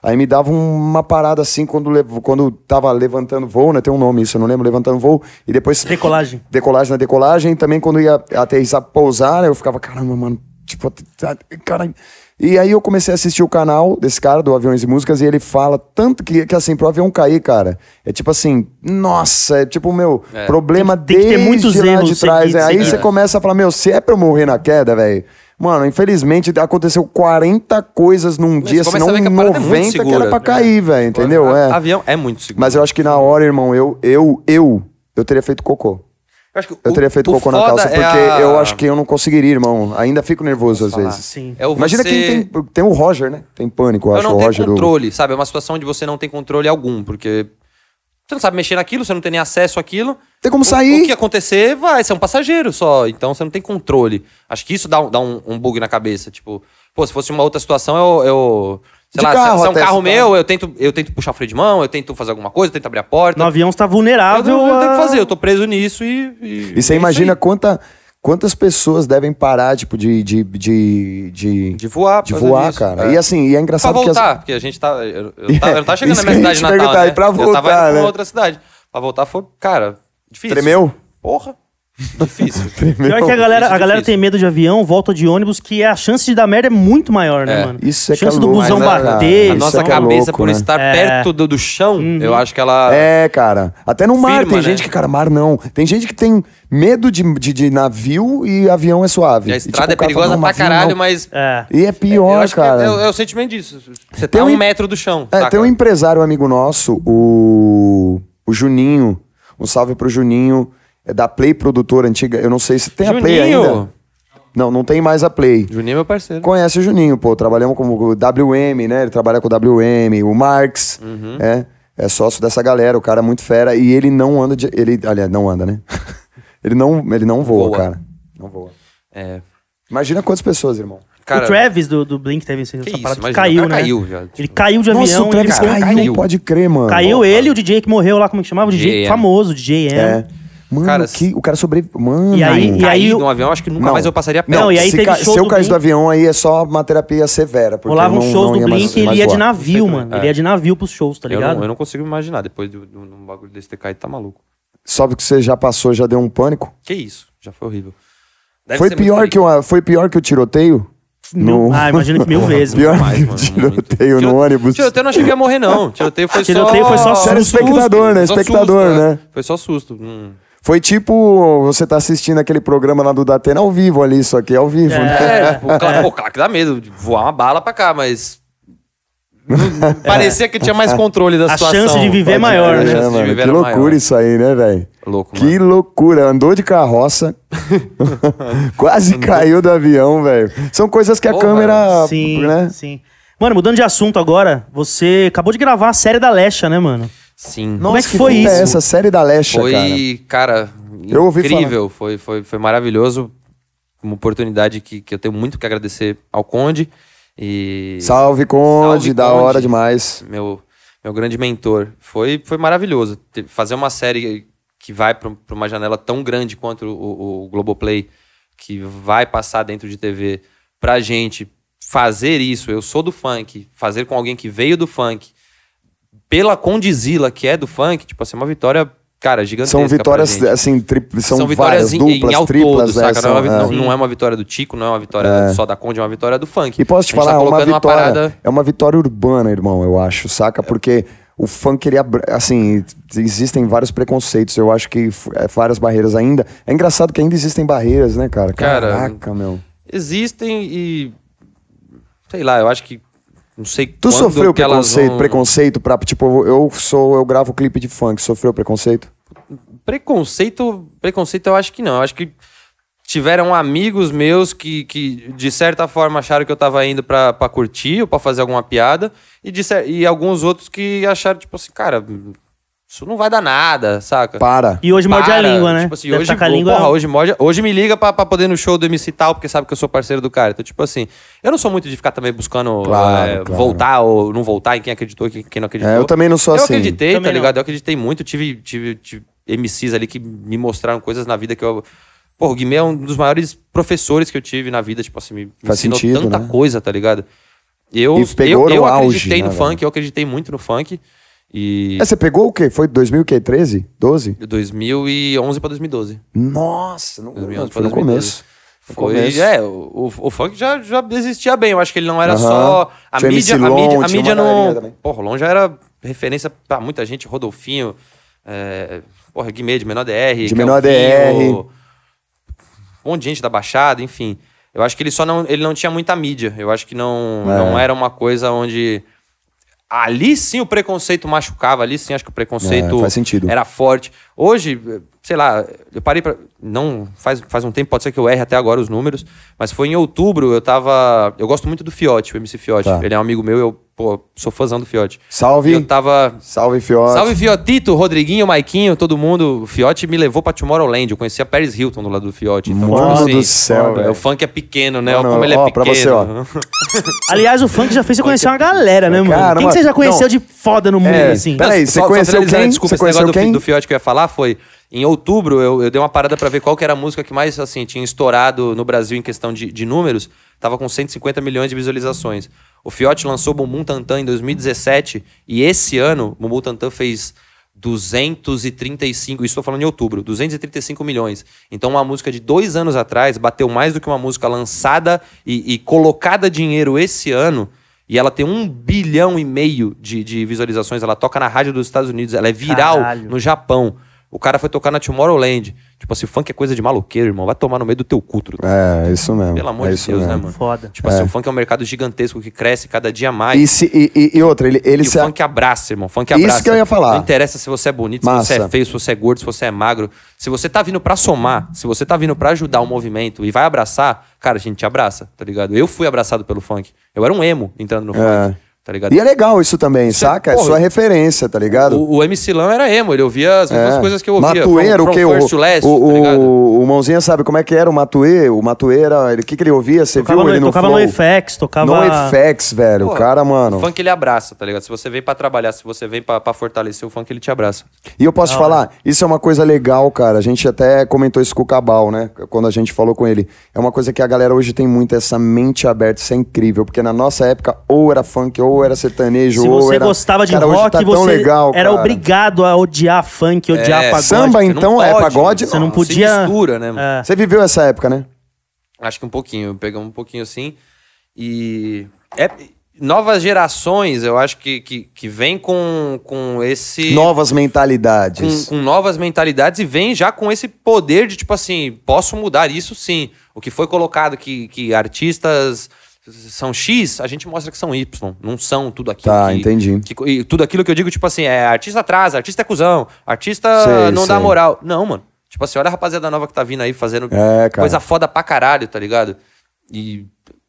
S2: Aí me dava uma parada assim quando, levo- quando tava levantando voo, né? Tem um nome isso, eu não lembro, levantando voo. E depois
S1: Decolagem.
S2: decolagem na decolagem, também quando ia aterrissar, pousar, né? eu ficava, caramba, mano, tipo, tá- caralho. E aí eu comecei a assistir o canal desse cara, do Aviões e Músicas, e ele fala tanto que, que assim, pro avião cair, cara, é tipo assim, nossa, é tipo, meu,
S3: É.
S2: problema
S1: Tem que ter
S2: desde
S1: muitos
S2: lá de
S1: erros né?
S2: trás.
S1: seguidos,
S2: é, aí
S1: seguidos.
S2: você começa a falar, meu, se é pra eu morrer na queda, velho, mano, infelizmente aconteceu 40 coisas num
S3: Mas
S2: dia,
S3: você
S2: senão
S3: começa a ver que a parada é
S2: 90
S3: muito
S2: que era
S3: segura,
S2: pra
S3: né?
S2: cair, velho, entendeu?
S3: A-
S2: É.
S3: Avião é muito seguro.
S2: Mas eu acho que na hora, irmão, eu, eu, eu, eu teria feito cocô.
S3: Eu acho que
S2: Eu
S3: o-
S2: teria feito
S3: o
S2: cocô na
S3: foda
S2: calça,
S3: é
S2: porque
S3: a-
S2: eu acho que eu não conseguiria, irmão. Ainda fico nervoso às
S3: falar.
S2: vezes.
S1: Sim.
S3: É o
S2: Imagina
S3: você-
S2: quem tem. Tem o Roger, né? Tem pânico, eu
S3: Eu
S2: acho.
S3: não
S2: o
S3: tenho
S2: Roger do-
S3: controle, sabe? É uma situação onde você não tem controle algum, porque você não sabe mexer naquilo, você não tem nem acesso àquilo.
S2: Tem como
S3: O-
S2: sair.
S3: O, que acontecer vai, você é um passageiro só, então você não tem controle. Acho que isso dá, um- dá um, um bug na cabeça. Tipo, pô, se fosse uma outra situação, eu. eu sei
S2: De
S3: lá,
S2: carro
S3: se, se é um
S2: até,
S3: carro
S2: se
S3: meu, eu tento, eu tento puxar o freio de mão, eu tento fazer alguma coisa, eu tento abrir a porta.
S1: No avião você tá
S3: eu,
S1: vulnerável.
S3: não- eu não tenho o
S1: a-
S3: que fazer, eu tô preso nisso e. E,
S2: E você
S3: é isso
S2: imagina
S3: aí.
S2: quanta, quantas pessoas devem parar, tipo, de. de, de, de...
S3: De voar,
S2: de
S3: por causa
S2: voar,
S3: disso.
S2: cara.
S3: É.
S2: E assim, e é engraçado
S3: pra
S2: que as- *laughs*
S3: voltar, porque a gente tá. Eu, eu tava- eu não tava chegando
S2: Isso
S3: na
S2: que
S3: minha
S2: eu ia
S3: cidade
S2: te
S3: natal.
S2: perguntar,
S3: Né?
S2: e pra
S3: eu tava
S2: voltar,
S3: indo pra
S2: né?
S3: outra cidade. Pra voltar foi, cara, difícil.
S2: Tremeu?
S3: Porra. Difícil.
S1: Pior
S2: *laughs* Tremeu.
S3: é
S1: que a galera, a
S3: difícil,
S1: galera
S3: difícil.
S1: tem medo de avião, volta de ônibus, que a chance de dar merda é muito maior, né,
S3: É, ah,
S1: mano?
S2: isso é que
S1: chance
S2: é
S1: do
S2: louco,
S1: busão
S2: né, cara?
S1: bater.
S3: A
S2: Isso
S3: nossa
S2: é que é
S3: cabeça,
S2: louco,
S3: por
S2: né?
S1: É.
S3: estar
S1: Uhum.
S3: perto do, do chão, eu acho que ela.
S2: É, cara. Até no mar
S3: Ah. Firma,
S2: tem
S3: né?
S2: gente que, cara, mar não. Tem gente que tem medo de, de, de navio e avião é suave.
S3: E a
S2: E,
S3: estrada
S2: tipo, o cara
S3: é perigosa
S2: fala, não,
S3: pra
S2: avião
S3: caralho,
S2: não.
S3: mas.
S1: É.
S2: E é
S3: eu
S2: pior,
S3: acho
S2: cara.
S3: que é, é o- é o sentimento disso. Você
S2: Tem
S3: tá
S2: um
S3: um,
S2: im-
S3: metro do chão.
S2: É,
S3: saca?
S2: tem um empresário amigo nosso, o, o Juninho. Um salve pro Juninho. É da Play Produtora Antiga. Eu não sei se tem a Play
S3: Juninho!
S2: ainda. Não, não tem mais a Play.
S3: Juninho é meu parceiro.
S2: Conhece o Juninho, pô. Trabalhamos com o WM, né? Ele trabalha com o WM, o Marx,
S3: Uhum.
S2: né? É sócio dessa galera, o cara é muito fera. E ele não anda de. Ele, aliás, não anda, né? *laughs* ele, não, ele não voa,
S3: Voa.
S2: cara. Não voa.
S3: É.
S2: Imagina quantas pessoas, irmão.
S3: Cara,
S1: o Travis do, do Blink teve essa
S3: Que
S1: parada
S3: isso,
S1: que
S3: imagina,
S1: caiu,
S3: o cara
S1: né?
S3: caiu, tipo. viado.
S1: Ele caiu de avião,
S2: Nossa, o Travis
S1: ele ficou-
S2: caiu,
S3: caiu.
S2: pode crer, mano.
S1: Caiu
S3: Porra.
S1: ele, o DJ que morreu lá, como é que chamava? O DJ
S3: JM.
S1: famoso, DJ M.
S2: É. Mano,
S3: Cara,
S2: que, o cara sobreviveu. Mano.
S1: E aí-
S3: e aí,
S1: o-
S3: num um avião, acho que nunca
S2: Não.
S3: mais eu passaria perto.
S1: Não, e aí
S2: se,
S1: teve
S2: ca...
S1: show
S2: se eu
S1: do
S2: caísse do
S1: Blink.
S2: avião, aí é só uma terapia severa. Porque
S1: Rolavam
S2: não,
S1: shows
S2: não
S1: do
S2: ia mais-
S1: Blink e ele
S2: mais
S1: ia de
S2: voar.
S1: navio,
S3: como é.
S1: mano. Ele ia de navio pros shows, tá
S3: eu,
S1: ligado?
S3: não, eu não consigo imaginar depois de, de um de um bagulho desse ter caído, tá maluco.
S2: Sobe que você já passou, já deu um pânico.
S3: Que isso, já foi horrível. Deve
S2: Foi
S3: ser muito
S2: pior,
S3: horrível.
S2: que o, foi pior que o tiroteio?
S1: Mil-
S2: No-
S1: Ah,
S2: *laughs*
S1: imagino que mil vezes.
S2: Pior
S3: Demais,
S2: que o
S3: mano, muito.
S2: tiroteio no
S3: Tiro-
S2: ônibus.
S3: Tiroteio eu não achei que ia morrer,
S2: *laughs*
S3: não. Tiroteio foi só.
S1: Tiroteio foi só
S2: Você era
S1: susto.
S2: espectador, né?
S3: Só
S2: espectador,
S3: susto, é.
S2: né?
S3: Foi só susto. Hum.
S2: Foi tipo você tá assistindo aquele programa lá do Datena ao vivo ali, só que é ao vivo, né?
S3: É, tipo, claro, pô, claro que dá medo de voar uma bala pra cá, mas.
S1: *laughs*
S3: não- Parecia que tinha mais controle
S1: É.
S3: da
S1: A
S3: situação.
S1: chance de viver é
S2: Pode
S1: maior,
S2: crer,
S1: né?
S3: A chance de
S2: mano?
S3: viver
S2: Que
S3: era
S2: loucura
S3: maior.
S2: isso aí, né, velho?
S3: Louco, mano.
S2: Que loucura. Andou de
S3: *laughs*
S2: carroça, quase caiu do avião, velho. São coisas que a
S3: Porra,
S2: câmera,
S1: Sim,
S2: né?
S1: sim. Mano, mudando de assunto agora, você acabou de gravar a série da Lecha, né, mano?
S3: Sim.
S1: Como é que
S2: que
S1: foi
S2: fita
S1: isso?
S2: É essa série da Lecha, cara.
S3: Foi, cara,
S2: Eu ouvi
S3: incrível. Foi, foi, foi maravilhoso. Uma oportunidade que, que eu tenho muito que agradecer ao Conde. E
S2: Salve Conde,
S3: Salve,
S2: da hora
S3: Conde.
S2: demais.
S3: meu, meu grande mentor. Foi, foi maravilhoso. Te- Fazer uma série que vai para uma janela tão grande quanto o, o Globoplay, que vai passar dentro de TV, pra gente fazer isso, eu sou do funk, fazer com alguém que veio do funk, pela condizila que é do funk, tipo assim, uma vitória, cara, gigantesca.
S2: São
S3: pra
S2: vitórias,
S3: gente
S2: assim, tri- são, várias,
S3: vitórias em-
S2: duplas,
S3: em, ao
S2: triplas,
S3: todo,
S2: né?
S3: saca?
S2: São,
S3: não, é uma,
S2: é.
S3: vi- não- não é uma vitória do Tico, não é uma vitória só da Conde, é uma vitória do funk.
S2: E posso te
S3: A gente
S2: falar,
S3: tá
S2: é uma
S3: colocando
S2: vitória,
S3: parada...
S2: é uma vitória urbana, irmão, eu acho, saca? Porque o funk, ele, abra- assim, existem vários preconceitos, eu acho que f- é, várias barreiras ainda. É engraçado que ainda existem barreiras, né, cara?
S3: Cara,
S2: Caraca, meu.
S3: Existem e... Sei lá, eu acho que... Não sei
S2: Tu
S3: quando
S2: sofreu
S3: que elas
S2: preconceito,
S3: vão-
S2: preconceito pra, tipo, eu sou, eu gravo clipe de funk, sofreu preconceito?
S3: Preconceito, preconceito eu acho que não. Eu acho que tiveram amigos meus que, que de certa forma, acharam que eu tava indo pra, pra curtir ou pra fazer alguma piada. E, de cer- e alguns outros que acharam, tipo assim, cara... Isso não vai dar nada, saca?
S2: Para.
S1: E hoje morde a
S3: Para,
S1: língua, né?
S3: Tipo assim,
S1: Deve
S3: hoje,
S1: tacar a
S3: pô,
S1: língua-
S3: porra, hoje, morde- hoje me liga pra, pra poder ir no show do MC tal, porque sabe que eu sou parceiro do cara. Então, tipo assim, eu não sou muito de ficar também buscando
S2: Claro,
S3: eh,
S2: claro.
S3: voltar ou não voltar em quem acreditou e quem- quem não acreditou.
S2: É, eu também não sou
S3: Eu
S2: assim.
S3: acreditei,
S1: Também
S3: tá
S1: não.
S3: ligado? Eu acreditei muito. Tive, tive, tive MCs ali que me mostraram coisas na vida que eu. Pô, o Guimê é um dos maiores professores que eu tive na vida, tipo assim, me, me
S2: Faz
S3: ensinou
S2: sentido,
S3: tanta
S2: né?
S3: coisa, tá ligado? Eu,
S2: E pegou
S3: eu, eu
S2: no auge,
S3: acreditei
S2: né,
S3: no
S2: velho?
S3: funk, eu acreditei muito no funk. E.
S2: É, você pegou o quê? Foi 2013? 12?
S3: 2011 pra 2012.
S2: Nossa, não,
S3: 2011 pra
S2: foi no
S3: 2012.
S2: começo. No
S3: Foi,
S2: começo.
S3: é, o, o- o funk já, já existia bem, eu acho que ele não era
S2: Aham.
S3: só. A
S2: Tinha
S3: mídia,
S2: MC
S3: a
S2: Lon,
S3: mídia, a
S2: tinha
S3: mídia
S2: uma galerinha
S3: não.
S2: também.
S3: Porra, o Lon já era referência pra muita gente, Rodolfinho, é, porra, Guimê de menor DR.
S2: De Menor
S3: Kelvinho, Um monte de gente da Baixada, enfim. Eu acho que ele só não, ele não tinha muita mídia. Eu acho que não,
S2: É.
S3: não era uma coisa onde. Ali sim o preconceito machucava, ali sim acho que o preconceito
S2: É, faz sentido.
S3: era forte. Hoje, sei lá, eu parei pra. Não, faz, faz um tempo, pode ser que eu erre até agora os números, mas foi em outubro, eu tava. Eu gosto muito do Fiote, o MC Fiote.
S2: Tá.
S3: Ele é um amigo meu, eu, pô, sou fãzão do Fiote.
S2: Salve.
S3: Eu tava.
S2: Salve, Fiote.
S3: Salve Fiotito, Rodriguinho, Maiquinho, todo mundo. O Fiote me levou pra Tomorrowland. Eu conhecia Paris Hilton do lado do Fiote. Então,
S2: Mano
S3: tipo assim,
S2: do céu,
S3: é,
S2: velho.
S3: O funk é pequeno, né?
S2: Mano,
S3: Olha como ele é
S2: ó, pra
S3: pequeno.
S2: você, ó.
S1: Aliás, o funk já fez você
S3: é
S1: conhecer uma galera, né, mano?
S2: Caramba,
S1: quem que você já conheceu
S2: não.
S1: de foda no mundo,
S2: É,
S1: assim?
S2: pera- Peraí,
S3: Só-
S2: você
S3: só
S2: conheceu
S3: finalizando,
S2: quem?
S3: Desculpa,
S2: Você
S3: esse negócio
S2: conheceu
S3: do, fi-
S2: quem?
S3: do fiote que eu ia falar foi... Em outubro, eu, eu dei uma parada pra ver qual que era a música que mais, assim, tinha estourado no Brasil em questão de, de números. Tava com 150 milhões de visualizações. O Fiote lançou Bumbum Tantan em 2017. E esse ano, Bumbum Tantan fez 235, isso estou falando em outubro, 235 milhões. Então, uma música de dois anos atrás bateu mais do que uma música lançada e, e colocada dinheiro esse ano. E ela tem um bilhão e meio de, de visualizações. Ela toca na rádio dos Estados Unidos, ela é viral
S1: Caralho.
S3: no Japão. O cara foi tocar na Tomorrowland. Tipo assim, funk é coisa de maluqueiro, irmão. Vai tomar no meio do teu cutro.
S2: É, isso mesmo.
S3: Pelo amor
S2: é
S3: de
S2: isso
S3: Deus, né,
S2: mesmo.
S3: mano?
S1: Foda.
S3: Tipo assim, o funk é um mercado gigantesco que cresce cada dia mais.
S2: E, se- e- e- e outra, ele, ele
S3: E
S2: se.
S3: o funk abraça, irmão. Funk
S2: é- Isso
S3: abraça.
S2: que eu ia falar.
S3: Não interessa se você é bonito, se você é
S2: Massa.
S3: feio, se você é gordo, se você é magro. Se você tá vindo pra somar, se você tá vindo pra ajudar o movimento e vai abraçar, cara, a gente te abraça, tá ligado? Eu fui abraçado pelo funk. Eu era um emo entrando no funk, tá ligado?
S2: E é legal isso também,
S3: é-
S2: saca? É
S3: porra,
S2: sua referência, tá ligado?
S3: O, o MC Lan era emo, ele ouvia as mesmas
S2: É.
S3: coisas que eu ouvia.
S2: Matueiro,
S3: From-
S2: o que?
S3: from first to last,
S2: o,
S3: tá
S2: o,
S3: ligado?
S2: o, o Mãozinha sabe como é que era o Matuê? O Matuê era. ele- O que, que ele ouvia? Você
S1: Tocava,
S2: viu
S1: no,
S2: ele no
S1: tocava
S2: flow?
S1: no FX, tocava.
S2: No FX, velho.
S3: Pô,
S2: o cara, mano.
S3: O funk ele abraça, tá ligado? Se você vem pra trabalhar, se você vem pra pra fortalecer o funk, ele te abraça.
S2: E eu posso te falar, isso é uma coisa legal, cara. A gente até comentou isso com o Cabal, né? Quando a gente falou com ele. É uma coisa que a galera hoje tem muito, essa mente aberta. Isso é incrível. Porque na nossa época, ou era funk, ou era sertanejo,
S1: Se
S2: ou
S1: você
S2: era...
S1: gostava de
S2: cara, hoje
S1: rock,
S2: tá tão
S1: você
S2: legal,
S1: era
S2: cara.
S1: obrigado a odiar funk,
S3: É,
S1: odiar pagode.
S2: samba,
S3: Você não
S2: então, é
S3: pode,
S2: pagode?
S1: Você não
S3: se
S1: podia-
S3: mistura, né, mano?
S1: É.
S2: Você viveu essa época, né?
S3: Acho que um pouquinho, pegamos um pouquinho assim. E. é- novas gerações, eu acho que, que, que vem com, com esse.
S2: Novas
S3: com,
S2: mentalidades.
S3: com novas mentalidades e vem já com esse poder de, tipo assim, posso mudar isso sim. O que foi colocado que, que artistas são X, a gente mostra que são Y, não são tudo aquilo.
S2: Tá,
S3: que-
S2: entendi.
S3: que- e tudo aquilo que eu digo, tipo assim, é artista atrasa, artista é cuzão, artista
S2: Sei,
S3: não dá
S2: sei.
S3: moral. Não, mano. Tipo assim, olha a rapaziada nova que tá vindo aí fazendo
S2: É, cara.
S3: coisa foda pra caralho, tá ligado? E,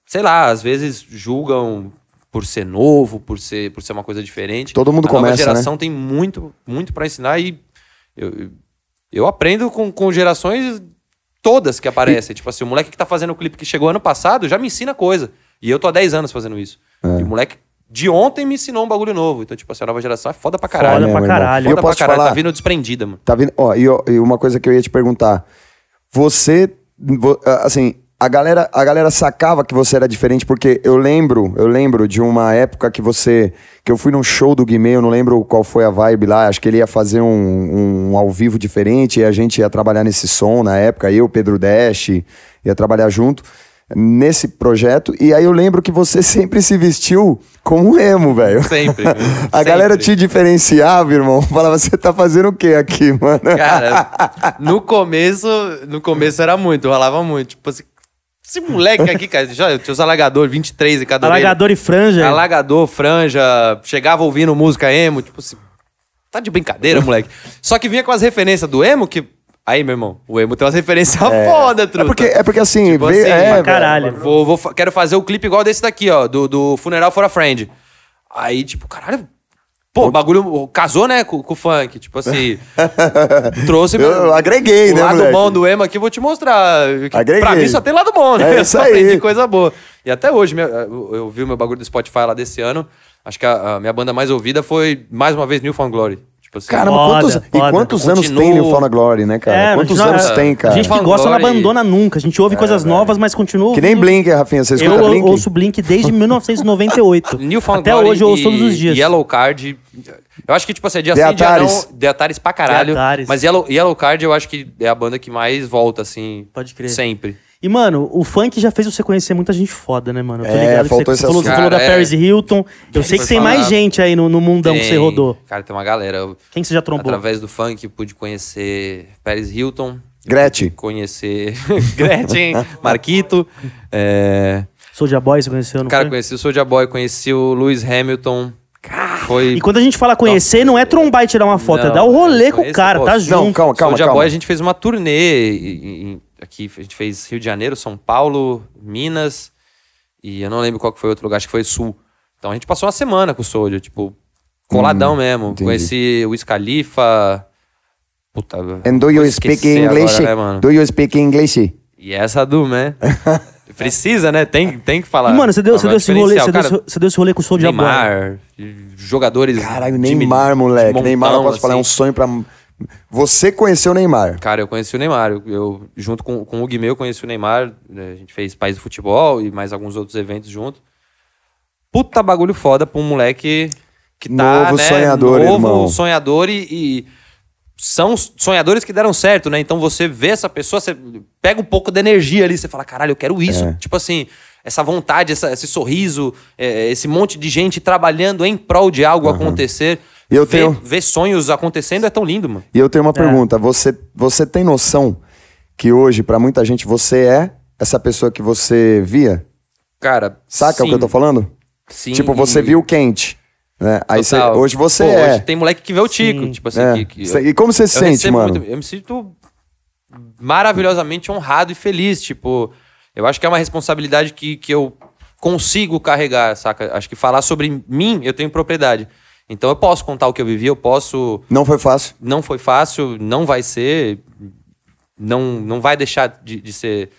S3: sei lá, às vezes julgam por ser novo, por ser, por ser uma coisa diferente.
S2: Todo mundo
S3: a
S2: começa, né?
S3: nova geração tem muito, muito para ensinar e eu, eu aprendo com, com gerações todas que aparecem. Tipo assim, o moleque que tá fazendo o clipe que chegou ano passado já me ensina coisa. E eu tô há 10 anos fazendo isso.
S2: É.
S3: E o moleque de ontem me ensinou um bagulho novo. Então, tipo assim, a nova geração é foda pra caralho.
S1: Foda
S2: mesmo,
S1: pra
S2: irmão.
S1: caralho.
S2: E eu
S3: Foda
S2: posso
S3: pra caralho,
S2: te falar,
S3: tá vindo desprendida, mano.
S2: Tá vindo. Ó, e, ó, e uma coisa que eu ia te perguntar. Você. vo- ah, Assim, a galera, a galera sacava que você era diferente, porque eu lembro, eu lembro de uma época que você. Que eu fui num show do Guimê, eu não lembro qual foi a vibe lá. Acho que ele ia fazer um, um ao vivo diferente e a gente ia trabalhar nesse som na época, eu, Pedro Dash, ia trabalhar junto. Nesse projeto, e aí eu lembro que você *laughs* sempre se vestiu como um emo, velho. *laughs*
S3: Sempre.
S2: A galera
S3: sempre.
S2: te diferenciava, irmão. *laughs* Falava, você tá fazendo o que aqui, mano?
S3: Cara, no começo, no começo era muito, rolava muito. Tipo assim, esse moleque aqui, cara, já, eu tinha os alagadores, 23 em cada orelha.
S1: Alagador e franja.
S3: Alagador, franja, chegava ouvindo música emo, tipo assim, tá de brincadeira, moleque. Só que vinha com as referências do emo, que... Aí, meu irmão, o emo tem umas referências foda,
S2: *laughs* É
S3: truta.
S2: porque, é porque assim,
S3: Tipo
S2: vê-
S3: assim,
S2: é,
S3: pra
S2: velho.
S1: caralho.
S3: Vou, vou fa- quero fazer o clipe igual desse daqui, ó, do, do Funeral for a Friend. Aí, tipo, caralho. Pô, o bagulho casou, né, com, com o funk.
S2: *laughs*
S3: Tipo assim, trouxe...
S2: Eu agreguei,
S3: o
S2: né,
S3: lado
S2: moleque?
S3: bom do emo aqui, eu vou te mostrar. Que Pra
S2: Agreguei.
S3: mim só tem lado bom, né?
S2: É
S3: *laughs* Eu
S2: isso
S3: só
S2: aí.
S3: aprendi coisa boa. E até hoje, minha- eu eu vi o meu bagulho do Spotify lá desse ano. Acho que a, a minha banda mais ouvida foi, mais uma vez, New Found Glory. Tipo assim,
S2: Caramba,
S1: Foda,
S2: quantos,
S1: foda.
S2: e quantos anos
S3: Continua-
S2: tem no Fauna Glory, né, cara?
S1: É,
S2: quantos
S1: mas
S2: anos
S1: não-
S2: tem, cara?
S1: A gente que gosta não
S3: Fanglore.
S1: abandona nunca. A gente
S3: É,
S1: ouve coisas novas, mas continua
S2: Que nem
S1: ouvindo.
S2: Blink, Rafinha. Você escuta
S1: Eu
S2: Blink?
S1: ouço Blink
S2: *laughs*
S1: desde 1998.
S3: Newfound
S1: Até
S3: Glory
S1: hoje eu ouço
S3: e-
S1: todos os dias.
S3: E Yellow Card. Eu acho que, tipo assim, dia
S2: The
S3: sim, dia não.
S2: Ataris.
S3: The Ataris pra caralho.
S1: The Ataris.
S3: Mas Yellow, Yellow Card eu acho que é a banda que mais volta, assim.
S1: Pode crer. Um
S3: Sempre.
S1: E, mano, o funk já fez você conhecer muita gente foda, né, mano? Eu tô
S2: É,
S1: ligado que
S2: faltou
S1: você,
S2: esse
S1: falou,
S2: assunto.
S1: você falou da
S3: Cara, é.
S1: Paris Hilton. Eu sei que
S3: foi
S1: tem mais
S3: falar.
S1: gente aí no, no mundão que você
S3: Tem-
S1: rodou.
S3: Cara, tem uma galera. Eu-
S1: Quem que você já trombou?
S3: Através do funk, pude conhecer Paris Hilton.
S2: Gretchen.
S3: Conhecer *laughs* Gretchen, Marquito. É...
S1: Soulja Boy, você conheceu? Não
S3: Cara,
S1: foi?
S3: conheci o Soulja Boy, conheci o Lewis Hamilton. Foi...
S1: E quando a gente fala conhecer, não é trombar e tirar uma foto, é
S3: Não,
S1: dar o rolê
S3: é
S1: com o
S3: conhecer,
S1: cara,
S3: pô,
S1: tá
S3: não,
S1: junto.
S2: Não, calma, calma,
S3: Soulja
S2: calma.
S3: Boy, a gente fez uma turnê e- e- aqui. A gente fez Rio de Janeiro, São Paulo, Minas. E eu não lembro qual que foi outro lugar, acho que foi Sul. Então a gente passou uma semana com o Soulja, tipo, coladão mesmo.
S2: Hum, entendi.
S3: Conheci o Scalifa. Puta,
S2: And do you
S3: vou
S2: speak
S3: esquecer
S2: English?
S3: Agora, né, mano?
S2: do you speak English?
S3: E essa
S1: *laughs*
S3: do, né? Precisa, né? Tem, tem que falar.
S1: E, mano, você deu,
S3: É um
S1: você deu esse rolê,
S3: diferencial.
S1: você deu,
S3: Cara,
S1: esse- você deu esse rolê com o Soulja Boy.
S3: Neymar, jogadores.
S2: Caralho,
S3: de
S2: Neymar,
S3: mil-
S2: moleque.
S3: de
S2: Neymar, eu
S3: montão,
S2: posso falar, é um
S3: assim.
S2: sonho pra... Você conheceu o Neymar.
S3: Cara, eu conheci o Neymar. Eu, eu, junto com, com o Guimê, eu conheci o Neymar. né, A gente fez País do Futebol e mais alguns outros eventos junto. Puta bagulho foda pra um moleque que tá,
S2: Novo
S3: né,
S2: sonhador,
S3: novo
S2: irmão.
S3: sonhador e, e são sonhadores que deram certo, né? Então você vê essa pessoa, você pega um pouco da energia ali, você fala, caralho, eu quero isso.
S2: É.
S3: Tipo assim, essa vontade, essa- esse sorriso, é, esse monte de gente trabalhando em prol de algo acontecer.
S2: E eu
S3: ver,
S2: tenho-
S3: ver sonhos acontecendo é tão lindo, mano.
S2: E eu tenho uma pergunta. Você, você tem noção que hoje, pra muita gente, você é essa pessoa que você via?
S3: Cara,
S2: Saca o que eu tô falando?
S3: Sim.
S2: Tipo, você viu o quente. Né? Aí você-
S3: Total.
S2: hoje você
S3: Pô,
S2: é.
S3: Hoje tem moleque que vê o Tico.
S1: Sim.
S3: Tipo assim,
S2: É.
S3: que- que-
S2: Cê- e como você se
S3: eu
S2: sente,
S3: recebo
S2: mano?
S3: muito- eu me sinto maravilhosamente honrado e feliz. Tipo, eu acho que é uma responsabilidade que, que eu consigo carregar, saca? Acho que falar sobre mim, eu tenho propriedade. Então eu posso contar o que eu vivi, eu posso.
S2: Não foi fácil.
S3: Não foi fácil, não vai ser. Não, não vai deixar de, de ser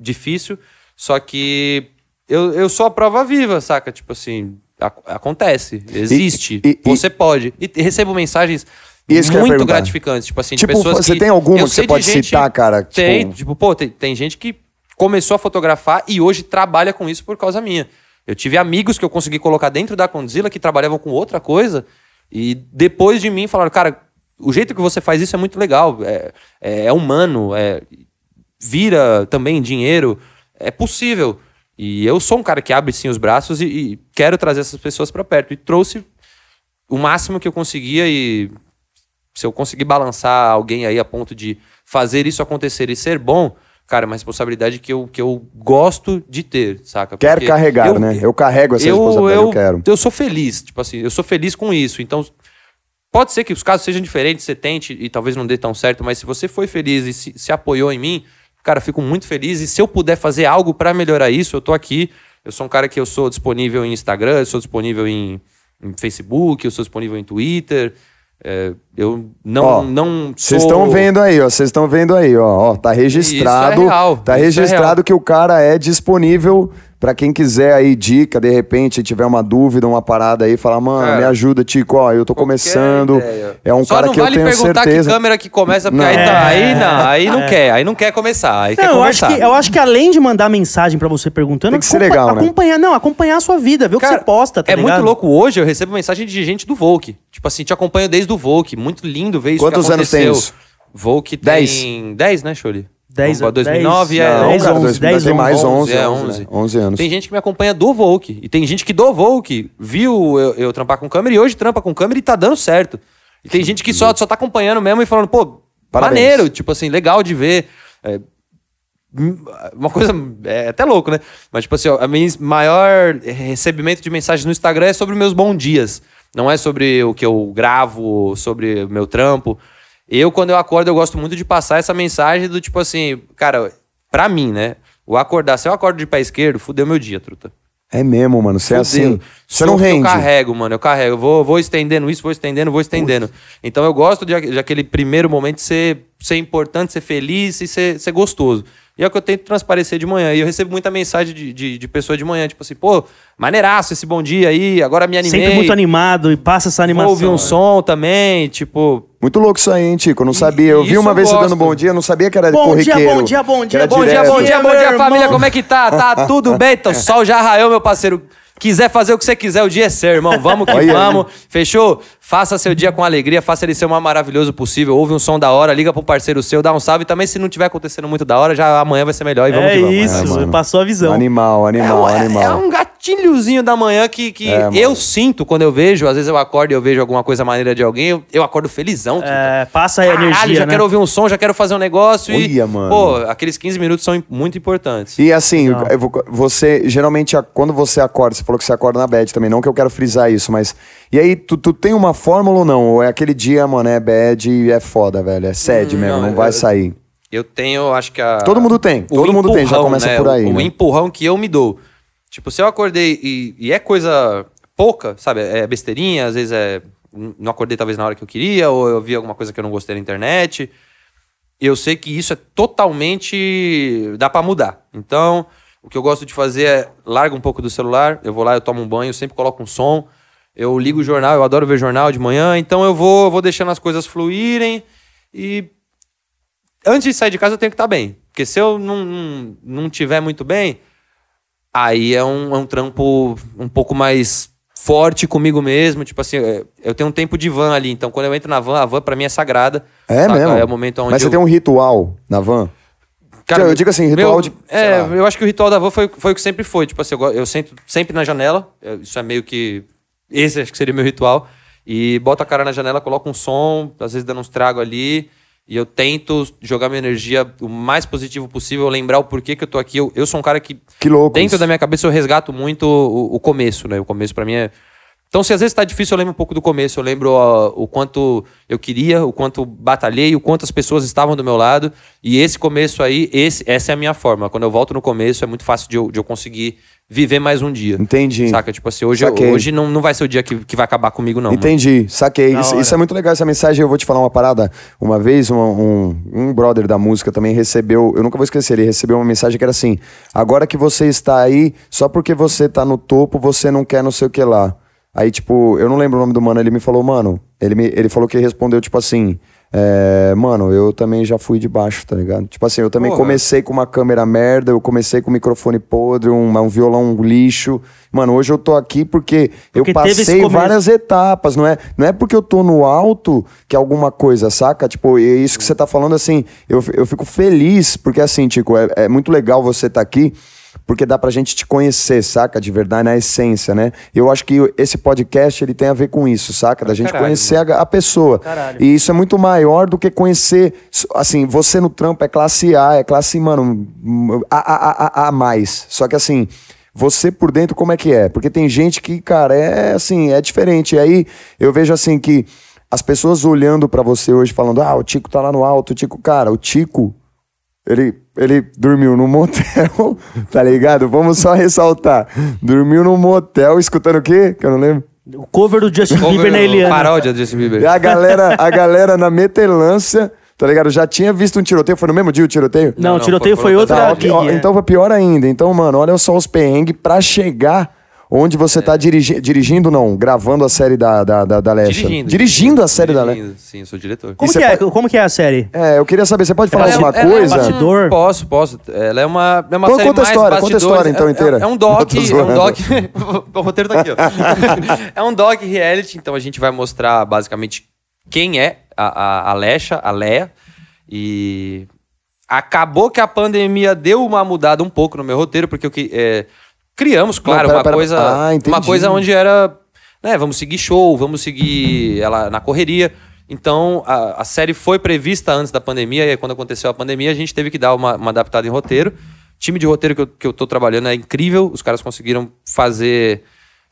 S3: difícil. Só que eu, eu sou a prova viva, saca? Tipo assim, ac- acontece, existe.
S2: e- e-
S3: você pode. E te- recebo mensagens
S2: Isso que eu ia
S3: muito
S2: perguntar.
S3: gratificantes. Tipo assim,
S2: Tipo,
S3: de pessoas
S2: você
S3: que.
S2: tem alguma
S3: eu
S2: que
S3: sei
S2: você
S3: de
S2: pode citar, cara? Tipo-
S3: Tem, tipo, pô, tem, tem gente que começou a fotografar e hoje trabalha com isso por causa minha. Eu tive amigos que eu consegui colocar dentro da Condzilla que trabalhavam com outra coisa e depois de mim falaram, cara, o jeito que você faz isso é muito legal, é, é- é humano, é, vira também dinheiro, é possível. E eu sou um cara que abre sim os braços e, e quero trazer essas pessoas pra perto. E trouxe o máximo que eu conseguia e se eu conseguir balançar alguém aí a ponto de fazer isso acontecer e ser bom, cara, é uma responsabilidade que eu, que eu gosto de ter, saca?
S2: Quero
S3: Porque
S2: carregar, né? Eu carrego essa responsabilidade, eu quero.
S3: Eu sou feliz, tipo assim, eu sou feliz com isso. Então, pode ser que os casos sejam diferentes, você tente e talvez não dê tão certo, mas se você foi feliz e se, se apoiou em mim, cara, eu fico muito feliz. E se eu puder fazer algo pra melhorar isso, eu tô aqui. Eu sou um cara que eu sou disponível em Instagram, eu sou disponível em, em Facebook, eu sou disponível em Twitter. É, eu não,
S2: Ó,
S3: não sou.
S2: Vocês estão vendo aí, ó. Vocês estão vendo aí, ó. ó tá registrado.
S3: Isso é real,
S2: Tá
S3: isso é
S2: registrado
S3: real.
S2: que o cara é disponível pra quem quiser aí dica, de repente tiver uma dúvida, uma parada aí, falar, mano,
S3: Cara,
S2: me ajuda, Tico, ó, eu tô começando.
S3: ideia.
S2: É um
S3: Só
S2: cara
S3: não
S2: que
S3: vale
S2: eu tenho
S3: perguntar
S2: certeza.
S3: que câmera que começa, porque
S2: Não.
S3: aí, tá, aí
S1: É.
S3: não, aí não quer, aí não quer começar, aí quer
S1: Não, eu acho,
S3: conversar.
S1: que, eu acho que além de mandar mensagem pra você perguntando,
S2: Tem que ser
S1: acompa-
S2: legal, né?
S1: acompanhar, não, acompanhar a sua vida, ver o
S3: Cara,
S1: que você posta, tá
S3: é
S1: ligado?
S3: muito louco hoje, eu recebo mensagem de gente do Volk. Tipo assim, te acompanho desde o Volk. Muito lindo ver isso.
S2: Quantos
S3: que
S2: anos tem
S3: aconteceu.
S2: isso?
S3: Volk tem 10, né, Choli?
S1: 10,
S3: Vamos pra 2009
S1: 10,
S3: é
S2: Não,
S1: 10,
S2: cara,
S1: 11,
S2: 2010 tem mais 11,
S3: 11, é,
S2: 11,
S3: 11.
S2: né? 11 anos.
S3: Tem gente que me acompanha do Volk. E tem gente que do Volk viu eu, eu trampar com câmera e hoje trampa com câmera e tá dando certo. E tem gente que só, só tá acompanhando mesmo e falando, pô,
S2: Parabéns.
S3: maneiro, tipo assim, legal de ver. É, hum, uma coisa é até louco, né? Mas, tipo assim, ó, a minha maior recebimento de mensagens no Instagram é sobre meus bons dias. Não é sobre o que eu gravo, sobre o meu trampo. Eu, quando eu acordo, eu gosto muito de passar essa mensagem do tipo assim, cara, pra mim, né? O acordar, se eu acordo de pé esquerdo, fudeu meu dia, truta.
S2: É mesmo, mano. Você é
S3: Fudeu.
S2: assim. Você
S3: Só
S2: não
S3: que Eu
S2: rende.
S3: carrego, mano. Eu carrego. Eu vou, vou estendendo isso, vou estendendo, vou estendendo. Então eu gosto de, de aquele primeiro momento ser, ser importante, ser feliz e ser, ser gostoso. E é o que eu tento transparecer de manhã. E eu recebo muita mensagem de, de, de pessoa de manhã, tipo assim, pô, maneiraço esse bom dia aí, agora me animei.
S1: Sempre muito animado e passa essa
S3: Vou
S1: animação.
S3: ouvir um
S1: né?
S3: som também, tipo,
S2: Muito louco isso aí, hein, Tico? Eu não sabia.
S3: e
S2: Eu vi
S3: isso
S2: uma
S3: eu
S2: vez você
S3: gosto.
S2: dando bom dia, eu não sabia que era
S1: Bom dia,
S2: corriqueiro.
S1: bom dia, bom
S2: que era
S1: dia,
S3: Bom dia,
S2: direto.
S3: bom dia, bom dia,
S1: Meu
S3: família.
S1: irmão.
S3: Como é que
S2: *laughs*
S3: tá? Tá tudo bem? Então, o sol já raiou, meu parceiro. Quiser fazer o que você quiser, o dia é seu, irmão. Vamos que
S2: Olha aí.
S3: vamos. Fechou? Faça seu dia com alegria, faça ele ser o mais maravilhoso possível. Ouve um som da hora, liga pro parceiro seu, dá um salve. Também se não tiver acontecendo muito da hora, já amanhã vai ser melhor e vamos
S1: É
S3: que vamos.
S1: isso,
S2: É, mano.
S1: passou a visão.
S2: Animal, animal,
S3: é, um- é-
S2: animal.
S3: é um gatilhozinho da manhã que, que
S2: É, mano.
S3: eu sinto quando eu vejo. Às vezes eu acordo e eu vejo alguma coisa maneira de alguém, eu, eu acordo felizão. Tuta.
S1: É, passa a
S3: Caralho,
S1: energia,
S3: já
S1: né?
S3: quero ouvir um som, já quero fazer um negócio.
S2: Olha,
S3: e,
S2: mano.
S3: Pô, aqueles 15 minutos são im- muito importantes.
S2: E assim,
S1: Legal.
S2: eu vou- você geralmente a- quando você acorda, você falou que você acorda na bad também, não que eu quero frisar isso, mas. E aí, tu, tu tem uma fórmula ou não? Ou é aquele dia, mano, é bad e é foda, velho. É sad mesmo, não,
S3: Hum, não,
S2: vai
S3: eu-
S2: sair.
S3: Eu tenho, acho que a.
S2: Todo mundo tem,
S3: o
S2: todo mundo tem, já
S3: empurrão,
S2: começa
S3: né?
S2: por aí.
S3: O, o
S2: né?
S3: empurrão que eu me dou. Tipo, se eu acordei e, e é coisa pouca, sabe? É besteirinha, às vezes é. Não acordei talvez na hora que eu queria, ou eu vi alguma coisa que eu não gostei na internet. Eu sei que isso é totalmente. dá pra mudar. Então, o que eu gosto de fazer é larga um pouco do celular, eu vou lá, eu tomo um banho, eu sempre coloco um som, eu ligo o jornal, eu adoro ver jornal de manhã, então eu vou, vou deixando as coisas fluírem e antes de sair de casa eu tenho que estar bem. Porque se eu não, não, não tiver muito bem, aí é um, é um trampo um pouco mais forte comigo mesmo. Tipo assim, é, eu tenho um tempo de van ali. Então, quando eu entro na van, a van pra mim é sagrada.
S2: É
S3: saca?
S2: mesmo?
S3: É o momento onde
S2: Mas você
S3: eu...
S2: tem um ritual na van? Cara, eu digo assim, ritual
S3: meu-
S2: de- sei
S3: É,
S2: lá.
S3: eu acho que o ritual da avó foi, foi o que sempre foi. Tipo assim, eu, go- eu sento sempre na janela. é, Isso é meio que. Esse acho que seria meu ritual. E boto a cara na janela, coloco um som, às vezes dando uns trago ali. E eu tento jogar minha energia o mais positivo possível, lembrar o porquê que eu tô aqui. Eu, eu sou um cara que.
S2: Que louco
S3: Dentro
S2: isso.
S3: da minha cabeça eu resgato muito o, o começo, né? O começo pra mim é. Então, se às vezes tá difícil, eu lembro um pouco do começo. Eu lembro ó, o quanto eu queria, o quanto batalhei, o quanto as pessoas estavam do meu lado. E esse começo aí, esse, essa é a minha forma. Quando eu volto no começo, é muito fácil de eu, de eu conseguir viver mais um dia.
S2: Entendi.
S3: Saca? Tipo assim, hoje, eu-
S2: Saquei.
S3: hoje não, não vai ser o dia que, que vai acabar comigo, não. mano.
S2: Entendi, saquei.
S1: né? Da
S2: Isso,
S1: hora.
S2: isso é muito legal, essa mensagem. Eu vou te falar uma parada. Uma vez, uma- um, um brother da música também recebeu, eu nunca vou esquecer, ele recebeu uma mensagem que era assim: agora que você está aí, só porque você tá no topo, você não quer não sei o que lá. Aí, tipo, eu não lembro o nome do mano, ele me falou, mano, ele, me, ele falou que respondeu, tipo assim. é, mano, eu também já fui de baixo, tá ligado? Tipo assim, eu também
S3: Porra.
S2: comecei comecei com uma câmera merda, eu comecei com um microfone podre, um, um violão lixo. Mano, hoje eu tô aqui porque,
S1: Porque
S2: eu
S1: teve esse
S2: passei
S1: começo.
S2: várias etapas, não é? Não é porque eu tô no alto que é alguma coisa, saca? Tipo, e isso que você tá falando, assim, eu, eu fico feliz, porque assim, Tico, é, é muito legal você tá aqui. Porque dá pra gente te conhecer, saca? De verdade, na essência, né? Eu acho que esse podcast, ele tem a ver com isso, saca? Da gente
S3: caralho,
S2: conhecer a, a pessoa.
S1: Caralho.
S2: E isso é muito maior do que conhecer. Assim, você no trampo é classe A, é classe, mano, a, a, a, a mais. Só que assim, você por dentro, como é que é? Porque tem gente que, cara, é assim, é diferente. E aí eu vejo assim que as pessoas olhando pra você hoje, falando, ah, o Tico tá lá no alto, o Tico, cara, o Tico. Ele, ele dormiu num motel, *laughs* tá ligado? Vamos só ressaltar. Dormiu num motel, escutando o quê? Que eu não lembro.
S1: O cover do Justin
S3: Cover-
S1: Bieber na Eliana.
S3: é Paródia do Justin Bieber.
S2: E a galera, a galera na metelância, tá ligado? Já tinha visto um tiroteio. Foi no mesmo dia o tiroteio?
S1: Não,
S3: Não,
S1: o
S3: não,
S1: tiroteio
S3: foi-
S1: foi,
S3: foi
S1: outra
S3: outra
S2: Tá, ok,
S1: gig,
S2: ó,
S1: é.
S2: Então foi pior ainda. Então, mano, olha só os perrengues pra chegar onde
S3: É.
S2: você tá dirigi- dirigindo, não, gravando a série da, da, da, da Leste.
S3: Dirigindo.
S2: a série da Leste.
S3: Dirigindo, Sim, eu sou diretor.
S1: Como
S2: E
S1: que,
S2: você
S1: é?
S2: pode-
S1: Como que é a série?
S2: É, eu queria saber, você pode falar
S1: Ela é-
S2: alguma
S1: ela é
S2: coisa?
S1: bastidor.
S3: Posso, posso. Ela é uma, é uma
S2: Então
S3: série
S2: conta a
S3: mais
S2: história, conta a
S3: bastidores.
S2: história, então,
S3: É- é-
S2: inteira.
S3: É, um doc,
S2: Eu *laughs* tô
S3: é
S2: zoando.
S3: um doc... *laughs* o roteiro tá aqui, ó. *laughs* é um doc reality, então a gente vai mostrar basicamente quem é a, a, a Lesha, a Leia. E acabou que a pandemia deu uma mudada um pouco no meu roteiro, porque eu que- é, criamos, claro,
S2: pera,
S3: uma,
S2: pera.
S3: coisa,
S2: Ah, entendi.
S3: uma coisa onde era, né, vamos seguir show, vamos seguir ela na correria. Então, a, a série foi prevista antes da pandemia, e aí quando aconteceu a pandemia, a gente teve que dar uma, uma adaptada em roteiro. O time de roteiro que eu, que eu tô trabalhando é incrível, os caras conseguiram fazer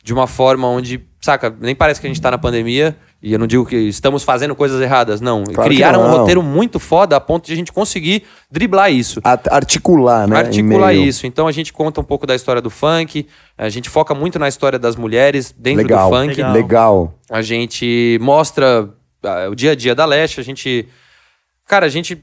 S3: de uma forma onde, saca, nem parece que a gente tá na pandemia, e eu não digo que estamos fazendo coisas erradas, não.
S2: Claro que
S3: Criaram um
S2: não.
S3: roteiro muito foda a ponto de a gente conseguir driblar isso
S2: At- Articular, né?
S3: articular
S2: e-mail.
S3: isso. Então a gente conta um pouco da história do funk, a gente foca muito na história das mulheres dentro
S2: Legal,
S3: do funk.
S1: Legal.
S2: legal.
S3: A gente mostra ah, o dia a dia da Leste, a gente. Cara, a gente.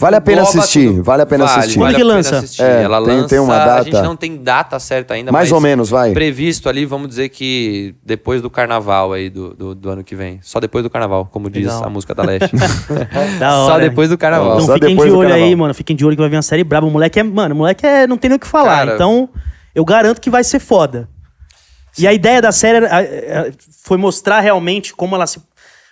S2: Vale a pena
S3: engloba
S2: assistir, vale a pena assistir.
S1: Quando que
S3: a pena
S1: lança?
S3: assistir.
S2: É,
S3: Ela
S2: tem-
S3: lança.
S2: tem uma
S3: A gente
S2: data?
S3: não tem data certa ainda,
S2: Mais
S3: mas
S2: ou menos, vai.
S3: Previsto ali, vamos dizer que depois do carnaval aí do, do, do ano que vem. Só depois do carnaval, como diz
S1: Legal.
S3: a música da Leste.
S1: *laughs* Da
S3: Só
S1: hora, hein?
S3: depois do carnaval.
S1: Então
S2: Só
S1: fiquem de
S2: depois do
S1: olho aí,
S2: carnaval.
S1: mano. Fiquem de olho que vai vir uma série braba. O moleque é, mano, o moleque é, não tem nem o que falar.
S3: Cara.
S1: Então, eu garanto que vai ser foda. E a ideia da série era- é, é, foi mostrar realmente como ela se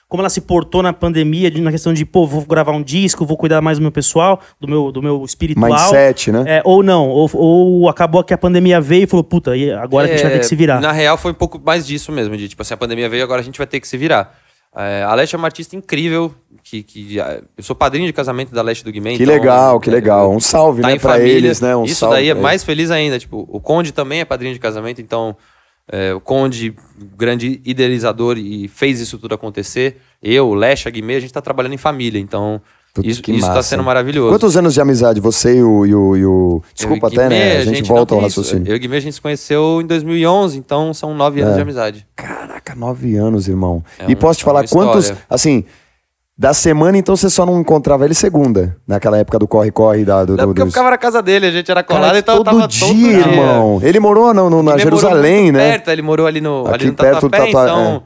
S1: como ela se portou na pandemia, de- na questão de, pô, vou gravar um disco, vou cuidar mais do meu pessoal, do meu, do meu espiritual.
S2: Mindset, né?
S1: É, ou não, ou, ou acabou que a pandemia veio e falou, puta, e agora a gente vai
S2: É,
S1: ter que se virar.
S3: Na real, foi um pouco mais disso mesmo, de tipo assim, a pandemia veio, agora a gente vai ter que se virar. É, a Leste é uma artista incrível, que, que ah, eu sou padrinho de casamento da Leste do Guimê.
S2: Que
S3: então,
S2: legal, que
S3: é,
S2: legal. Um salve,
S3: tá
S2: né,
S3: em
S2: pra
S3: família.
S2: eles, né? Um
S3: Isso
S2: salve
S3: daí é
S2: pra
S3: mais feliz ainda, tipo, o Conde também é padrinho de casamento, então é, o Conde, grande idealizador e fez isso tudo acontecer. Eu, Leste, a Guimê, a gente tá trabalhando em família, então
S2: Putz,
S3: isso,
S2: que
S3: isso tá
S2: massa,
S3: sendo
S2: hein?
S3: maravilhoso.
S2: Quantos anos de amizade você e o. E o, e o-
S3: Eu e
S2: Desculpa até,
S3: Guimê,
S2: né? A gente, volta
S3: não,
S2: ao
S3: que isso.
S2: raciocínio. É.
S3: Eu e Guimê a gente se conheceu em 2011, então são nove anos de amizade.
S2: Caraca, nove anos, irmão.
S3: É
S2: e
S3: um-
S2: posso te
S3: é
S2: falar
S3: uma
S2: quantos.
S3: história.
S2: Assim, da semana, então você só não encontrava ele segunda, naquela época do corre-corre da, do,
S3: Não,
S2: do,
S3: porque eu
S2: dos...
S3: ficava na casa dele, a gente era colado,
S2: Cara,
S3: então eu
S2: todo,
S3: tava
S2: dia,
S3: todo dia.
S2: irmão. Ele morou no, no- na
S3: Ele morou
S2: Jerusalém,
S3: muito
S2: né?
S3: Perto, ele morou ali no,
S2: Aqui
S3: ali no
S2: perto do
S3: Tatuapé,
S2: Tatuapé, é.
S3: então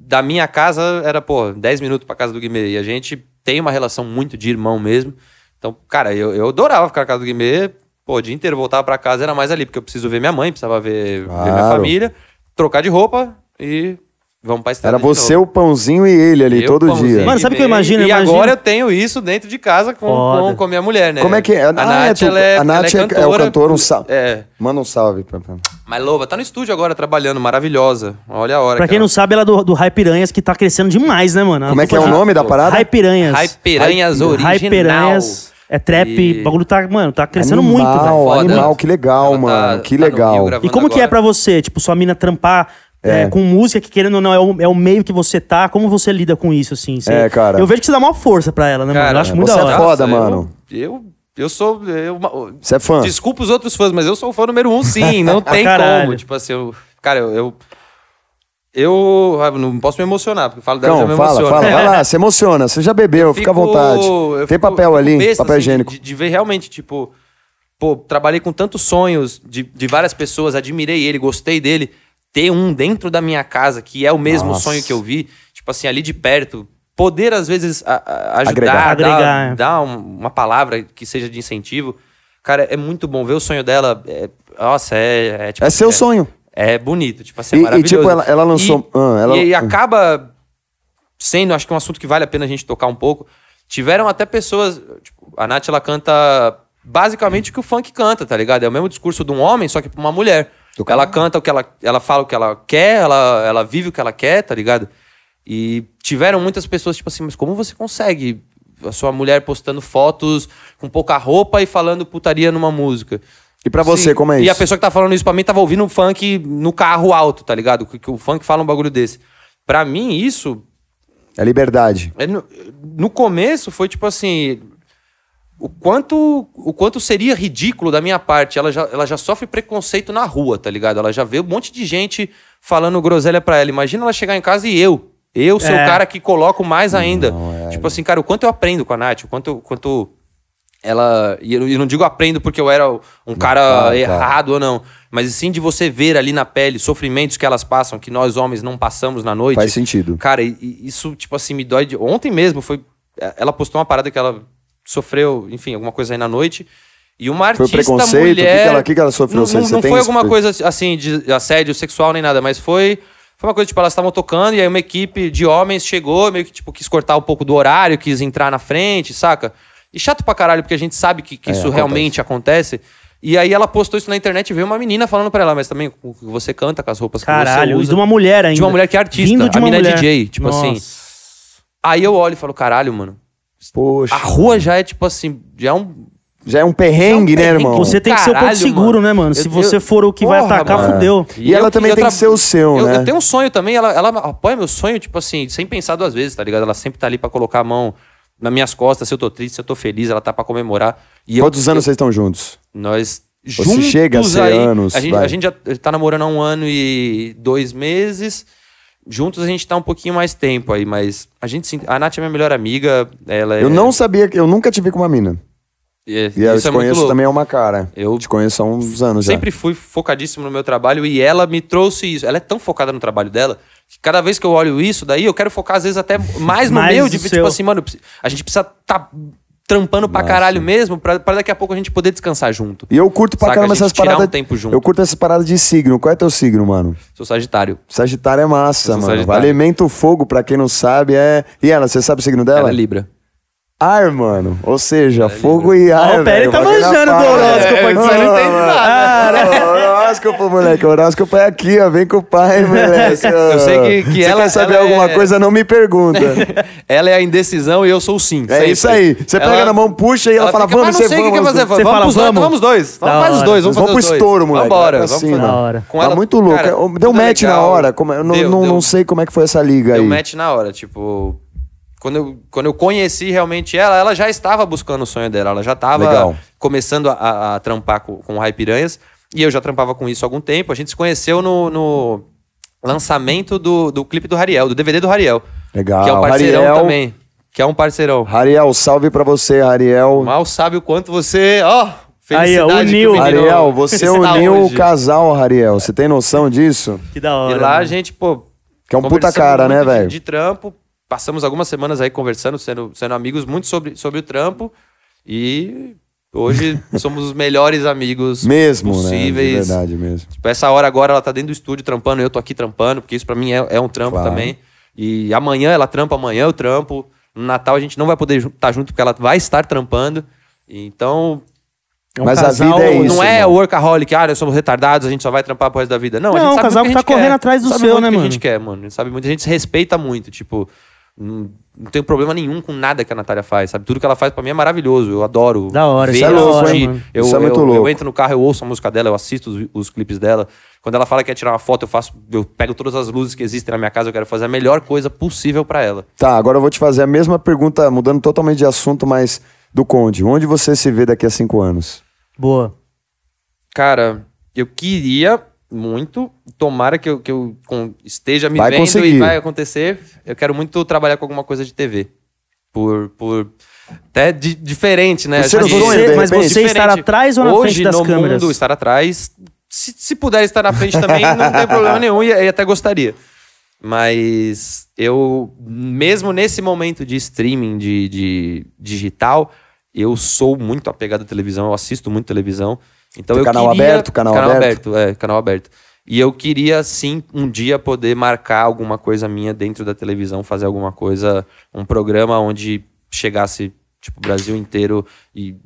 S3: da minha casa era, pô, 10 minutos pra casa do Guimê. E a gente tem uma relação muito de irmão mesmo. Então, cara, eu, eu adorava ficar na casa do Guimê. Pô, o dia inteiro voltava pra casa, era mais ali, porque eu preciso ver minha mãe, precisava ver, ver minha
S2: Claro.
S3: família, trocar de roupa, e vamos pra
S2: Era
S3: estrada de
S2: você,
S3: novo.
S2: o pãozinho e ele ali,
S3: Eu,
S2: todo
S3: pãozinho né?
S2: dia.
S1: Mano, sabe o que eu
S3: e-
S1: imagino?
S3: E
S1: Eu imagino-
S3: agora eu tenho isso dentro de casa com,
S1: Foda.
S3: com, com a minha mulher, né?
S2: Como é que é?
S3: A
S2: Ah, é,
S3: Nath,
S2: tu-
S3: ela é,
S2: a Nath
S3: ela é,
S2: é- é o
S3: cantora,
S2: cantor, um sal-
S3: É.
S2: Manda um salve. Pra... pra-
S3: Mas Louva tá no estúdio agora trabalhando, maravilhosa. Olha a hora.
S1: Pra quem
S3: cara.
S1: não sabe, ela é do, do Rai Piranhas, que tá crescendo demais, né, mano?
S2: Como é que é o nome da parada?
S1: Rai Piranhas.
S3: Rai Piranhas original.
S1: Rai Piranhas. É trap.
S3: E-
S1: O bagulho tá, mano, tá crescendo
S2: animal,
S1: muito, velho.
S3: Foda.
S2: Animal, que legal,
S3: Ela tá-
S2: mano. que
S3: tá no Rio
S2: legal.
S3: gravando.
S1: E como que é
S3: agora.
S1: pra você, tipo, sua mina trampar é, com música, que querendo ou não, é o, é o meio que você tá, como você lida com isso, assim? Você-
S2: É, cara.
S1: Eu vejo que você dá maior força pra ela, né, mano? Eu
S3: Cara,
S1: acho muito
S2: você
S1: da
S2: é
S1: hora.
S2: foda.
S3: eu-
S2: mano.
S3: Eu, eu sou. eu-
S2: Você é fã?
S3: Desculpa os outros fãs, mas eu sou o fã número
S1: *laughs*
S3: um, sim. Não tem
S1: Caralho.
S3: como. Tipo assim, eu, cara, eu. Eu, eu- ah, não posso me emocionar, porque eu falo dela, já
S2: Não,
S3: me
S2: fala,
S3: emociona.
S2: fala. Vai
S3: *laughs*
S2: lá, se emociona. Você já bebeu, fica à vontade.
S3: eu
S2: Tem
S3: fico-
S2: papel
S3: fico
S2: ali,
S3: besta,
S2: papel
S3: assim,
S2: higiênico.
S3: De, de ver realmente, tipo, pô, trabalhei com tantos sonhos de, de várias pessoas, admirei ele, gostei dele. Ter um dentro da minha casa, que é o mesmo
S2: Nossa.
S3: sonho que eu vi, tipo assim, ali de perto. Poder, às vezes, a- a- ajudar,
S2: Agregar.
S3: dar-
S1: Agregar, é.
S3: dar, um- uma palavra que seja de incentivo. Cara, é muito bom ver o sonho dela. é- nossa, é, é tipo.
S2: É seu
S3: é-
S2: sonho.
S3: é bonito, tipo assim,
S2: E-
S3: é
S2: e,
S3: maravilhoso.
S2: tipo, ela- ela lançou-
S3: E,
S2: ah, ela-
S3: e- e acaba sendo, acho que é um assunto que vale a pena a gente tocar um pouco. Tiveram até pessoas. Tipo, a Nath, ela canta basicamente o que o funk canta, tá ligado? É o mesmo discurso de um homem, só que pra uma mulher. Ela canta o que ela. Ela fala o que ela quer, ela, ela vive o que ela quer, tá ligado? E tiveram muitas pessoas, tipo assim, mas como você consegue? A sua mulher postando fotos com pouca roupa e falando putaria numa música.
S2: E pra você,
S3: Sim.
S2: como é
S3: E
S2: isso?
S3: a pessoa que tá falando isso pra mim tava ouvindo um funk no carro alto, tá ligado? Que, que o funk fala um bagulho desse. Pra mim, isso.
S2: É liberdade.
S3: é no, no começo foi tipo assim. O quanto, o quanto seria ridículo da minha parte. Ela já, ela já sofre preconceito na rua, tá ligado? Ela já vê um monte de gente falando groselha pra ela. Imagina ela chegar em casa e eu. Eu sou
S1: É.
S3: o cara que coloco mais ainda. tipo assim, cara, o quanto eu aprendo com a Nath, o quanto. O quanto ela. E eu, eu não digo aprendo porque eu era um cara
S2: claro,
S3: errado ou não. Mas sim de você ver ali na pele sofrimentos que elas passam, que nós homens não passamos na noite.
S2: Faz sentido.
S3: Cara, e- e isso, tipo assim, me dói. De... Ontem mesmo foi. é, Ela postou uma parada que ela sofreu, enfim, alguma coisa aí na noite. E
S2: Foi
S3: uma artista
S2: preconceito? O que
S3: mulher...
S2: que ela- o que que ela sofreu?
S3: Não,
S2: Você-
S3: não,
S2: você
S3: não
S2: tem
S3: foi
S2: esse-
S3: alguma coisa assim de assédio sexual nem nada, mas foi. Foi uma coisa, tipo, elas estavam tocando e aí uma equipe de homens chegou, meio que, tipo, quis cortar um pouco do horário, quis entrar na frente, saca? E chato pra caralho, porque a gente sabe que, que isso
S2: É, acontece.
S3: realmente acontece. E aí ela postou isso na internet e veio uma menina falando pra ela, mas também o que você canta com as roupas que você
S1: Caralho,
S3: usa.
S1: e de uma mulher ainda.
S3: De uma mulher que é artista.
S1: Vindo de
S3: a
S1: uma
S3: mina é
S1: mulher.
S3: DJ, tipo assim.
S1: Nossa.
S3: Aí eu olho e falo, caralho, mano.
S2: Poxa.
S3: A rua já é tipo assim, já é um.
S2: Já é um perrengue, né, irmão?
S1: Você tem que ser o ponto
S3: Caralho,
S1: seguro,
S3: mano.
S1: né, mano?
S3: Eu-
S1: Se
S3: eu-
S1: você for o que vai
S3: Porra,
S1: atacar,
S3: mano.
S1: fudeu.
S2: E ela também tem que ser o seu,
S3: eu,
S2: né?
S3: Eu tenho um sonho também, ela, ela apoia meu sonho, tipo assim, sem pensar duas vezes, tá ligado? Ela sempre tá ali pra colocar a mão nas minhas costas, se eu tô triste, se eu tô feliz, ela tá pra comemorar. E eu-
S2: Quantos anos vocês estão juntos?
S3: Nós
S2: Você
S3: juntos
S2: chega a ser
S3: aí,
S2: anos,
S3: A gente,
S2: vai.
S3: a gente já tá namorando há um ano e dois meses. Juntos a gente tá um pouquinho mais tempo aí, mas a gente se- a Nath é minha melhor amiga, ela é-
S2: Eu não sabia, que eu nunca tive com uma mina.
S3: é-
S2: E eu
S3: isso
S2: te
S3: é muito
S2: conheço
S3: louco.
S2: também é uma cara.
S3: Eu-
S2: te conheço há uns anos já.
S3: Sempre fui focadíssimo no meu trabalho e ela me trouxe isso. Ela é tão focada no trabalho dela que cada vez que eu olho isso daí, eu quero focar às vezes até mais no
S1: *laughs* Mais
S3: meu,
S1: no
S3: de, tipo
S1: seu.
S3: assim, mano, a gente precisa tá trampando pra caralho mesmo pra, pra daqui a pouco a gente poder descansar junto.
S2: E eu curto pra
S3: Saca,
S2: caramba
S3: a gente
S2: essas
S3: tirar
S2: paradas.
S3: um tempo junto.
S2: Eu curto essas paradas de signo. Qual é teu signo, mano?
S3: Sou sagitário.
S2: Sagitário é massa,
S3: Eu sou
S2: mano.
S3: Sagitário.
S2: Alimento fogo, pra quem não sabe, é. E ela, você sabe o signo dela?
S3: Ela é libra. é
S2: Ar, mano. Ou seja, fogo e ar.
S1: Ó, o Pérez
S2: velho.
S1: tá
S2: Bagulho na
S1: manjando do
S2: parada.
S1: horóscopo aqui, você não entende
S2: né? mano.
S1: nada. *laughs*
S2: Ah, Horóscopo, moleque. Horóscopo é aqui, ó. Vem com o
S3: *laughs*
S2: pai, moleque. Eu
S3: sei que- que ela-
S2: quer saber
S3: ela
S2: alguma
S3: é-
S2: coisa, não me pergunta.
S3: *laughs* Ela é a indecisão e eu sou o sim.
S2: É
S3: sempre.
S2: isso aí. Você pega
S3: Ela-
S2: na mão, puxa e ela, fala,
S3: fica,
S2: vamos,
S3: mas
S2: você
S3: não sei o que quer
S2: vamos.
S3: fazer.
S1: Você
S3: Vamos,
S1: fala,
S3: vamos, dois,
S1: vamos?
S3: vamos dois.
S1: Da
S3: Vamos faz os
S1: hora.
S3: dois, vamos
S2: Vamos
S3: fazer
S2: pro
S3: os dois.
S2: estouro, moleque. Assim, Vai
S3: Vambora,
S2: pra
S3: vamos
S2: cima.
S3: fazer.
S1: Da hora.
S3: Com
S2: Tá
S3: ela-
S2: muito louco.
S3: cara,
S2: Eu- deu
S3: tudo
S2: match na
S3: legal.
S2: hora. Como- eu não,
S3: Deu,
S2: não-
S3: deu.
S2: não sei como é que foi essa liga aí.
S3: Deu match na hora, tipo. Quando eu, quando eu conheci realmente ela, ela já estava buscando o sonho dela, ela já estava
S2: Legal.
S3: começando a- a, a trampar com, com o Hype Piranhas, e eu já trampava com isso há algum tempo. A gente se conheceu no, no lançamento do, do clipe do Rariel, do DVD do Rariel.
S2: Legal.
S3: Que é um parceirão
S2: Rariel-
S3: também. Que é um parceirão.
S2: Ariel, salve pra você, Ariel.
S3: Mal sabe o quanto você. Ó,
S1: Aí, ó,
S3: felicidade que
S1: uniu.
S3: o menino
S2: Ariel, você
S3: está
S2: uniu
S3: hoje.
S2: o casal, Ariel. Você tem noção disso?
S1: Que da
S3: E
S1: hora.
S3: lá a
S1: mano.
S3: gente, pô.
S2: Que é um puta
S3: conversamos
S2: cara, né,
S3: muito de-
S2: velho?
S3: De trampo. Passamos algumas semanas aí conversando, sendo, sendo amigos muito sobre, sobre o trampo. E
S2: *laughs*
S3: Hoje somos os melhores amigos
S2: Mesmo, né? De
S3: possíveis.
S2: verdade mesmo.
S3: Tipo, essa hora agora ela tá dentro do estúdio trampando, eu tô aqui trampando, porque isso pra mim é, é um trampo
S2: Claro.
S3: também. E amanhã ela trampa, amanhã eu trampo. No Natal a gente não vai poder estar junto, porque ela vai estar trampando. Então,
S1: É um
S2: Mas a
S1: casal-
S2: vida é
S3: não
S2: isso,
S3: é
S2: mano.
S3: workaholic, ah, nós somos retardados, a gente só vai trampar pro resto da vida. Não, a
S1: Não,
S3: gente
S1: o
S3: sabe
S1: casal
S3: muito
S1: que
S3: o
S1: tá correndo atrás do
S3: sabe
S1: seu,
S3: muito
S1: né,
S3: o que
S1: mano?
S3: a gente quer, mano. Sabe muito, a gente se respeita muito, tipo, não, não tenho problema nenhum com nada que a Natália faz, sabe? Tudo que ela faz pra mim é maravilhoso, eu adoro.
S1: Da hora,
S3: ver,
S1: isso é louco,
S3: assistir.
S1: hein, mano?
S3: Eu,
S2: Isso é
S3: eu-
S2: muito
S3: eu
S2: louco.
S3: entro no carro, eu ouço a música dela, eu assisto os, os clipes dela. Quando ela fala que quer tirar uma foto, eu faço, eu pego todas as luzes que existem na minha casa, eu quero fazer a melhor coisa possível pra ela.
S2: Tá, agora eu vou te fazer a mesma pergunta, mudando totalmente de assunto, mas do Conde. Onde você se vê daqui a cinco anos?
S1: Boa.
S3: Cara, eu queria muito, tomara que eu, que eu com- esteja me
S2: Vai
S3: vendo
S2: conseguir.
S3: e vai acontecer. Eu quero muito trabalhar com alguma coisa de TV. Por. por até di- diferente, né?
S2: Por ser
S3: Acho
S2: um
S3: que-
S2: sonho, de
S1: mas
S2: repente.
S1: você estar
S3: Diferente.
S1: atrás ou na
S3: Hoje,
S1: frente das
S3: no
S1: câmeras?
S3: mundo, estar atrás. Se, se puder estar na frente também,
S2: *laughs*
S3: não tem problema nenhum, e, e até gostaria. Mas eu, mesmo nesse momento de streaming, de, de digital, eu sou muito apegado à televisão, eu assisto muito televisão. Então
S2: Tem
S3: eu
S2: canal
S3: queria-
S2: aberto, canal aberto?
S3: é, canal aberto. E eu queria, sim, um dia poder marcar alguma coisa minha dentro da televisão, fazer alguma coisa, um programa onde chegasse, tipo, o Brasil inteiro e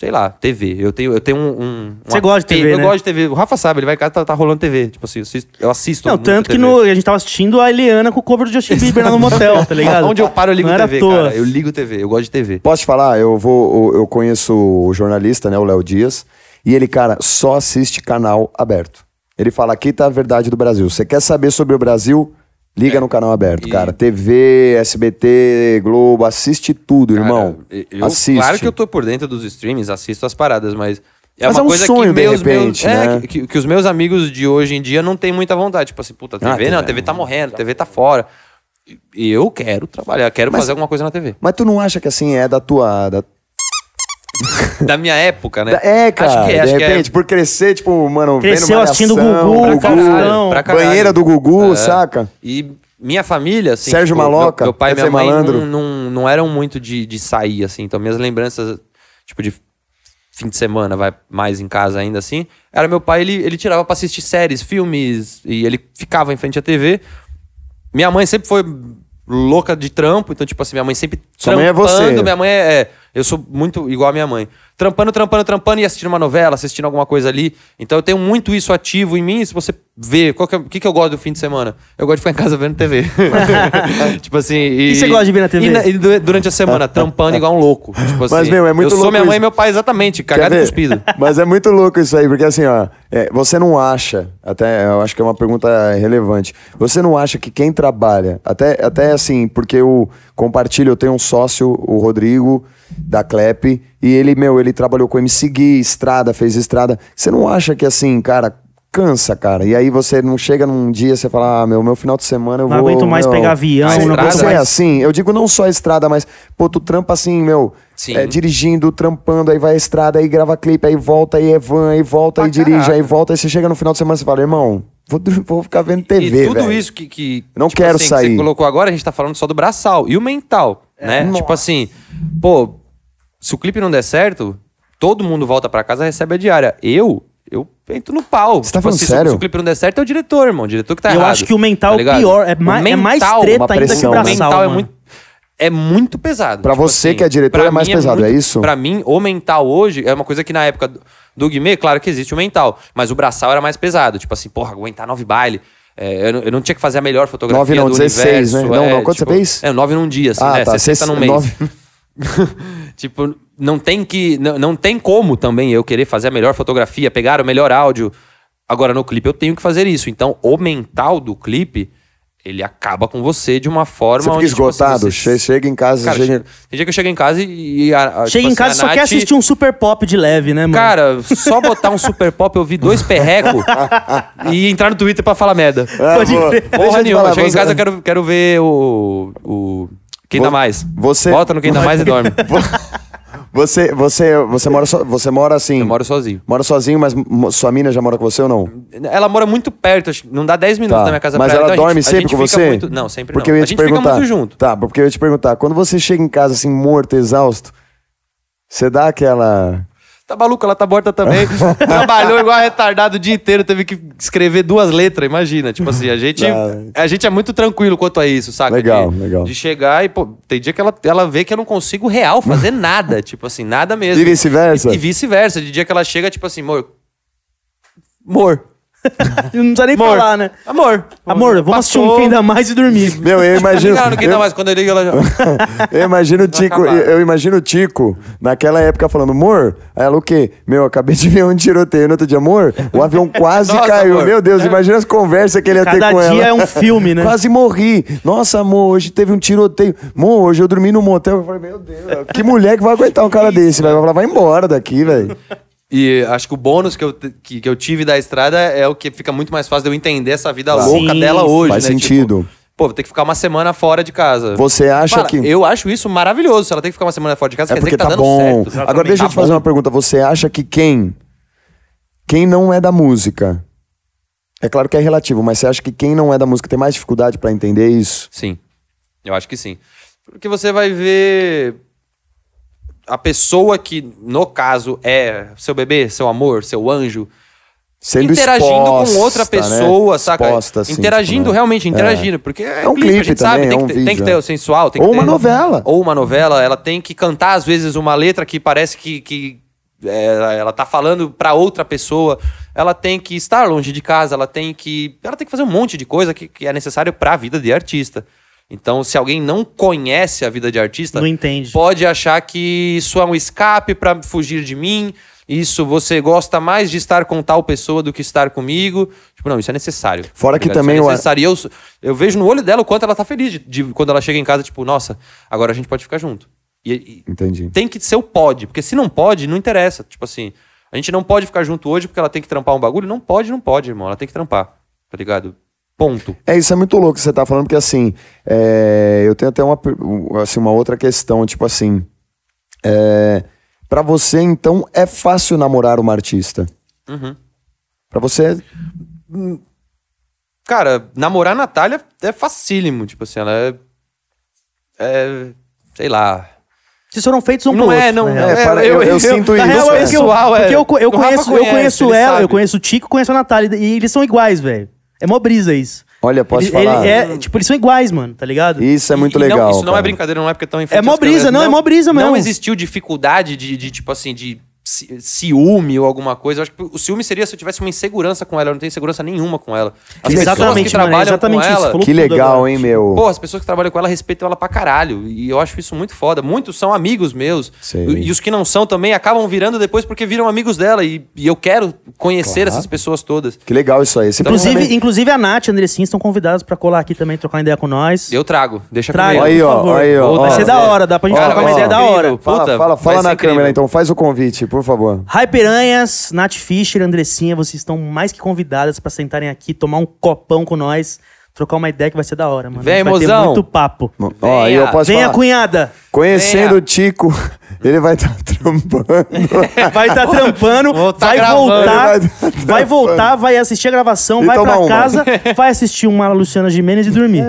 S3: sei lá, TV. Eu tenho, eu tenho um. um-
S1: Você
S3: um
S1: gosta de
S3: apego-
S1: TV,
S3: Eu
S1: né?
S3: gosto de TV. O Rafa sabe, ele vai em casa tá, tá rolando TV. Tipo assim, eu assisto. Eu assisto
S1: Não,
S3: muito
S1: tanto que
S3: TV.
S1: no- a gente tava assistindo a Eliana com o cover do Justin Bieber lá
S3: *laughs*
S1: no motel, tá ligado?
S3: Onde eu paro, eu ligo
S1: Não era
S3: TV,
S1: à toa.
S3: cara. Eu ligo TV, eu gosto de TV.
S2: Posso te falar? Eu vou, eu- eu conheço o jornalista, né, o Léo Dias, e ele, cara, só assiste canal aberto. Ele fala, aqui tá a verdade do Brasil. Você quer saber sobre o Brasil? Liga no canal aberto,
S3: É. e-
S2: cara. TV, SBT, Globo, assiste tudo,
S3: Cara,
S2: irmão.
S3: eu-
S2: assiste.
S3: Claro que eu tô por dentro dos streams, assisto as paradas, mas. É
S2: Mas
S3: uma
S2: é um
S3: coisa
S2: sonho,
S3: que
S2: de
S3: meus,
S2: repente,
S3: meus- é,
S2: né?
S3: que- que, que os meus amigos de hoje em dia não têm muita vontade. Tipo assim, puta, TV
S2: Ah, tá.
S3: não, a TV tá morrendo, a TV tá fora. E- E eu quero trabalhar, quero fazer alguma coisa na TV.
S2: Mas tu não acha que assim é da tua. da-
S3: Da minha época, né?
S2: da- É, cara.
S3: Acho que é,
S2: de
S3: acho que é.
S2: repente, por crescer, tipo, mano,
S1: Cresceu
S2: vendo
S1: assistindo o
S2: Malhação,
S1: Gugu,
S2: Gugu,
S3: Pra caralho, pra caralho.
S2: banheira do Gugu,
S3: É.
S2: saca?
S3: E minha família, assim.
S2: Sérgio Maloca,
S3: Meu, meu pai e
S2: Zé
S3: minha mãe
S2: Malandro.
S3: não, não, não eram muito de, de sair, assim. Então, minhas lembranças, tipo, de fim de semana, vai mais em casa ainda, assim. Era meu pai, ele, ele tirava pra assistir séries, filmes, e ele ficava em frente à TV. Minha mãe sempre foi louca de trampo, então, tipo assim, minha mãe sempre
S2: Sua mãe é você.
S3: Minha mãe é, é, Eu sou muito igual a minha mãe. Trampando, trampando, trampando e assistindo uma novela, assistindo alguma coisa ali. Então eu tenho muito isso ativo em mim. Se você vê, qual que é- o que, que eu gosto do fim de semana? Eu gosto de ficar em casa
S2: *laughs*
S3: vendo TV. tipo assim. E,
S1: que você gosta de ver na TV?
S3: E, e du- durante a semana, trampando igual um
S2: *laughs*
S3: louco. Tipo assim,
S2: meu, é muito
S3: Eu sou
S2: louco
S3: minha mãe
S2: isso.
S3: e meu pai exatamente,
S2: Quer
S3: cagado e
S2: ver?
S3: cuspido.
S2: *laughs* Mas é muito louco isso aí, porque assim, ó, é, você não acha, até eu acho que é uma pergunta relevante, você não acha que quem trabalha, até, até assim, porque eu compartilho, eu tenho um sócio, o Rodrigo, da Clep, e ele, meu, ele trabalhou com MC Gui, estrada, fez estrada. Você não acha que assim, cara, cansa, cara? E aí você não chega num dia, você fala, ah, meu, meu final de semana eu
S1: Não
S2: vou...
S1: aguento mais
S2: meu,
S1: pegar avião,
S2: você-
S3: não aguento
S2: Você é
S3: mais.
S2: assim, eu digo não só a estrada, mas, pô, tu trampa assim, meu,
S3: Sim.
S2: é, dirigindo, trampando, aí vai a estrada, aí grava clipe, aí volta, aí é van, aí volta,
S3: Pra
S2: aí dirige, aí
S3: caraca.
S2: volta, aí você chega no final de semana e você fala, irmão, vou, dur- vou ficar vendo TV,
S3: E
S2: velho.
S3: tudo isso que, que-
S2: Não quero
S3: assim, Que
S2: sair. É.
S3: você colocou agora, a gente tá falando só do braçal e o mental, né?
S2: Nossa.
S3: Tipo assim, pô, se o clipe não der certo, todo mundo volta pra casa e recebe a diária. Eu, eu entro no pau. Tipo assim,
S2: Você tá falando sério?
S3: Se o clipe não der certo, é o diretor, irmão. O diretor que tá
S1: Eu
S3: errado.
S1: acho que o mental é o
S3: ligado?
S1: pior, é mais- é mais treta
S2: ainda que o
S3: o
S2: braçal,
S3: mental é
S1: mano.
S3: muito é muito pesado. tipo assim,
S2: Pra você que é diretor,
S3: pra
S2: é mais
S3: mim
S2: pesado,
S3: muito-
S2: é isso?
S3: Pra mim, o mental hoje é uma coisa que na época do- do Guimê, claro que existe o mental, mas o braçal era mais pesado. Tipo assim, porra, aguentar nove baile. é, eu, não, eu não tinha que fazer a melhor fotografia
S2: Nove não,
S3: do
S2: 16,
S3: universo.
S2: né? Não,
S3: é,
S2: não, quanto
S3: tipo,
S2: você fez?
S3: É, nove num dia, assim,
S2: Ah,
S3: né?
S2: tá,
S3: 60 num mês. *laughs*
S2: nove-
S3: tipo, não tem que. Não, não tem como também eu querer fazer a melhor fotografia, pegar o melhor áudio. Agora, no clipe, eu tenho que fazer isso. Então, o mental do clipe, ele acaba com você de uma forma.
S2: Você fica
S3: onde, tipo assim,
S2: esgotado,
S3: você-
S2: che- chega em casa,
S3: Cara, *laughs*
S2: chega...
S3: tem dia que eu chego em casa e. e a-
S1: Chega
S3: a- tipo
S1: em
S3: assim,
S1: casa e
S3: a
S1: só quer
S3: Nath-
S1: assistir um super pop de leve, né, mano?
S3: Cara, só botar um super pop, eu vi dois perreco e entrar no Twitter pra falar merda.
S2: Ah,
S1: pode
S2: vou-
S1: crer.
S2: deixa eu
S3: Porra
S2: te
S3: nenhuma.
S2: falar,
S3: Chega em
S2: você-
S3: casa, eu quero, quero ver o. o quem
S2: Vo-
S3: dá mais.
S2: você-
S3: Bota no quem dá mais
S2: *laughs*
S3: e dorme.
S2: *laughs* Você, você, você, mora so- você mora assim...
S3: Eu moro sozinho.
S2: Mora sozinho, mas mo- sua mina já mora com você ou não?
S3: Ela mora muito perto, acho que não dá 10 minutos
S2: Tá.
S3: da minha casa
S2: Mas
S3: pra
S2: ela
S3: então a
S2: dorme
S3: gente- a
S2: sempre
S3: gente
S2: com
S3: fica
S2: você?
S3: muito- Não, sempre
S2: porque
S3: não.
S2: eu ia
S3: a
S2: te
S3: gente
S2: perguntar.
S3: fica muito junto.
S2: Tá, porque eu ia te perguntar. Quando você chega em casa assim, morto, exausto, Você dá aquela.
S3: Tá maluco? Ela tá
S2: *laughs*
S3: morta também. Trabalhou igual retardado o dia inteiro, teve que escrever duas letras, imagina. Tipo assim, a gente,
S2: Ah.
S3: a gente é muito tranquilo quanto a isso, saca?
S2: Legal,
S3: de,
S2: legal.
S3: De chegar e, pô, tem dia que ela, ela vê que eu não consigo
S2: *laughs*
S3: real fazer nada. tipo assim, nada mesmo.
S2: E vice-versa?
S3: E, e vice-versa. De dia que ela chega, tipo assim, amor. Amor.
S1: *laughs* Não precisa nem
S3: Amor.
S1: falar, né?
S3: Amor.
S1: Amor, vamos assistir um Quem Dá Mais e dormir.
S3: *laughs*
S2: Meu, eu imagino.
S3: Ligaram no quem Tá dá mais quando eu ligo, ela já.
S2: Eu imagino o
S3: Vai
S2: Tico,
S3: acabar.
S2: eu imagino o Tico naquela época falando, amor, aí ela o quê? Meu, acabei de ver um tiroteio no outro dia, amor, o avião quase
S3: Nossa,
S2: caiu.
S3: amor.
S2: Meu Deus, imagina as conversas que ele ia
S1: É. Cada
S2: ter com ela.
S1: dia é um filme, né?
S2: Quase morri. Nossa, amor, hoje teve um tiroteio. Amor, hoje eu dormi num motel. Eu falei, meu Deus, que mulher que vai aguentar um cara desse?
S1: né?
S2: Vai falar, vai embora daqui, velho.
S3: E acho que o bônus que eu, te- que, que eu tive da estrada é o que fica muito mais fácil de eu entender essa vida
S1: Claro.
S3: louca
S1: Sim,
S3: dela hoje.
S2: faz
S3: né?
S2: sentido.
S3: Tipo, pô, vou ter que ficar uma semana fora de casa.
S2: Você acha
S3: Fala,
S2: que.
S3: Eu acho isso maravilhoso. Se ela tem que ficar uma semana fora de
S2: É
S3: casa, quer
S2: porque
S3: dizer que tá,
S2: tá
S3: dando
S2: bom.
S3: certo.
S2: Agora deixa eu
S3: Tá
S2: te fazer
S3: bom.
S2: uma pergunta. Você acha que quem quem não é da música é claro que é relativo, mas você acha que quem não é da música tem mais dificuldade pra entender isso?
S3: Sim. Eu acho que sim. Porque você vai ver a pessoa que, no caso, é seu bebê, seu amor, seu anjo,
S2: Sendo
S3: interagindo
S2: exposta,
S3: com outra
S2: né?
S3: pessoa, saca?
S2: Exposta, assim,
S3: interagindo,
S2: tipo, né?
S3: realmente,
S2: É.
S3: interagindo. Porque é,
S2: É um
S3: a
S2: clipe
S3: gente
S2: também,
S3: sabe, tem,
S2: é um
S3: que ter, tem que
S2: vídeo,
S3: ter
S2: é.
S3: o sensual. Tem
S2: Ou
S3: que ter-
S2: uma novela.
S3: Ou uma novela, ela tem que cantar, às vezes, uma letra que parece que. que é, ela- ela tá falando pra outra pessoa, ela tem que estar longe de casa, ela tem que. Ela tem que fazer um monte de coisa que, que é necessário pra vida de artista. Então, se alguém não conhece a vida de artista,
S1: Não entende.
S3: pode achar que isso é um escape pra fugir de mim. Isso você gosta mais de estar com tal pessoa do que estar comigo. Tipo, não, isso é necessário.
S2: Fora
S3: Tá
S2: que
S3: ligado?
S2: também
S3: isso
S2: o
S3: é
S2: a-
S3: necessário. E eu, eu vejo no olho dela o quanto ela tá feliz de, de- quando ela chega em casa, tipo, nossa, agora a gente pode ficar junto. E, e
S2: Entendi.
S3: tem que ser o pode, porque se não pode, não interessa. Tipo assim, a gente não pode ficar junto hoje porque ela tem que trampar um bagulho. Não pode, não pode, irmão. Ela tem que trampar. Tá ligado? Ponto.
S2: É, isso é muito louco que você tá falando, porque assim, é, eu tenho até uma, per- um, assim, uma outra questão, tipo assim, é, para você, então, é fácil namorar uma artista?
S3: Uhum.
S2: Pra você,
S3: Cara, namorar a Natália é facílimo. Tipo assim, ela é. é sei lá.
S1: Vocês foram feitos um
S3: Não
S1: pro
S3: é,
S1: outro,
S3: não.
S1: na
S3: é,
S1: real.
S2: É, para- eu- eu sinto
S1: Na
S2: isso,
S1: real, é
S2: é.
S1: porque eu,
S3: Pessoal, é.
S1: porque eu, co- eu
S3: O Rafa
S1: conheço, eu
S3: conhece,
S1: conheço
S3: ele
S1: ela,
S3: sabe.
S1: eu conheço o Tico, conheço a Natália. E eles são iguais, velho. É mó brisa isso.
S2: olha, posso
S1: Ele-
S2: falar?
S1: ele é, tipo, eles são iguais, mano, tá ligado?
S2: Isso é
S3: E-
S2: muito
S3: e não-
S2: legal.
S3: isso não é
S2: cara.
S3: brincadeira, não é porque tão
S1: É mó brisa, não, é mó brisa mesmo.
S3: Não existiu dificuldade de, de, tipo assim, de ci- ciúme ou alguma coisa. Eu acho que o ciúme seria se eu tivesse uma insegurança com ela. Eu não tenho segurança nenhuma com ela. As pessoas
S1: exatamente,
S3: que
S1: mano, é
S3: trabalham
S1: exatamente
S3: com
S1: isso.
S3: ela.
S1: Falou
S2: Que
S1: tudo
S2: legal,
S1: agora.
S2: hein, meu?
S3: Pô, as pessoas que trabalham com ela respeitam ela pra caralho. E eu acho isso muito foda. Muitos são amigos meus.
S2: Sei.
S3: E, e os que não são também acabam virando depois porque viram amigos dela. E, e eu quero conhecer essas pessoas todas.
S2: Que legal isso aí. Esse
S1: Inclusive,
S2: pensamento-
S1: inclusive a Nath e a Andressinha estão convidadas pra colar aqui também, trocar uma ideia com nós.
S3: Eu trago. Deixa
S1: Traga,
S3: comigo.
S2: Aí,
S1: por
S2: ó,
S1: favor.
S2: aí, ó,
S1: Vai
S2: ó. é.
S1: ser da hora, dá pra gente
S2: Ó,
S1: trocar uma
S2: ó.
S1: ideia da hora.
S2: fala,
S3: Puta,
S2: fala,
S3: vai
S2: fala
S3: ser
S2: na
S3: incrível.
S2: câmera, então. Faz o convite, por favor.
S1: Hi Piranhas, Nath Fischer, Andressinha, vocês estão mais que convidadas pra sentarem aqui, tomar um copão com nós, trocar uma ideia que vai ser da hora, mano.
S3: Vem,
S1: A gente vai ter
S3: mozão.
S1: muito papo.
S2: Ó, aí eu posso
S1: Vem a
S2: falar.
S1: cunhada.
S2: Conhecendo
S3: Venha.
S2: o Tico, *laughs* ele vai tá estar trampando.
S1: Vai
S2: *laughs*
S1: estar trampando,
S3: Vou tá
S1: vai
S3: gravando.
S1: voltar,
S2: Ele vai
S1: vai,
S2: tá
S1: voltar, vai assistir a gravação,
S2: E
S1: vai
S2: tomar
S1: pra
S2: uma.
S1: casa, vai assistir uma Luciana Gimenez e dormir.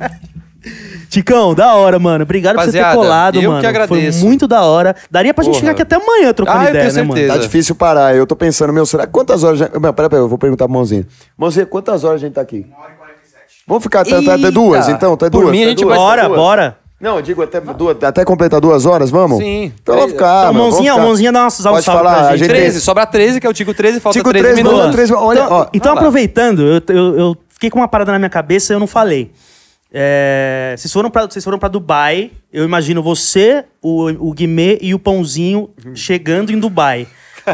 S2: É.
S1: *laughs* Ticão, da hora, mano. Obrigado por você
S3: Rapaziada,
S1: ter colado,
S3: eu que
S1: mano.
S3: agradeço.
S1: Foi muito da hora. Daria pra gente
S3: Porra.
S1: ficar aqui até amanhã trocando
S3: Ah, eu
S1: ideia,
S3: tenho
S1: né, mano?
S3: certeza.
S2: Tá difícil parar. Eu tô pensando, meu, será quantas horas já. Meu, pera, pera, eu vou perguntar pro mãozinho. Mãozinha, quantas horas a gente tá aqui? Uma hora e 47. Vamos ficar até, até- até duas,
S3: Eita.
S2: então? Até
S3: Por
S2: duas.
S3: mim, a
S2: até
S3: gente
S2: duas,
S1: Bora,
S2: até duas.
S1: bora.
S2: Não, eu digo até, duas, até completar duas horas, vamos?
S3: Sim.
S2: Então vamos ficar.
S1: Então,
S2: meu, vamos
S1: mãozinha,
S2: ficar.
S1: mãozinha, dá uma- dá um
S2: Pode
S1: salve
S2: falar,
S1: pra gente.
S2: a gente.
S3: 13, sobra 13, que é o Tico 13, falta
S2: Tico
S3: 13
S2: 13,
S3: minutos.
S2: manda três- olha,
S1: então,
S2: ó,
S1: então
S3: vai lá.
S1: aproveitando, eu, eu- eu fiquei com uma parada na minha cabeça e eu não falei. É, vocês foram pra- vocês foram para Dubai, eu imagino você, o, o Guimê e o Pãozinho chegando em Dubai.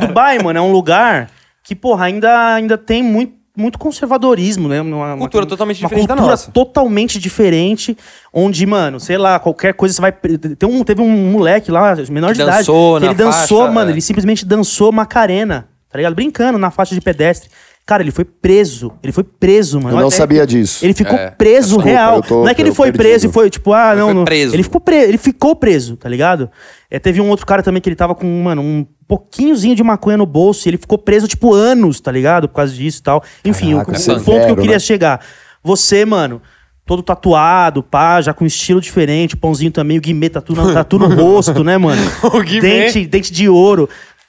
S1: Dubai, mano, é um lugar que, porra, ainda, ainda tem muito, muito conservadorismo, né? Uma,
S3: Cultura totalmente diferente da
S1: cultura
S3: nossa.
S1: totalmente diferente, onde, mano, sei lá, qualquer coisa você vai... Tem um, teve um moleque lá, menor
S3: Que
S1: de idade,
S3: dançou
S1: que
S3: na
S1: ele dançou,
S3: faixa,
S1: mano,
S3: é.
S1: ele simplesmente dançou Macarena, tá ligado? Brincando na faixa de pedestre. Cara, ele foi preso. Ele foi preso, mano.
S2: Eu não
S1: Até-
S2: sabia disso.
S1: Ele ficou
S3: É,
S1: preso
S2: desculpa,
S1: real.
S2: eu tô-
S1: não é que ele
S2: eu
S1: foi
S2: perdido.
S1: preso e foi tipo, ah, não,
S3: foi
S1: não.
S3: preso.
S1: Ele ficou preso, ele ficou preso, tá ligado? É, teve um outro cara também que ele tava com, mano, um pouquinhozinho de maconha no bolso e ele ficou preso tipo anos, tá ligado? Por causa disso e tal. Enfim, o-
S2: Caraca, é
S1: o,
S2: severo,
S1: ponto que eu queria
S2: né?
S1: chegar. Você, mano, todo tatuado, pá, já com estilo diferente, o pãozinho também, o Guimê tá tatu, no- tatu
S2: *laughs*
S1: no rosto, né, mano?
S3: O Guimê.
S1: Dente, dente de ouro.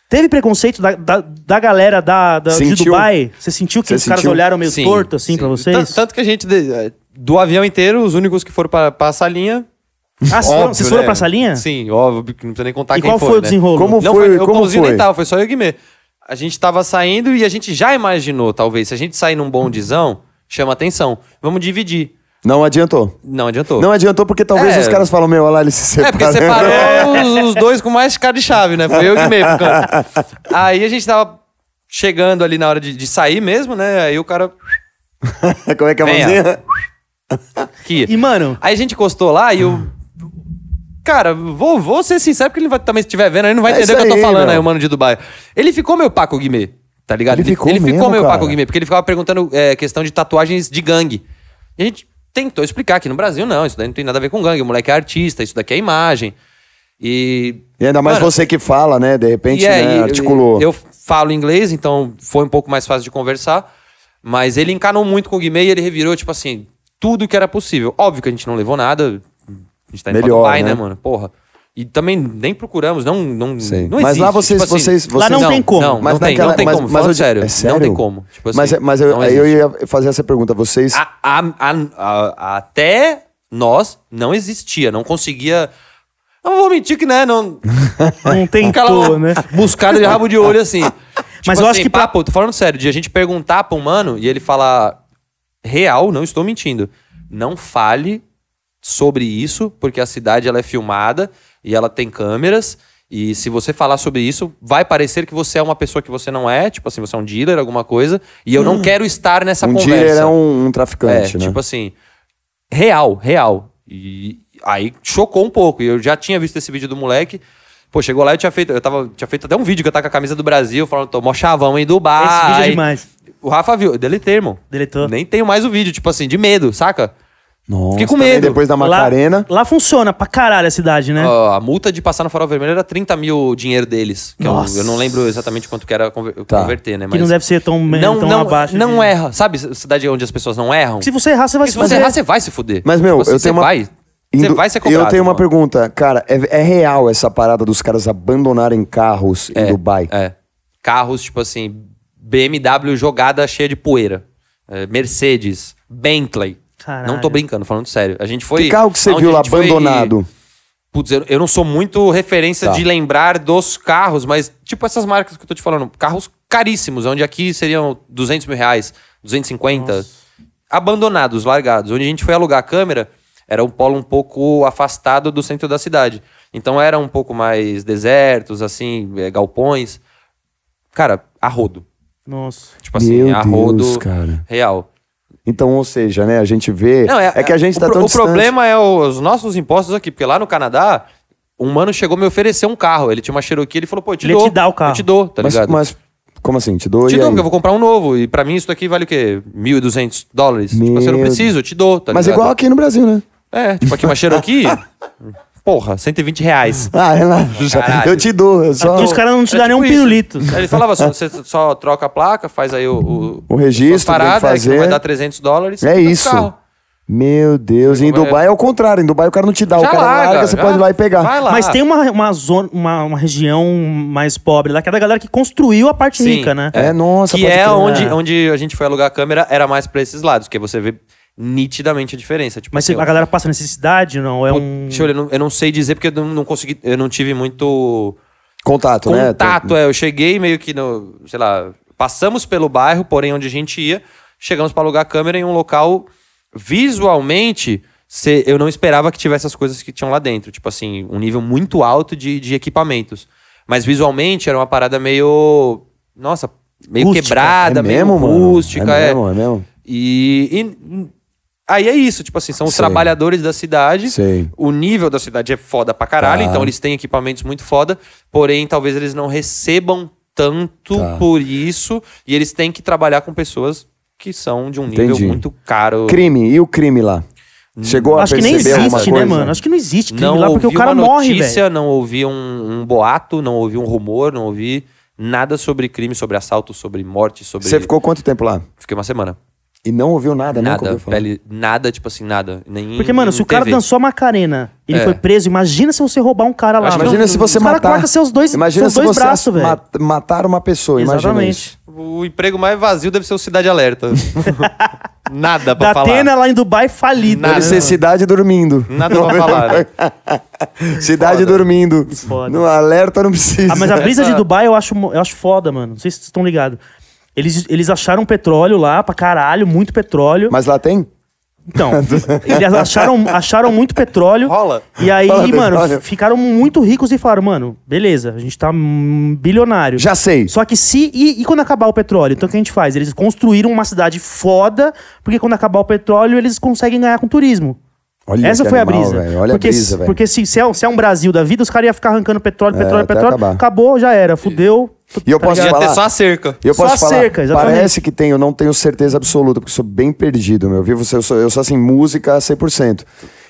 S1: Teve preconceito da, da, da galera da, da- de
S2: Sentiu?
S1: Dubai? Você sentiu que
S2: Você
S1: os caras
S2: sentiu?
S1: olharam meio
S5: Sim,
S1: torto, assim,
S5: sim.
S1: pra vocês?
S3: Tan- Tanto que a gente, de- eh, do avião inteiro, os únicos que foram pra, pra salinha.
S1: Ah, vocês foram,
S3: óbvio,
S1: vocês foram
S3: né?
S1: pra essa linha?
S3: Sim, óbvio, não precisa nem contar
S1: E
S3: quem
S1: qual
S3: foi.
S1: foi o
S3: né?
S1: desenrolo?
S2: Como
S3: Não
S2: foi?
S3: foi, o
S2: como
S3: Pãozinho
S2: foi?
S3: nem tava, foi só eu e o Guimê. A gente tava saindo e a gente já imaginou, talvez, se a gente sair num bondizão, chama atenção. Vamos dividir.
S2: Não adiantou.
S3: Não adiantou.
S2: Não adiantou porque talvez
S3: É.
S2: os caras falam, meu, olha lá, ele se separou.
S3: É, porque separou os, os dois com mais cara de chave, né? Foi eu e o Guimê. por causa. Aí a gente tava chegando ali na hora de, de sair mesmo, né? Aí o cara...
S2: *laughs* Como é que é a
S3: Venha.
S2: mãozinha?
S3: Que...
S1: E, mano,
S3: Aí a gente encostou lá e o. Cara, vou, vou ser sincero, porque ele vai, também se estiver vendo, ele não vai
S2: É
S3: entender o que eu
S2: isso
S3: tô
S2: aí,
S3: falando
S2: meu.
S3: aí, o mano de Dubai. Ele ficou meio Paco Guimê, tá ligado?
S2: Ele ficou mesmo,
S3: meio
S2: cara.
S3: Paco Guimê, porque ele ficava perguntando é, questão de tatuagens de gangue. E a gente tentou explicar que no Brasil não, isso daí não tem nada a ver com gangue, o moleque é artista, isso daqui é imagem. E.
S2: E ainda mais
S3: Mano,
S2: você que fala, né? De repente,
S3: e é,
S2: né,
S3: e-
S2: articulou.
S3: Eu falo inglês, então foi um pouco mais fácil de conversar. Mas ele encanou muito com o Guimê e ele revirou, tipo assim, tudo que era possível. Óbvio que a gente não levou nada. A gente tá indo
S2: Melhor,
S3: pra Dubai,
S2: né?
S3: né? mano? Porra. E também nem procuramos, não, não,
S2: Sim.
S3: não existe.
S2: mas lá vocês,
S3: tipo assim,
S2: vocês, vocês.
S1: Lá não tem como.
S3: Não,
S2: Mas
S3: não, tem,
S2: naquela-
S3: não tem
S2: mas-
S3: como.
S2: mas
S3: Falando
S2: eu digo-
S3: sério,
S2: é sério?
S3: Não tem como. Tipo assim,
S2: mas é- mas eu,
S3: não
S2: aí eu
S3: existe. Ah,
S2: ia fazer essa pergunta. Vocês.
S3: A- a- a- a- até nós não existia, não conseguia. Não vou mentir que, né? Não, *laughs*
S1: não tem
S3: aquela
S1: toa, né?
S3: buscada de rabo de olho, assim.
S1: Mas eu acho que pra-
S3: Papo, tô falando sério, de a gente perguntar pra um mano e ele falar real, não estou mentindo. Não fale sobre isso, porque a cidade ela é filmada e ela tem câmeras. E se você falar sobre isso, vai parecer que você é uma pessoa que você não é, tipo assim, você é um dealer, alguma coisa, e eu
S1: Hum.
S3: não quero estar nessa
S2: um
S3: conversa.
S2: dia
S1: é
S2: era um, um traficante,
S3: É,
S2: né?
S3: tipo assim, real, real. E aí chocou um pouco. E eu já tinha visto esse vídeo do moleque. Pô, chegou lá e eu tinha feito, eu tava, tinha feito até um vídeo que eu tava com a camisa do Brasil, falando, tô mó chavão em Dubai.
S1: Esse vídeo é demais.
S3: O Rafa viu, eu deletei, irmão.
S1: Deletou.
S3: Nem tenho mais o vídeo, tipo assim, de medo, saca?
S2: Nossa,
S3: Fiquei com
S2: também
S3: medo.
S2: Depois da Macarena.
S1: Lá, lá funciona pra caralho a cidade, né?
S3: É Ó, a multa de passar no farol vermelho era 30 mil o dinheiro deles. Que eu,
S1: Nossa.
S3: eu não lembro exatamente quanto que era conver- converter, né?
S1: que não deve ser tão,
S3: não,
S1: tão
S3: não,
S1: abaixo.
S3: não
S1: de-
S3: erra. Sabe cidade onde as pessoas não erram?
S1: Se você errar, você vai
S3: Porque se você
S1: fuder.
S3: errar, você vai se fuder.
S2: Mas, meu,
S3: Tipo assim,
S2: eu tenho
S3: você
S2: uma-
S3: vai. Você
S2: Indo-
S3: vai ser cobrado.
S2: Eu tenho uma
S3: mano.
S2: pergunta, cara. É, é real essa parada dos caras abandonarem carros em Dubai?
S3: É. Carros, tipo assim, BMW jogada cheia de poeira. É, Mercedes, Bentley.
S1: Caralho.
S3: Não tô brincando, falando sério. A gente foi.
S2: Que carro que você
S3: aonde
S2: viu
S3: a
S2: lá
S3: gente foi-
S2: abandonado?
S3: Putz, eu, eu não sou muito referência
S2: Tá.
S3: de lembrar dos carros, mas tipo essas marcas que eu tô te falando, carros caríssimos, onde aqui seriam 200 mil reais, 250, abandonados, largados. Onde a gente foi alugar a câmera, era um polo um pouco afastado do centro da cidade. Então era um pouco mais desertos, assim, eh, galpões. Cara, a rodo.
S1: Nossa.
S3: Tipo assim,
S2: Meu
S3: a rodo
S2: Deus, cara.
S3: real.
S2: Então, ou seja, né? A gente vê.
S3: Não,
S2: é, que a gente
S3: o
S2: tá
S3: pro-
S2: tão
S3: O problema é os nossos impostos aqui, porque lá no Canadá, um mano chegou a me oferecer um carro. Ele tinha uma Cherokee, ele falou, pô, eu te
S1: Ele
S3: dou.
S1: te dá o carro.
S3: Eu te dou, tá
S2: distante.
S3: ligado?
S2: mas, mas como assim? Te dou
S3: te
S2: e
S3: dou,
S2: aí?
S3: porque eu vou comprar um novo. E pra mim isso daqui vale o quê? 1.200 dólares? Tipo assim, eu não
S2: Meu
S3: preciso, eu te dou, tá
S2: Mas
S3: ligado?
S2: igual aqui no Brasil, né?
S3: É, tipo aqui uma Cherokee, *laughs* porra, 120 reais.
S2: Ah,
S3: *laughs*
S2: relaxa.
S3: Caralho.
S2: Eu te dou. Eu só...
S1: Aqui os caras não te
S3: É
S1: dão
S3: tipo
S1: nem um
S3: isso.
S1: pirulito.
S3: Aí Ele falava, só- você só troca a placa, faz aí o... O,
S2: O registro,
S3: suas
S2: tem
S3: paradas,
S2: que
S3: aí não
S2: fazer.
S3: vai dar 300 dólares.
S2: É
S3: você
S2: isso.
S3: compra o carro.
S2: Meu Deus, em
S3: Como é?
S2: Dubai é o contrário. Em Dubai o cara não te dá, Ah, o cara larga, você
S3: já
S2: pode ir lá e pegar.
S3: Vai lá.
S1: Mas tem uma, uma zona, uma, uma região mais pobre lá, que é da galera que construiu a parte
S3: Sim,
S1: rica, né?
S2: É, nossa,
S3: que
S2: pode
S3: é
S2: crer.
S3: onde, onde a gente foi alugar a câmera, era mais pra esses lados, que você vê nitidamente a diferença. Tipo,
S1: Mas se
S3: assim,
S1: a galera passa necessidade ou não? É
S3: eu-
S1: um.
S3: Deixa eu, olhar, eu, não, eu não sei dizer porque eu não, não consegui, eu não tive muito
S2: Contato, né?
S3: contato. é, eu cheguei meio que no, sei lá, passamos pelo bairro, porém onde a gente ia, chegamos pra alugar a câmera em um local visualmente cê- eu não esperava que tivesse as coisas que tinham lá dentro, tipo assim, um nível muito alto de, de equipamentos. Mas visualmente era uma parada meio, nossa, meio
S1: Rústica.
S3: quebrada,
S2: É mesmo,
S3: meio
S2: mano?
S3: rústica,
S2: é
S3: é.
S2: mesmo, é mesmo.
S3: E, e- aí é isso, tipo assim, são os
S2: Sei.
S3: trabalhadores da cidade.
S2: Sei.
S3: O nível da cidade é foda pra caralho,
S2: Tá.
S3: então eles têm equipamentos muito foda, porém talvez eles não recebam tanto
S2: Tá.
S3: por isso e eles têm que trabalhar com pessoas que são de um nível
S2: Entendi.
S3: muito caro.
S2: Crime, e o crime lá? Chegou a
S1: Acho que nem
S2: perceber alguma
S1: existe, né,
S2: coisa?
S1: mano? Acho que não existe crime
S3: Não
S1: lá, porque o
S3: ouvi
S1: cara
S3: uma
S1: morre,
S3: notícia,
S1: velho.
S3: não ouvi um, um boato, não ouvi um rumor, não ouvi nada sobre crime, sobre assalto, sobre morte, sobre
S2: Você ficou quanto tempo lá?
S3: Fiquei uma semana.
S2: E não ouviu nada, né, nunca
S3: Nada,
S2: ouviu falar.
S3: pele, nada, tipo assim, nada. Nem
S1: Porque, mano,
S3: em
S1: se o cara
S3: TV.
S1: dançou a Macarena e ele
S3: É.
S1: foi preso, imagina se você roubar um cara lá.
S3: Acho-
S1: mano.
S2: Imagina se você
S1: Os
S2: matar.
S1: cara corta seus dois,
S2: imagina
S1: seus
S2: se
S1: dois
S2: você
S1: braços, velho.
S2: ma- matar uma pessoa, imagina
S1: Exatamente.
S2: isso.
S3: O emprego mais vazio deve ser o
S1: *laughs*
S3: Cidade Alerta. nada pra
S1: Da
S3: falar.
S1: Atena lá em Dubai é falida.
S3: Nada.
S2: Deve ser cidade dormindo.
S3: Nada pra
S2: é
S3: falar.
S2: *laughs*
S3: né?
S2: Cidade dormindo.
S1: Foda.
S2: No alerta não precisa.
S1: Ah, mas a brisa
S3: Essa-
S1: de Dubai eu acho, mo- eu acho foda, mano. Não sei se vocês estão ligados. Eles, eles acharam petróleo lá pra caralho, muito petróleo.
S2: Mas lá tem?
S1: Então, eles acharam, acharam muito petróleo.
S3: Rola.
S1: E aí,
S2: Fala,
S1: mano,
S2: petróleo.
S1: f- ficaram muito ricos e falaram, mano, beleza, a gente tá hum, bilionário.
S2: Já sei.
S1: Só que se. E, e quando acabar o petróleo? Então o que a gente faz? Eles construíram uma cidade foda, porque quando acabar o petróleo, eles conseguem ganhar com turismo.
S2: Olha
S1: Essa
S2: que
S1: foi
S2: animal,
S1: a brisa.
S2: velho. Olha
S1: porque,
S2: a brisa,
S1: se-
S2: velho. É,
S1: Porque se, se, é, um- se é um Brasil da vida, os caras iam ficar arrancando petróleo, petróleo,
S2: até
S1: petróleo.
S2: acabar.
S1: Acabou, já era. Fudeu. Tá
S2: E eu posso
S3: Ia
S2: falar.
S3: ter só a cerca.
S2: E eu
S1: Só
S2: posso
S1: a
S2: falar,
S1: cerca, exatamente.
S2: parece que tem, eu não tenho certeza absoluta, porque eu sou bem perdido, meu. Eu, vivo, eu, sou, eu sou assim, música 100%.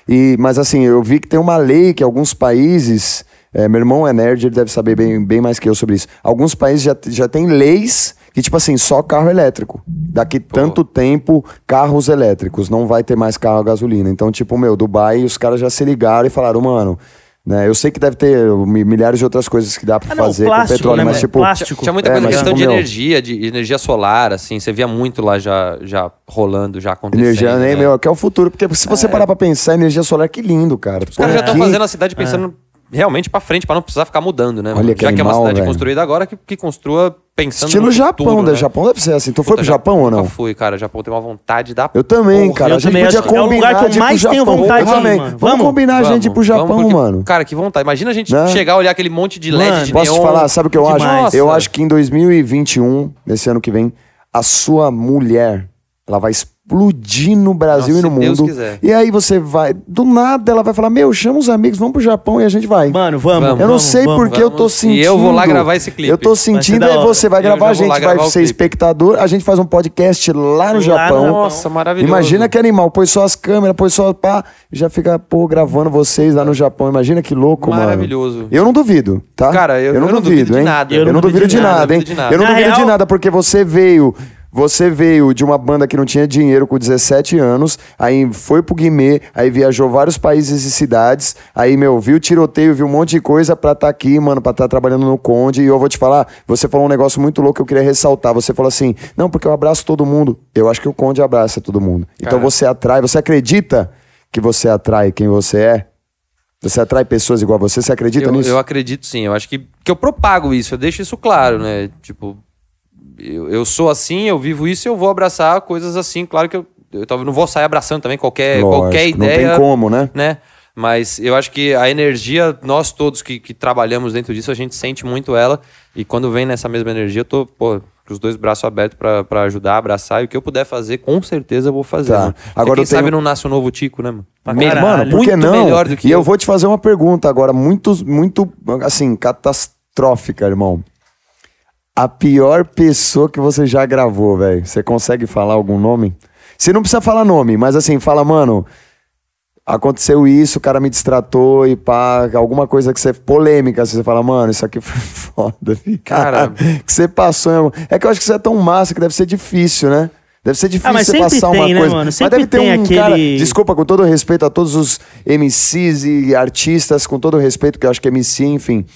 S2: E, mas assim, eu vi que tem uma lei que alguns países, é, meu irmão é nerd, ele deve saber bem, bem mais que eu sobre isso. Alguns países já, já tem leis que, tipo assim, só carro elétrico. Daqui tanto tempo, carros elétricos, não vai ter mais carro a gasolina. Então, tipo, meu, Dubai, os caras já se ligaram e falaram, mano... Né? Eu sei que deve ter mi- milhares de outras coisas que dá pra
S1: Ah, não,
S2: fazer
S1: plástico,
S2: com petróleo,
S1: né,
S2: mas
S1: mano?
S2: tipo,
S1: Plástico.
S3: Tinha muita
S2: É,
S3: coisa,
S2: mas
S3: questão
S2: tipo,
S3: de
S2: meu-
S3: energia, de energia solar, assim. Você via muito lá já, já rolando, já acontecendo.
S2: Energia, né,
S3: né?
S2: meu? Que é o futuro. Porque se você parar pra pensar, energia solar, é que lindo, cara.
S3: Os caras já estão
S2: aqui-
S3: fazendo a cidade pensando realmente pra frente, pra não precisar ficar mudando, né? mano?
S2: Olha que
S3: já que é uma
S2: animal,
S3: cidade
S2: velho.
S3: construída agora, que, que construa pensando
S2: Estilo
S3: no
S2: Japão,
S3: futuro,
S2: da
S3: né?
S2: Japão deve ser assim. Tu foi
S3: Puta,
S2: pro Japão ou não?
S3: Nunca fui, cara. Japão tem uma vontade da...
S2: Eu também,
S3: Porra,
S2: cara.
S1: eu
S2: a gente
S1: também
S2: podia
S1: acho que é o
S2: combinar
S1: lugar que eu
S2: de ir pro
S1: mais tenho
S2: Japão.
S1: vontade
S2: Eu
S1: de ir,
S2: também.
S1: mano.
S2: Vamos,
S1: Vamos?
S2: combinar a gente
S3: Vamos,
S2: ir pro Japão,
S3: vamos, porque-
S2: mano.
S3: Cara, que vontade. Imagina a gente
S2: Né?
S3: chegar, olhar aquele monte de LED
S1: Mano,
S3: de
S2: Posso te
S3: neon.
S2: falar, sabe o que eu acho?
S1: Demais.
S2: Eu
S3: Nossa.
S2: acho que em 2021, nesse um, ano que vem, a sua mulher, ela vai explodir no Brasil
S3: Nossa,
S2: e no
S3: se Deus
S2: mundo.
S3: quiser.
S2: E aí você vai, do nada ela vai falar: "Meu, chama os amigos, vamos pro Japão e a gente vai".
S1: Mano, vamos.
S3: Vamos.
S2: Eu não
S1: vamos,
S2: sei
S1: vamos.
S2: porque eu tô
S3: vamos.
S2: sentindo.
S3: E eu vou lá gravar esse clipe.
S2: Eu tô
S3: Vai
S1: ser
S2: sentindo,
S1: da
S2: aí
S1: hora.
S2: você vai
S3: Eu já
S2: gravar, a
S3: vou lá
S2: gente vai
S3: gravar o
S2: ser
S3: clipe.
S2: espectador, a gente faz um podcast lá no
S1: Japão.
S2: Japão.
S3: Nossa, maravilhoso.
S2: Imagina que animal, põe só as câmeras, põe só pá, já fica pô gravando vocês lá no Japão. Imagina que louco, mano.
S3: Maravilhoso.
S2: Eu não duvido, tá?
S3: Cara, eu- eu não duvido de
S2: hein?
S3: nada.
S2: Eu, não duvido de nada,
S3: eu
S2: hein?
S3: não duvido de nada.
S2: Eu não
S1: Na
S2: duvido de
S1: real-
S2: nada porque você veio você veio de uma banda que não tinha dinheiro com 17 anos, aí foi pro Guimê, aí viajou vários países e cidades, aí, meu, viu tiroteio, viu um monte de coisa pra estar aqui, mano, pra estar trabalhando no Conde. E eu vou te falar, você falou um negócio muito louco que eu queria ressaltar. Você falou assim: não, porque eu abraço todo mundo. Eu acho que o Conde abraça todo mundo. Então
S3: Cara.
S2: você atrai, você acredita que você atrai quem você é? Você atrai pessoas igual a você? Você acredita
S3: eu,
S2: nisso?
S3: eu acredito sim. Eu acho que, que eu propago isso, eu deixo isso claro, né? Tipo, eu, eu sou assim, eu vivo isso, eu vou abraçar coisas assim. Claro que eu, eu talvez não vou sair abraçando também qualquer,
S2: Lógico,
S3: qualquer
S2: Não
S3: ideia.
S2: tem como, né?
S3: né? Mas eu acho que a energia, nós todos que, que trabalhamos dentro disso, a gente sente muito ela. E quando vem nessa mesma energia, eu tô, pô, com os dois braços abertos pra pra ajudar, abraçar. E o que eu puder fazer, com certeza eu vou fazer.
S2: Tá.
S3: Mano. Porque
S2: Agora
S3: quem
S2: eu tenho-
S3: sabe não nasce um novo Tico, né, mano?
S1: Pra
S3: Me-
S1: caralho.
S2: Mano, por que
S3: muito
S2: não?
S3: melhor do que
S2: e eu vou te fazer uma pergunta agora, muito, muito, assim, catastrófica, irmão. A pior pessoa que você já gravou, velho. Você consegue falar algum nome? Você não precisa falar nome, mas assim, fala, mano, aconteceu isso, o cara me distratou e pá, alguma coisa que você. polêmica, assim, você fala, mano, isso aqui *laughs* foi foda, filho.
S3: Cara.
S2: *laughs* que você passou. em algum- É que eu acho que você é tão massa que deve ser difícil, né? Deve ser difícil
S1: Ah, mas
S2: você
S1: sempre
S2: passar uma
S1: tem, né,
S2: coisa.
S1: mano?
S2: Mas
S1: Sempre
S2: deve ter
S1: tem
S2: um
S1: aquele-
S2: cara. Desculpa, com todo o respeito a todos os MCs e artistas, com todo o respeito, que eu acho que MC, enfim.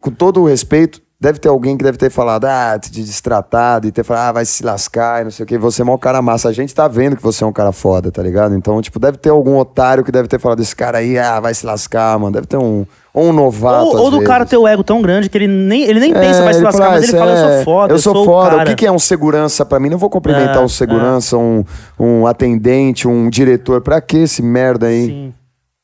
S2: Com todo o respeito, deve ter alguém que deve ter falado, ah, te destratado, e ter falado, ah, vai se lascar, e não sei o quê. Você é mó cara massa. A gente tá vendo que você é um cara foda, tá ligado? Então, tipo, deve ter algum otário que deve ter falado, esse cara aí, ah, vai se lascar, mano. Deve ter um. Ou um novato.
S1: Ou,
S2: às
S1: ou do
S2: vezes. É,
S1: cara ter o ego tão grande que ele nem, ele nem pensa, vai se
S2: ele
S1: lascar,
S2: fala,
S1: mas ele
S2: "Ah,
S1: fala,
S2: isso
S1: eu
S2: é-
S1: sou foda,
S2: Eu sou foda.
S1: cara.
S2: O que, que é um segurança pra mim? Não vou cumprimentar
S1: É,
S2: um segurança, um, um atendente, um diretor. Pra que esse merda aí?
S1: Sim.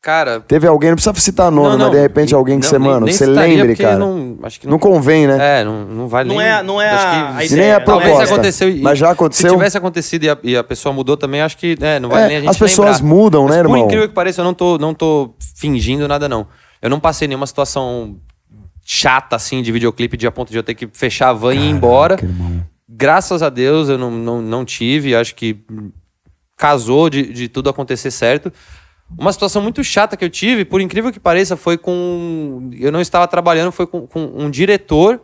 S3: Cara,
S2: Teve alguém, não precisa citar nome, mas de repente alguém que
S3: não,
S2: você,
S3: nem-
S2: mano,
S3: nem
S2: você
S3: citaria,
S2: lembre,
S3: porque
S2: cara. Não,
S3: Não, acho que não,
S2: convém, né?
S3: É, não, não vale
S1: Não
S3: nem.
S1: é- não é
S3: acho
S1: a- a
S2: E nem é a
S1: ideia,
S3: Talvez
S2: proposta.
S3: aconteceu e-
S2: mas já
S3: Se
S2: aconteceu.
S3: tivesse acontecido e a, e a pessoa mudou também, acho que né, não vai
S2: É,
S3: nem a gente
S2: as pessoas
S3: lembrar.
S2: mudam, né,
S3: Mas Por
S2: irmão?
S3: incrível que pareça, eu não tô, não tô fingindo nada, não. Eu não passei nenhuma situação chata, assim, de videoclipe, de a ponto de eu ter que fechar a van e ir embora. Graças a Deus eu não, não, não tive, acho que casou de, de tudo acontecer certo. Uma situação muito chata que eu tive, por incrível que pareça, foi com. Eu não estava trabalhando, foi com, com um diretor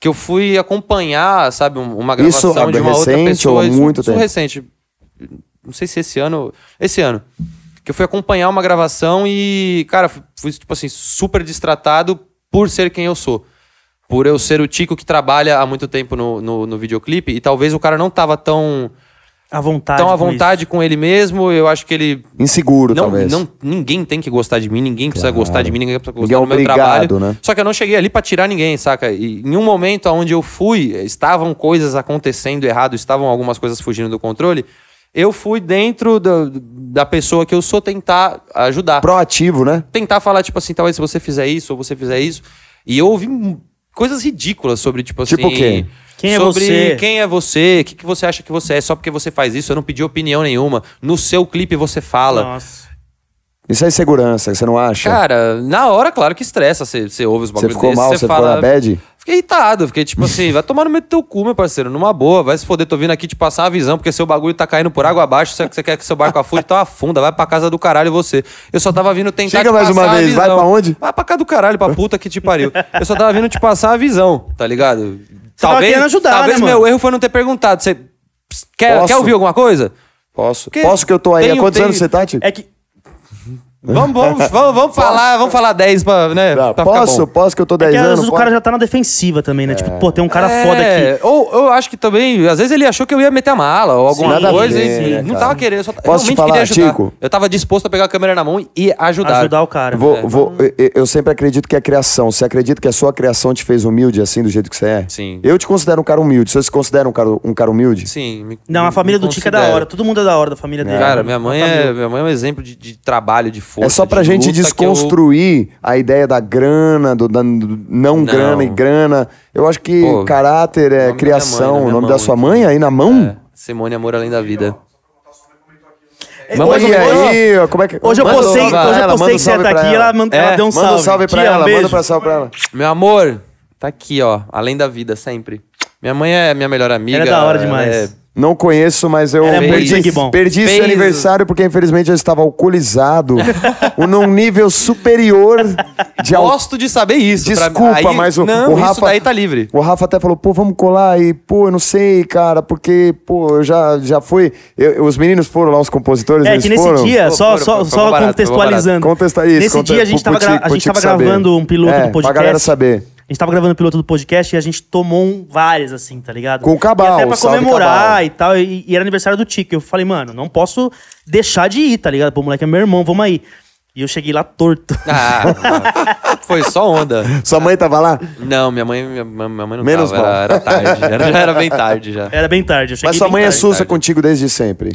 S3: que eu fui acompanhar, sabe, um- uma
S2: Isso,
S3: gravação de
S2: Abel,
S3: uma outra
S2: recente
S3: pessoa.
S2: ou
S3: isso-
S2: muito
S3: isso
S2: tempo?
S3: recente. Não sei se esse ano. Esse ano. Que eu fui acompanhar uma gravação e, cara, fu- fui, tipo assim, super distratado por ser quem eu sou. Por eu ser o Tico que trabalha há muito tempo no, no, no videoclipe. E talvez o cara não tava tão,
S1: À vontade.
S3: tão Então, à
S1: com isso.
S3: vontade com ele mesmo. Eu acho que ele
S2: Inseguro,
S3: não,
S2: talvez.
S3: não- tá. ninguém tem que gostar de mim, ninguém precisa gostar de mim, ninguém precisa gostar
S2: Ninguém é
S3: do meu
S2: obrigado,
S3: trabalho.
S2: né?
S3: Só que eu não cheguei ali pra tirar ninguém, saca? E em um momento onde eu fui, estavam coisas acontecendo errado, estavam algumas coisas fugindo do controle, eu fui dentro da, da pessoa que eu sou tentar ajudar.
S2: Proativo, né?
S3: Tentar falar, tipo assim, talvez se você fizer isso ou você fizer isso. E eu ouvi mu- coisas ridículas sobre, tipo assim.
S2: Tipo o quê?
S1: Quem é
S3: sobre
S1: você?
S3: quem é você, o que, que você acha que você é, só porque você faz isso, eu não pedi opinião nenhuma. No seu clipe você fala.
S1: Nossa.
S2: Isso é insegurança, você não acha?
S3: Cara, na hora, claro que estressa. Você você ouve os
S2: você
S3: bagulhos
S2: ficou
S3: desses,
S2: mal,
S3: cê
S2: você
S3: fala-
S2: ficou na bad?
S3: Fiquei irritado, fiquei tipo assim, vai tomar no meio do teu cu, meu parceiro, numa boa, vai se foder, tô vindo aqui te passar uma visão, porque seu bagulho tá caindo por água abaixo, você, você quer que seu barco afunde, então afunda, vai pra casa do caralho você. Eu só tava vindo tentar
S2: Chega
S3: te
S2: mais
S3: passar
S2: uma
S3: a
S2: vez, vai
S3: visão.
S2: pra onde?
S3: Vai pra casa do caralho, pra puta que te pariu. Eu só tava vindo te passar a visão, tá ligado?
S1: tava querendo ajudar,
S3: talvez
S1: né,
S3: meu
S1: mano?
S3: erro foi não ter perguntado, você ps, quer,
S2: Posso?
S3: quer ouvir alguma coisa?
S2: Posso.
S3: Que-
S2: Posso que eu tô aí? Há
S3: tenho-
S2: quantos
S3: tenho-
S2: anos você tá, Tito?
S1: É que.
S3: Vamos, vamos, vamos, vamos falar, vamos falar 10 pra, né,
S2: Tá,
S3: pra ficar
S2: posso?
S3: bom.
S2: Posso que eu tô 10
S1: que às
S2: anos?
S1: vezes o
S2: Posso?
S1: cara já tá na defensiva também, né? Tipo, pô, tem um cara
S3: É,
S1: foda aqui.
S3: Ou eu acho que também, às vezes ele achou que eu ia meter a mala ou alguma
S1: Sim, nada a
S3: coisa
S1: ver,
S3: e
S1: né,
S3: não
S2: cara?
S3: tava querendo, eu só
S2: Posso te
S3: realmente
S2: falar,
S3: queria ajudar.
S2: Chico?
S3: Eu tava disposto a pegar a câmera na mão e ajudar.
S1: Ajudar o cara.
S2: Vou, vou, eu- eu sempre acredito que a criação. Você acredita que a sua criação te fez humilde assim, do jeito que você é?
S3: Sim.
S2: Eu te considero um cara humilde. Você se considera um cara, um cara humilde?
S3: Sim. me-
S1: Não, a
S3: me-
S1: família
S3: me
S1: do Tico é da
S3: considero.
S1: hora. Todo mundo é da hora da família dele.
S3: Cara, minha mãe,
S1: A
S3: é,
S1: família.
S3: minha mãe é um exemplo de, de trabalho, de força.
S2: é só pra
S3: de
S2: gente
S3: luta que eu-
S2: desconstruir a ideia da grana, do, da do não, grana e grana. Eu acho que
S3: Pô,
S2: caráter
S3: nome da
S2: é
S3: minha mãe,
S2: criação.
S3: na minha
S2: o nome da
S3: mão,
S2: sua
S3: então.
S2: mãe aí na mão?
S3: É, Simone Amor Além da Vida.
S1: É,
S3: Mamãe
S1: hoje,
S2: Olha
S1: hoje,
S2: aí, ó, como é que...
S1: hoje eu
S2: Manda um
S1: postei,
S2: salve pra
S1: hoje eu
S2: ela,
S1: postei
S2: manda um
S1: que você
S2: salve
S1: tá
S2: pra
S1: aqui, ela, man- ela
S3: É,
S1: deu um salve.
S2: Manda um salve pra
S1: Tia,
S2: ela,
S1: beijo.
S2: manda pra salve pra ela.
S3: Meu amor, tá aqui, ó. Além da Vida, sempre. Minha mãe é minha melhor amiga.
S1: Ela é da hora
S3: ela
S1: demais.
S3: é-
S2: Não conheço, mas eu
S1: Ela é
S3: muito
S2: perdi,
S1: sangue bom.
S2: perdi
S3: Fez-
S2: seu aniversário porque infelizmente eu estava
S1: *laughs*
S2: alcoolizado um- num nível superior de álcool.
S3: Gosto de saber isso. pra-
S2: Desculpa,
S3: aí-
S2: mas o,
S3: não,
S2: o
S3: isso
S2: Rafa.
S3: daí
S2: *laughs*
S3: tá livre.
S2: O Rafa até falou, pô, vamos colar e, pô, eu não sei, cara, porque, pô, eu já, já fui. eu- os meninos foram lá, os compositores,
S1: É
S2: eles
S1: que nesse
S2: foram.
S1: dia,
S3: Pô,
S1: só,
S3: foram,
S1: só,
S3: foram,
S1: só
S3: foram barato,
S1: contextualizando.
S2: Conta isso,
S1: Nesse
S2: conta-
S1: dia a gente
S2: pro-
S1: tava,
S2: pro
S1: gra-
S2: Tico-
S1: a
S2: pro
S1: gente
S2: Tico
S1: tava
S2: saber.
S1: gravando um piloto
S2: É,
S1: do podcast.
S2: Pra galera saber.
S1: A gente tava gravando o piloto do podcast e a gente tomou um várias, assim, tá ligado?
S2: Com o Cabal,
S1: E até pra
S2: salve,
S1: comemorar
S2: Cabal.
S1: e tal. E, e era aniversário do Tico. Eu falei, mano, não posso deixar de ir, tá ligado? Pô, moleque é meu irmão, vamos aí. E eu cheguei lá torto. *laughs*
S3: Ah, foi só onda.
S2: Sua mãe tava lá?
S3: Não, minha mãe, minha, minha mãe não
S2: Menos
S3: tava, era, era tarde. Era, já era bem
S2: *laughs*
S3: tarde já.
S1: Era bem tarde. Eu cheguei
S2: Mas sua
S1: bem
S2: mãe é
S1: tarde.
S2: sussa
S3: tarde.
S2: contigo desde sempre.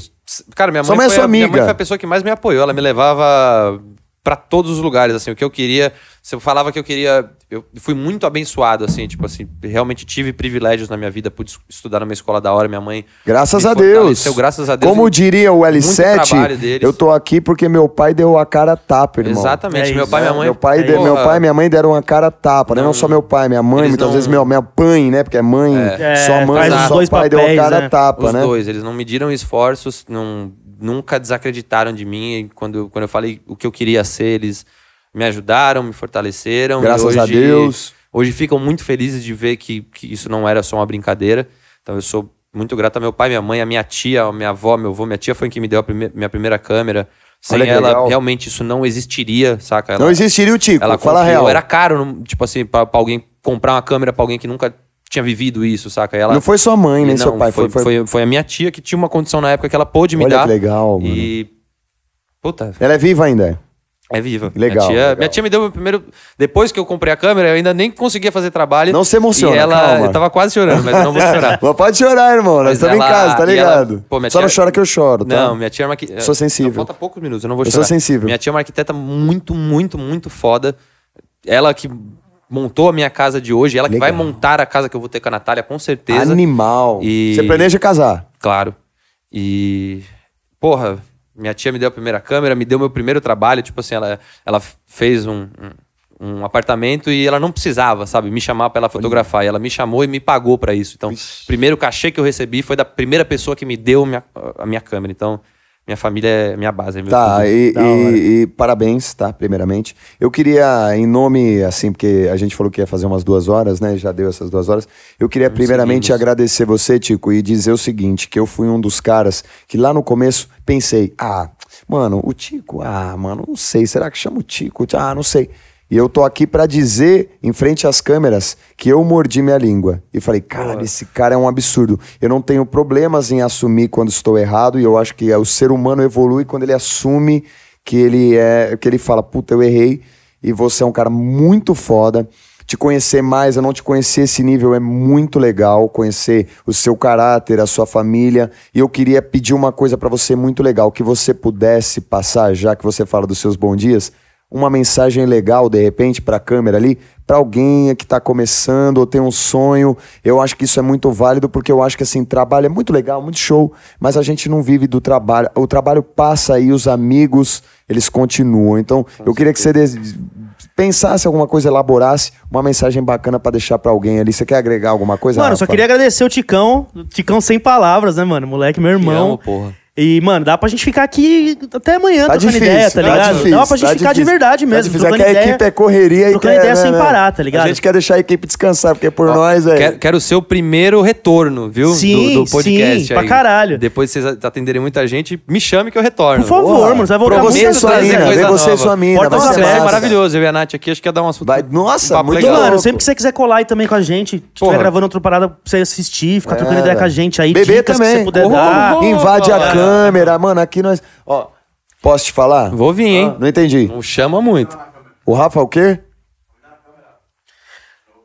S3: Cara, minha
S2: Sua mãe
S3: mãe,
S2: é
S3: foi
S2: sua
S3: a, minha
S2: amiga.
S3: mãe foi a pessoa que mais me apoiou. Ela me levava pra todos os lugares, assim, o que eu queria. Se eu falava que eu queria. Eu fui muito abençoado, assim, tipo assim, realmente tive privilégios na minha vida, pude estudar numa escola da hora, minha mãe.
S2: Graças
S3: me
S2: a Deus.
S3: fortaleceu, Graças a Deus.
S2: Como
S3: Eu-
S2: diria o
S3: muito trabalho
S2: L7,
S3: deles.
S2: eu tô aqui porque meu pai deu a cara a tapa, irmão.
S3: Exatamente.
S1: É
S3: meu
S1: isso.
S3: pai e minha
S2: É,
S3: mãe.
S2: Meu pai, de-
S3: porra,
S2: meu pai e minha mãe deram uma cara a tapa, né? Não só meu pai, minha mãe,
S3: eles
S2: muitas
S3: não-
S2: vezes meu, minha mãe, né? Porque é mãe,
S1: É,
S2: só mãe,
S1: faz os
S2: só
S1: dois
S2: pai deu uma
S1: papéis,
S2: cara a
S1: né?
S2: tapa,
S3: Os
S2: né?
S3: dois, eles não mediram esforços, não, nunca desacreditaram de mim. E Quando, quando eu falei o que eu queria ser, eles me ajudaram, me fortaleceram. e
S2: Graças a
S3: hoje-
S2: Deus.
S3: Hoje ficam muito felizes de ver que, que isso não era só uma brincadeira. Então eu sou muito grato a meu pai, minha mãe, a minha tia, a minha avó, meu avô. Minha tia foi quem me deu a prime- minha primeira câmera. Sem
S2: Olha que
S3: ela,
S2: legal.
S3: realmente isso não existiria, saca?
S2: Não
S3: Ela-
S2: existiria o Tico,
S3: ela
S2: fala a
S3: confiou.
S2: real.
S3: Era caro, não- tipo assim, pra, pra alguém comprar uma câmera pra alguém que nunca tinha vivido isso, saca? Ela,
S2: Não foi sua mãe, nem
S3: não,
S2: seu pai,
S3: foi,
S2: foi... foi-
S3: foi- foi a minha tia que tinha uma condição na época que ela pôde me
S2: Olha
S3: dar.
S2: que legal, mano.
S3: E. Puta,
S2: Ela é viva ainda?
S3: é viva.
S2: Legal,
S3: Minha tia,
S2: legal.
S3: minha tia me deu meu primeiro. Depois que eu comprei a câmera, eu ainda nem conseguia fazer trabalho.
S2: Não se emociona,
S3: E ela.
S2: calma.
S3: Eu tava quase chorando, mas eu não
S2: *laughs*
S3: vou chorar.
S2: Mas pode chorar, irmão, nós
S3: Mas
S2: estamos em
S3: ela-
S2: casa, tá
S3: e ela-
S2: ligado?
S3: pô, minha
S2: Só não
S3: tia-
S2: chora que eu choro, tá?
S3: Não, minha tia é uma arqui-
S2: Sou sensível.
S3: Não, Falta poucos minutos, eu não vou
S2: Eu
S3: chorar.
S2: sou sensível.
S3: Minha tia é uma arquiteta muito, muito, muito foda. Ela que montou a minha casa de hoje, ela que
S2: Legal.
S3: vai montar a casa que eu vou ter com a Natália, com certeza.
S2: Animal.
S3: E-
S2: Você planeja casar?
S3: Claro. E. Porra, minha tia me deu a primeira câmera, me deu meu primeiro trabalho. Tipo assim, ela, ela fez um, um, um apartamento e ela não precisava, sabe, me chamar pra ela fotografar. E ela me chamou e me pagou pra isso. Então, o primeiro cachê que eu recebi foi da primeira pessoa que me deu minha- a minha câmera. Então, minha Minha família é minha base. É meu
S2: Tá,
S3: tudo.
S2: e,
S1: Da hora.
S2: e- e parabéns, tá? Primeiramente. Eu queria, em nome, assim, porque a gente falou que ia fazer umas duas horas, né? Já deu essas duas horas. Eu queria, primeiramente, agradecer você, Tico, e dizer o seguinte: que eu fui um dos caras que lá no começo pensei, ah, mano, o Tico, ah, mano, não sei, será que chama o Tico? Ah, não sei. E eu tô aqui pra dizer, em frente às câmeras, que eu mordi minha língua. E falei, cara, esse cara é um absurdo. Eu não tenho problemas em assumir quando estou errado, e eu acho que é, o ser humano evolui quando ele assume que ele é. que ele fala, puta, eu errei, e você é um cara muito foda. Te conhecer mais, eu não te conhecer esse nível é muito legal, conhecer o seu caráter, a sua família. E eu queria pedir uma coisa pra você muito legal, que você pudesse passar, já que você fala dos seus bons dias, uma mensagem legal de repente para a câmera ali, para alguém que está começando ou tem um sonho. Eu acho que isso é muito válido porque eu acho que assim, trabalho é muito legal, muito show, mas a gente não vive do trabalho. O trabalho passa aí os amigos, eles continuam. Então, eu queria que você des- pensasse alguma coisa, elaborasse uma mensagem bacana para deixar para alguém ali. Você quer agregar alguma coisa?
S1: Mano, eu só
S2: Rafa?
S1: queria agradecer o Ticão. Ticão sem palavras, né, mano? Moleque, meu
S3: Te
S1: irmão.
S3: amo, porra.
S1: E, mano, dá pra gente ficar aqui até amanhã
S2: Tá
S1: trocando
S2: difícil,
S1: ideia, tá ligado? dá pra gente
S2: tá
S1: ficar
S2: difícil.
S1: de verdade
S2: Tá
S1: mesmo.
S2: difícil. É que
S1: trocando
S2: a
S1: ideia.
S2: equipe é correria e
S1: trocando
S2: quer,
S1: ideia sem
S2: né, né?
S1: parar, tá ligado?
S2: A gente quer deixar a equipe descansar, porque por
S3: Ó,
S2: nós é.
S3: Quero, quero ser o primeiro retorno, viu?
S1: Sim,
S3: do, do podcast
S1: sim,
S3: aí.
S1: pra caralho.
S3: Depois vocês atenderem muita gente, me chame que eu retorno.
S1: Por favor,
S2: Porra,
S1: mano, você vai voltar
S2: pra você e
S1: muito
S2: sua
S1: trazer
S2: mina,
S1: coisa
S2: vê você e
S3: nova. é
S2: sua mina,
S1: Porta
S2: vai
S1: dos
S2: ser
S1: Segredos
S2: massa.
S3: maravilhoso. Eu e a Nath aqui, acho que ia dar um assunto.
S2: Vai- nossa,
S3: um papo
S2: muito
S1: E,
S3: legal.
S1: mano,
S2: louco.
S1: sempre que você quiser colar aí também com a gente, se
S3: Porra.
S1: tiver gravando outra parada pra você assistir, ficar trocando
S2: É,
S1: ideia com a
S2: velho.
S1: gente aí,
S2: Bebê
S1: dicas
S2: também.
S1: que você puder
S2: Porra,
S1: dar.
S3: porra.
S2: Invade a
S3: Opa!
S2: câmera, mano. Aqui nós. Ó, posso te falar?
S3: Vou vir, hein?
S2: Ah, Não entendi.
S3: Não chama muito.
S2: O Rafa é o quê?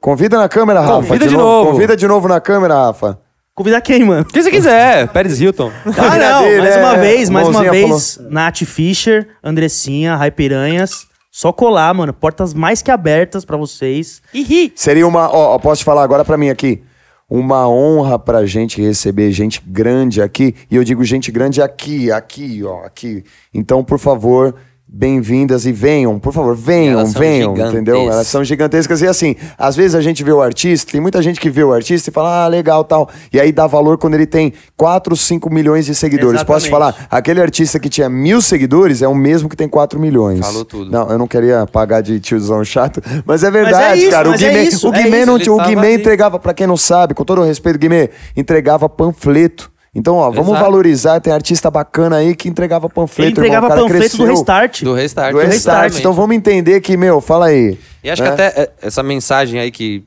S2: Convida na câmera, Rafa.
S3: Convida de novo.
S2: Convida de novo na câmera, Rafa.
S1: Convidar quem,
S2: *laughs*
S1: mano?
S3: Quem você quiser, Pérez Hilton.
S1: Ah, não,
S2: dele,
S1: mais
S2: é,
S1: uma vez, mais uma
S2: mãozinha
S1: vez, Nath Fischer, Andressinha, Rai Piranhas, só colar, mano, portas mais que abertas pra vocês.
S3: Ih,
S2: Seria uma. Ó, ó, posso te falar agora pra mim aqui? Uma honra pra gente receber gente grande aqui. E eu digo gente grande aqui, aqui, ó, aqui. Então, por favor. Bem-vindas e venham, por favor, venham,
S3: Elas são
S2: venham,
S3: gigantescas.
S2: entendeu? Elas são gigantescas e assim, às vezes a gente vê o artista, tem muita gente que vê o artista e fala, ah, legal, tal, e aí dá valor quando ele tem 4, 5 milhões de seguidores. Posso te
S1: Exatamente.
S2: falar, aquele artista que tinha mil seguidores é o mesmo que tem 4 milhões.
S3: Falou tudo.
S2: Não, eu não queria pagar de tiozão chato, mas
S1: Mas é
S2: é verdade verdade,
S1: isso,
S2: cara. O
S1: mas é
S2: Guimê,
S1: isso,
S2: o
S1: é
S2: Guimê
S1: isso,
S2: não
S3: ele
S2: tinha, o
S3: tava
S2: Guimê
S3: ali.
S2: entregava, pra quem não sabe, com todo o respeito, Guimê, entregava panfleto. Então, ó, vamos
S3: Exato.
S2: valorizar, tem artista bacana aí que entregava
S1: Ele
S2: panfleto,
S1: entregava
S2: irmão, o cara
S1: panfleto
S2: cresceu.
S1: do Restart.
S3: do restart.
S2: Do restart.
S3: exatamente.
S2: Então vamos entender que, meu, fala aí.
S3: E acho
S2: né?
S3: que até é, essa mensagem aí que,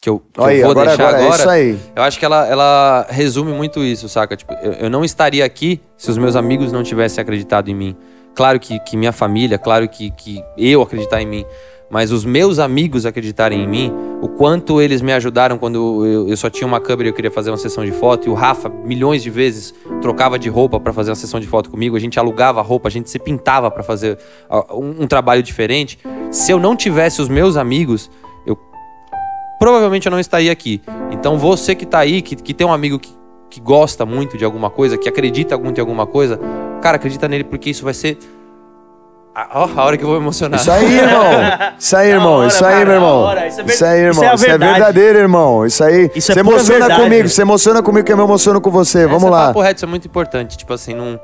S3: que eu, que eu
S2: Aí,
S3: vou
S2: agora,
S3: deixar
S2: agora,
S3: agora,
S2: é isso aí.
S3: eu acho que ela, ela resume muito isso, saca? Tipo, eu, eu não estaria aqui se os meus amigos não tivessem acreditado em mim. Claro que, que minha família, claro que, que eu acreditar em mim, mas os meus amigos acreditarem em mim, o quanto eles me ajudaram quando eu, eu só tinha uma câmera e eu queria fazer uma sessão de foto, e o Rafa, milhões de vezes, trocava de roupa pra fazer uma sessão de foto comigo, a gente alugava roupa, a gente se pintava pra fazer ah, um, um trabalho diferente. Se eu não tivesse os meus amigos, eu provavelmente eu não estaria aqui. Então você que tá aí, que, que tem um amigo que, que gosta muito de alguma coisa, que acredita muito em alguma coisa, cara, acredita nele porque isso vai ser. Ah, ó, a hora que eu vou emocionar. *laughs*
S2: Isso aí, irmão. Isso aí,
S1: Da
S2: irmão.
S1: hora,
S2: isso aí,
S1: cara,
S2: meu irmão.
S1: da hora. Isso é ver-
S2: Isso aí,
S1: isso
S2: irmão.
S1: é a
S2: Isso é,
S1: verdade.
S2: verdadeiro, irmão. Isso aí.
S1: Isso é
S2: você
S1: pura
S2: emociona
S1: verdade.
S2: comigo, você emociona comigo que eu me emociono com você.
S3: Essa
S2: Vamos lá.
S3: Papo reto, isso é muito importante. Tipo assim, não,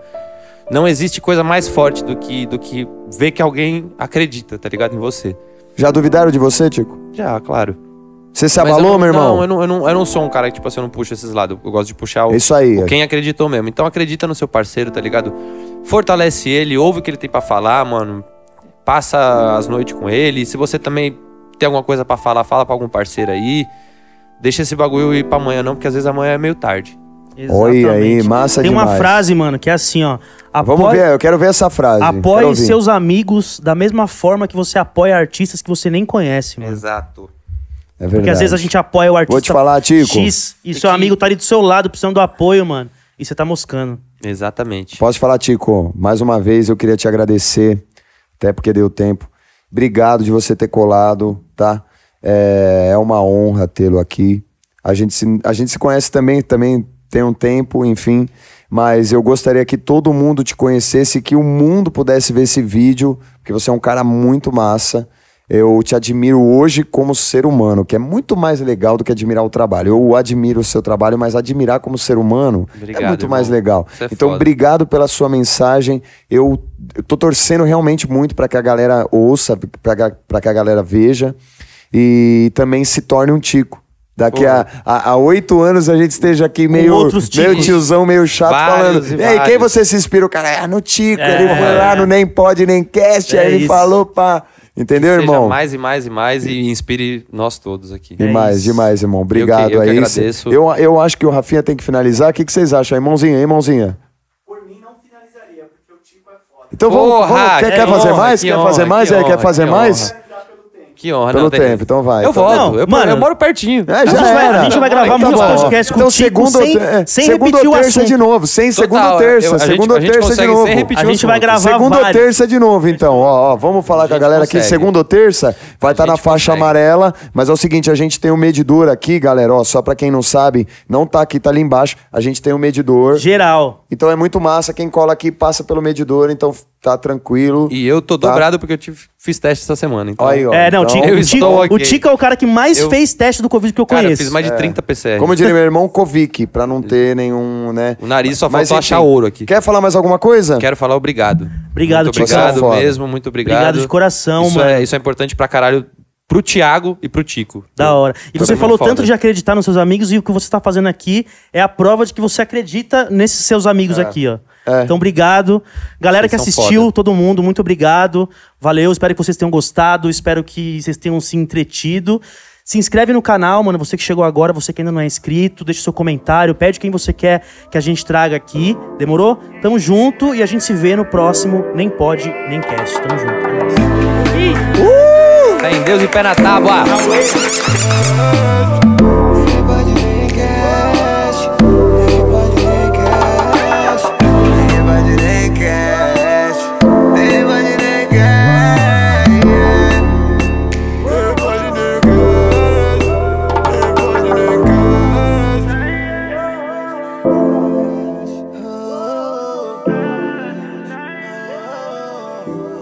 S3: não existe coisa mais forte do que, do que ver que alguém acredita, tá ligado? Em você.
S2: Já duvidaram de você, Tico?
S3: Já, claro.
S2: Você se
S3: Mas eu
S2: abalou,
S3: não-
S2: meu irmão?
S3: Não eu, não, eu não, eu não sou um cara que, tipo assim, eu não puxo esses lados. Eu gosto de puxar o,
S2: É isso aí.
S3: o quem acreditou mesmo. Então acredita no seu parceiro, tá ligado? Fortalece ele, ouve o que ele tem pra falar, mano. Passa as noites com ele. Se você também tem alguma coisa pra falar, fala pra algum parceiro aí. Deixa esse bagulho ir pra amanhã não, porque às vezes amanhã é meio tarde.
S2: Olha aí,
S1: Exatamente.
S2: massa
S1: Tem uma
S2: demais.
S1: frase, mano, que é assim, ó.
S2: Vamos
S1: apoie-
S2: ver, eu quero ver essa frase. Quero
S1: Apoie
S2: ouvir.
S1: seus amigos da mesma forma que você apoia artistas que você nem conhece, mano.
S3: Exato.
S2: É verdade.
S1: Porque às vezes a gente apoia o artista
S2: Vou te falar, Tico.
S1: X e
S3: E
S1: seu
S3: que-
S1: amigo tá ali do seu lado precisando do apoio, mano. E você tá moscando.
S3: Exatamente.
S2: Posso falar, Tico? Mais uma vez eu queria te agradecer, até porque deu tempo. Obrigado de você ter colado, tá? É, é uma honra tê-lo aqui. A gente, se, a gente se conhece também, também tem um tempo, enfim. Mas eu gostaria que todo mundo te conhecesse, que o mundo pudesse ver esse vídeo, porque você é um cara muito massa. eu te admiro hoje como ser humano, que é muito mais legal do que admirar o trabalho. Eu admiro o seu trabalho, mas admirar como ser humano
S4: Obrigado,
S2: é muito
S4: irmão.
S2: mais legal.
S4: Isso é
S2: então,
S4: foda.
S2: obrigado pela sua mensagem. Eu, eu tô torcendo realmente muito para que a galera ouça, para que a galera veja e também se torne um tico. Daqui a a a oito anos a gente esteja aqui meio,
S1: outros
S2: meio
S1: ticos.
S2: tiozão, meio chato,
S4: Vários
S2: falando.
S4: e
S2: E aí, quem
S4: vários.
S2: você se inspira? O cara, ah, no Tico,
S1: É.
S2: ele foi lá no Nem Pode Nem Cast,
S1: É
S2: aí ele
S1: isso.
S2: falou, pá. Entendeu,
S4: Seja
S2: irmão?
S4: mais e mais e mais e inspire nós todos aqui.
S2: Demais,
S1: É isso.
S2: demais, irmão. Obrigado
S4: eu que
S2: aí.
S4: agradeço.
S2: Eu, eu acho que o Rafinha tem que finalizar. O que, que vocês acham aí, mãozinha? Hein, mãozinha? Por mim, não finalizaria, porque o Tico é foda. Então vamos.
S4: Porra,
S2: vamos- quer,
S4: que
S2: quer fazer
S4: honra,
S2: mais?
S4: que
S2: Quer
S4: honra,
S2: fazer
S4: que
S2: mais? aí,
S4: honra,
S2: quer fazer
S4: que
S2: mais?
S4: Que honra,
S2: Pelo
S4: não, tem-
S2: tempo, então vai.
S4: Eu
S2: então
S4: volto,
S1: Não,
S4: eu,
S1: mano,
S4: eu moro pertinho.
S2: É, já
S1: a, gente vai,
S2: era.
S1: a gente vai gravar
S2: Então
S1: muitos
S2: tá bom.
S1: podcasts
S2: Então,
S1: contigo
S2: segundo,
S1: sem,
S2: é,
S1: sem
S2: segunda
S1: repetir
S2: ou
S1: o
S2: terça
S1: assunto.
S2: de novo, sem segunda ou
S4: Total, é,
S2: terça,
S4: a gente-
S2: segunda
S4: a
S2: ou
S4: gente
S2: terça de
S4: consegue sem
S2: novo.
S4: repetir o
S1: A gente vai
S4: assunto.
S1: gravar
S2: Segunda ou
S1: vários.
S2: terça de novo, então. Ó, ó, vamos falar com a galera aqui.
S4: consegue.
S2: Segunda ou terça vai estar na
S4: gente
S2: faixa
S4: consegue.
S2: amarela. Mas é o seguinte, a gente tem um medidor aqui, galera. Ó, só pra quem não sabe, não tá aqui, tá ali embaixo. A gente tem um medidor.
S1: Geral.
S2: Então é muito massa. Quem cola aqui passa pelo medidor, então tá tranquilo.
S4: E eu tô
S2: Tá?
S4: dobrado porque eu tive, fiz teste essa semana. Então.
S2: Ó Aí, ó.
S1: É, não,
S2: então,
S1: Tico-
S4: eu
S1: o, Tico,
S4: estou
S1: o
S4: ok.
S1: Tico é o cara que mais
S4: Eu-
S1: fez teste do Covid que eu
S4: Cara, eu
S1: conheço.
S4: fiz mais de 30 PCR.
S2: É. Como
S4: *laughs*
S2: diria meu irmão, Kovic, pra não ter nenhum, né?
S4: É. O nariz só faltou
S2: enfim.
S4: achar ouro aqui.
S2: Quer falar mais alguma coisa?
S4: Quero falar obrigado.
S1: Obrigado,
S4: muito
S1: Tico.
S2: Você é
S4: Obrigado
S2: foda.
S4: mesmo, muito obrigado.
S1: Obrigado de coração,
S4: isso
S1: mano.
S4: É, isso é importante pra caralho pro Thiago e pro Tico.
S1: Da hora. E
S4: Pra
S1: você
S4: mim é
S1: falou
S4: foda.
S1: tanto de acreditar nos seus amigos e o que você está fazendo aqui é a prova de que você acredita nesses seus amigos aqui, ó. Então, obrigado. Galera
S4: É. Vocês
S1: que
S4: são
S1: assistiu,
S4: foda.
S1: todo mundo, muito obrigado. Valeu, espero que vocês tenham gostado, espero que vocês tenham se entretido. Se inscreve no canal, mano, você que chegou agora, você que ainda não é inscrito, deixa seu comentário, pede quem você quer que a gente traga aqui. Demorou? Tamo junto e a gente se vê no próximo Nem Pode, Nem Cast. Tamo junto. É nóis.
S4: Fé em Deus e pé na tábua.
S6: Everybody make cash. Everybody make cash. Everybody make cash. Everybody make cash. Everybody make cash. Everybody make cash. Oh.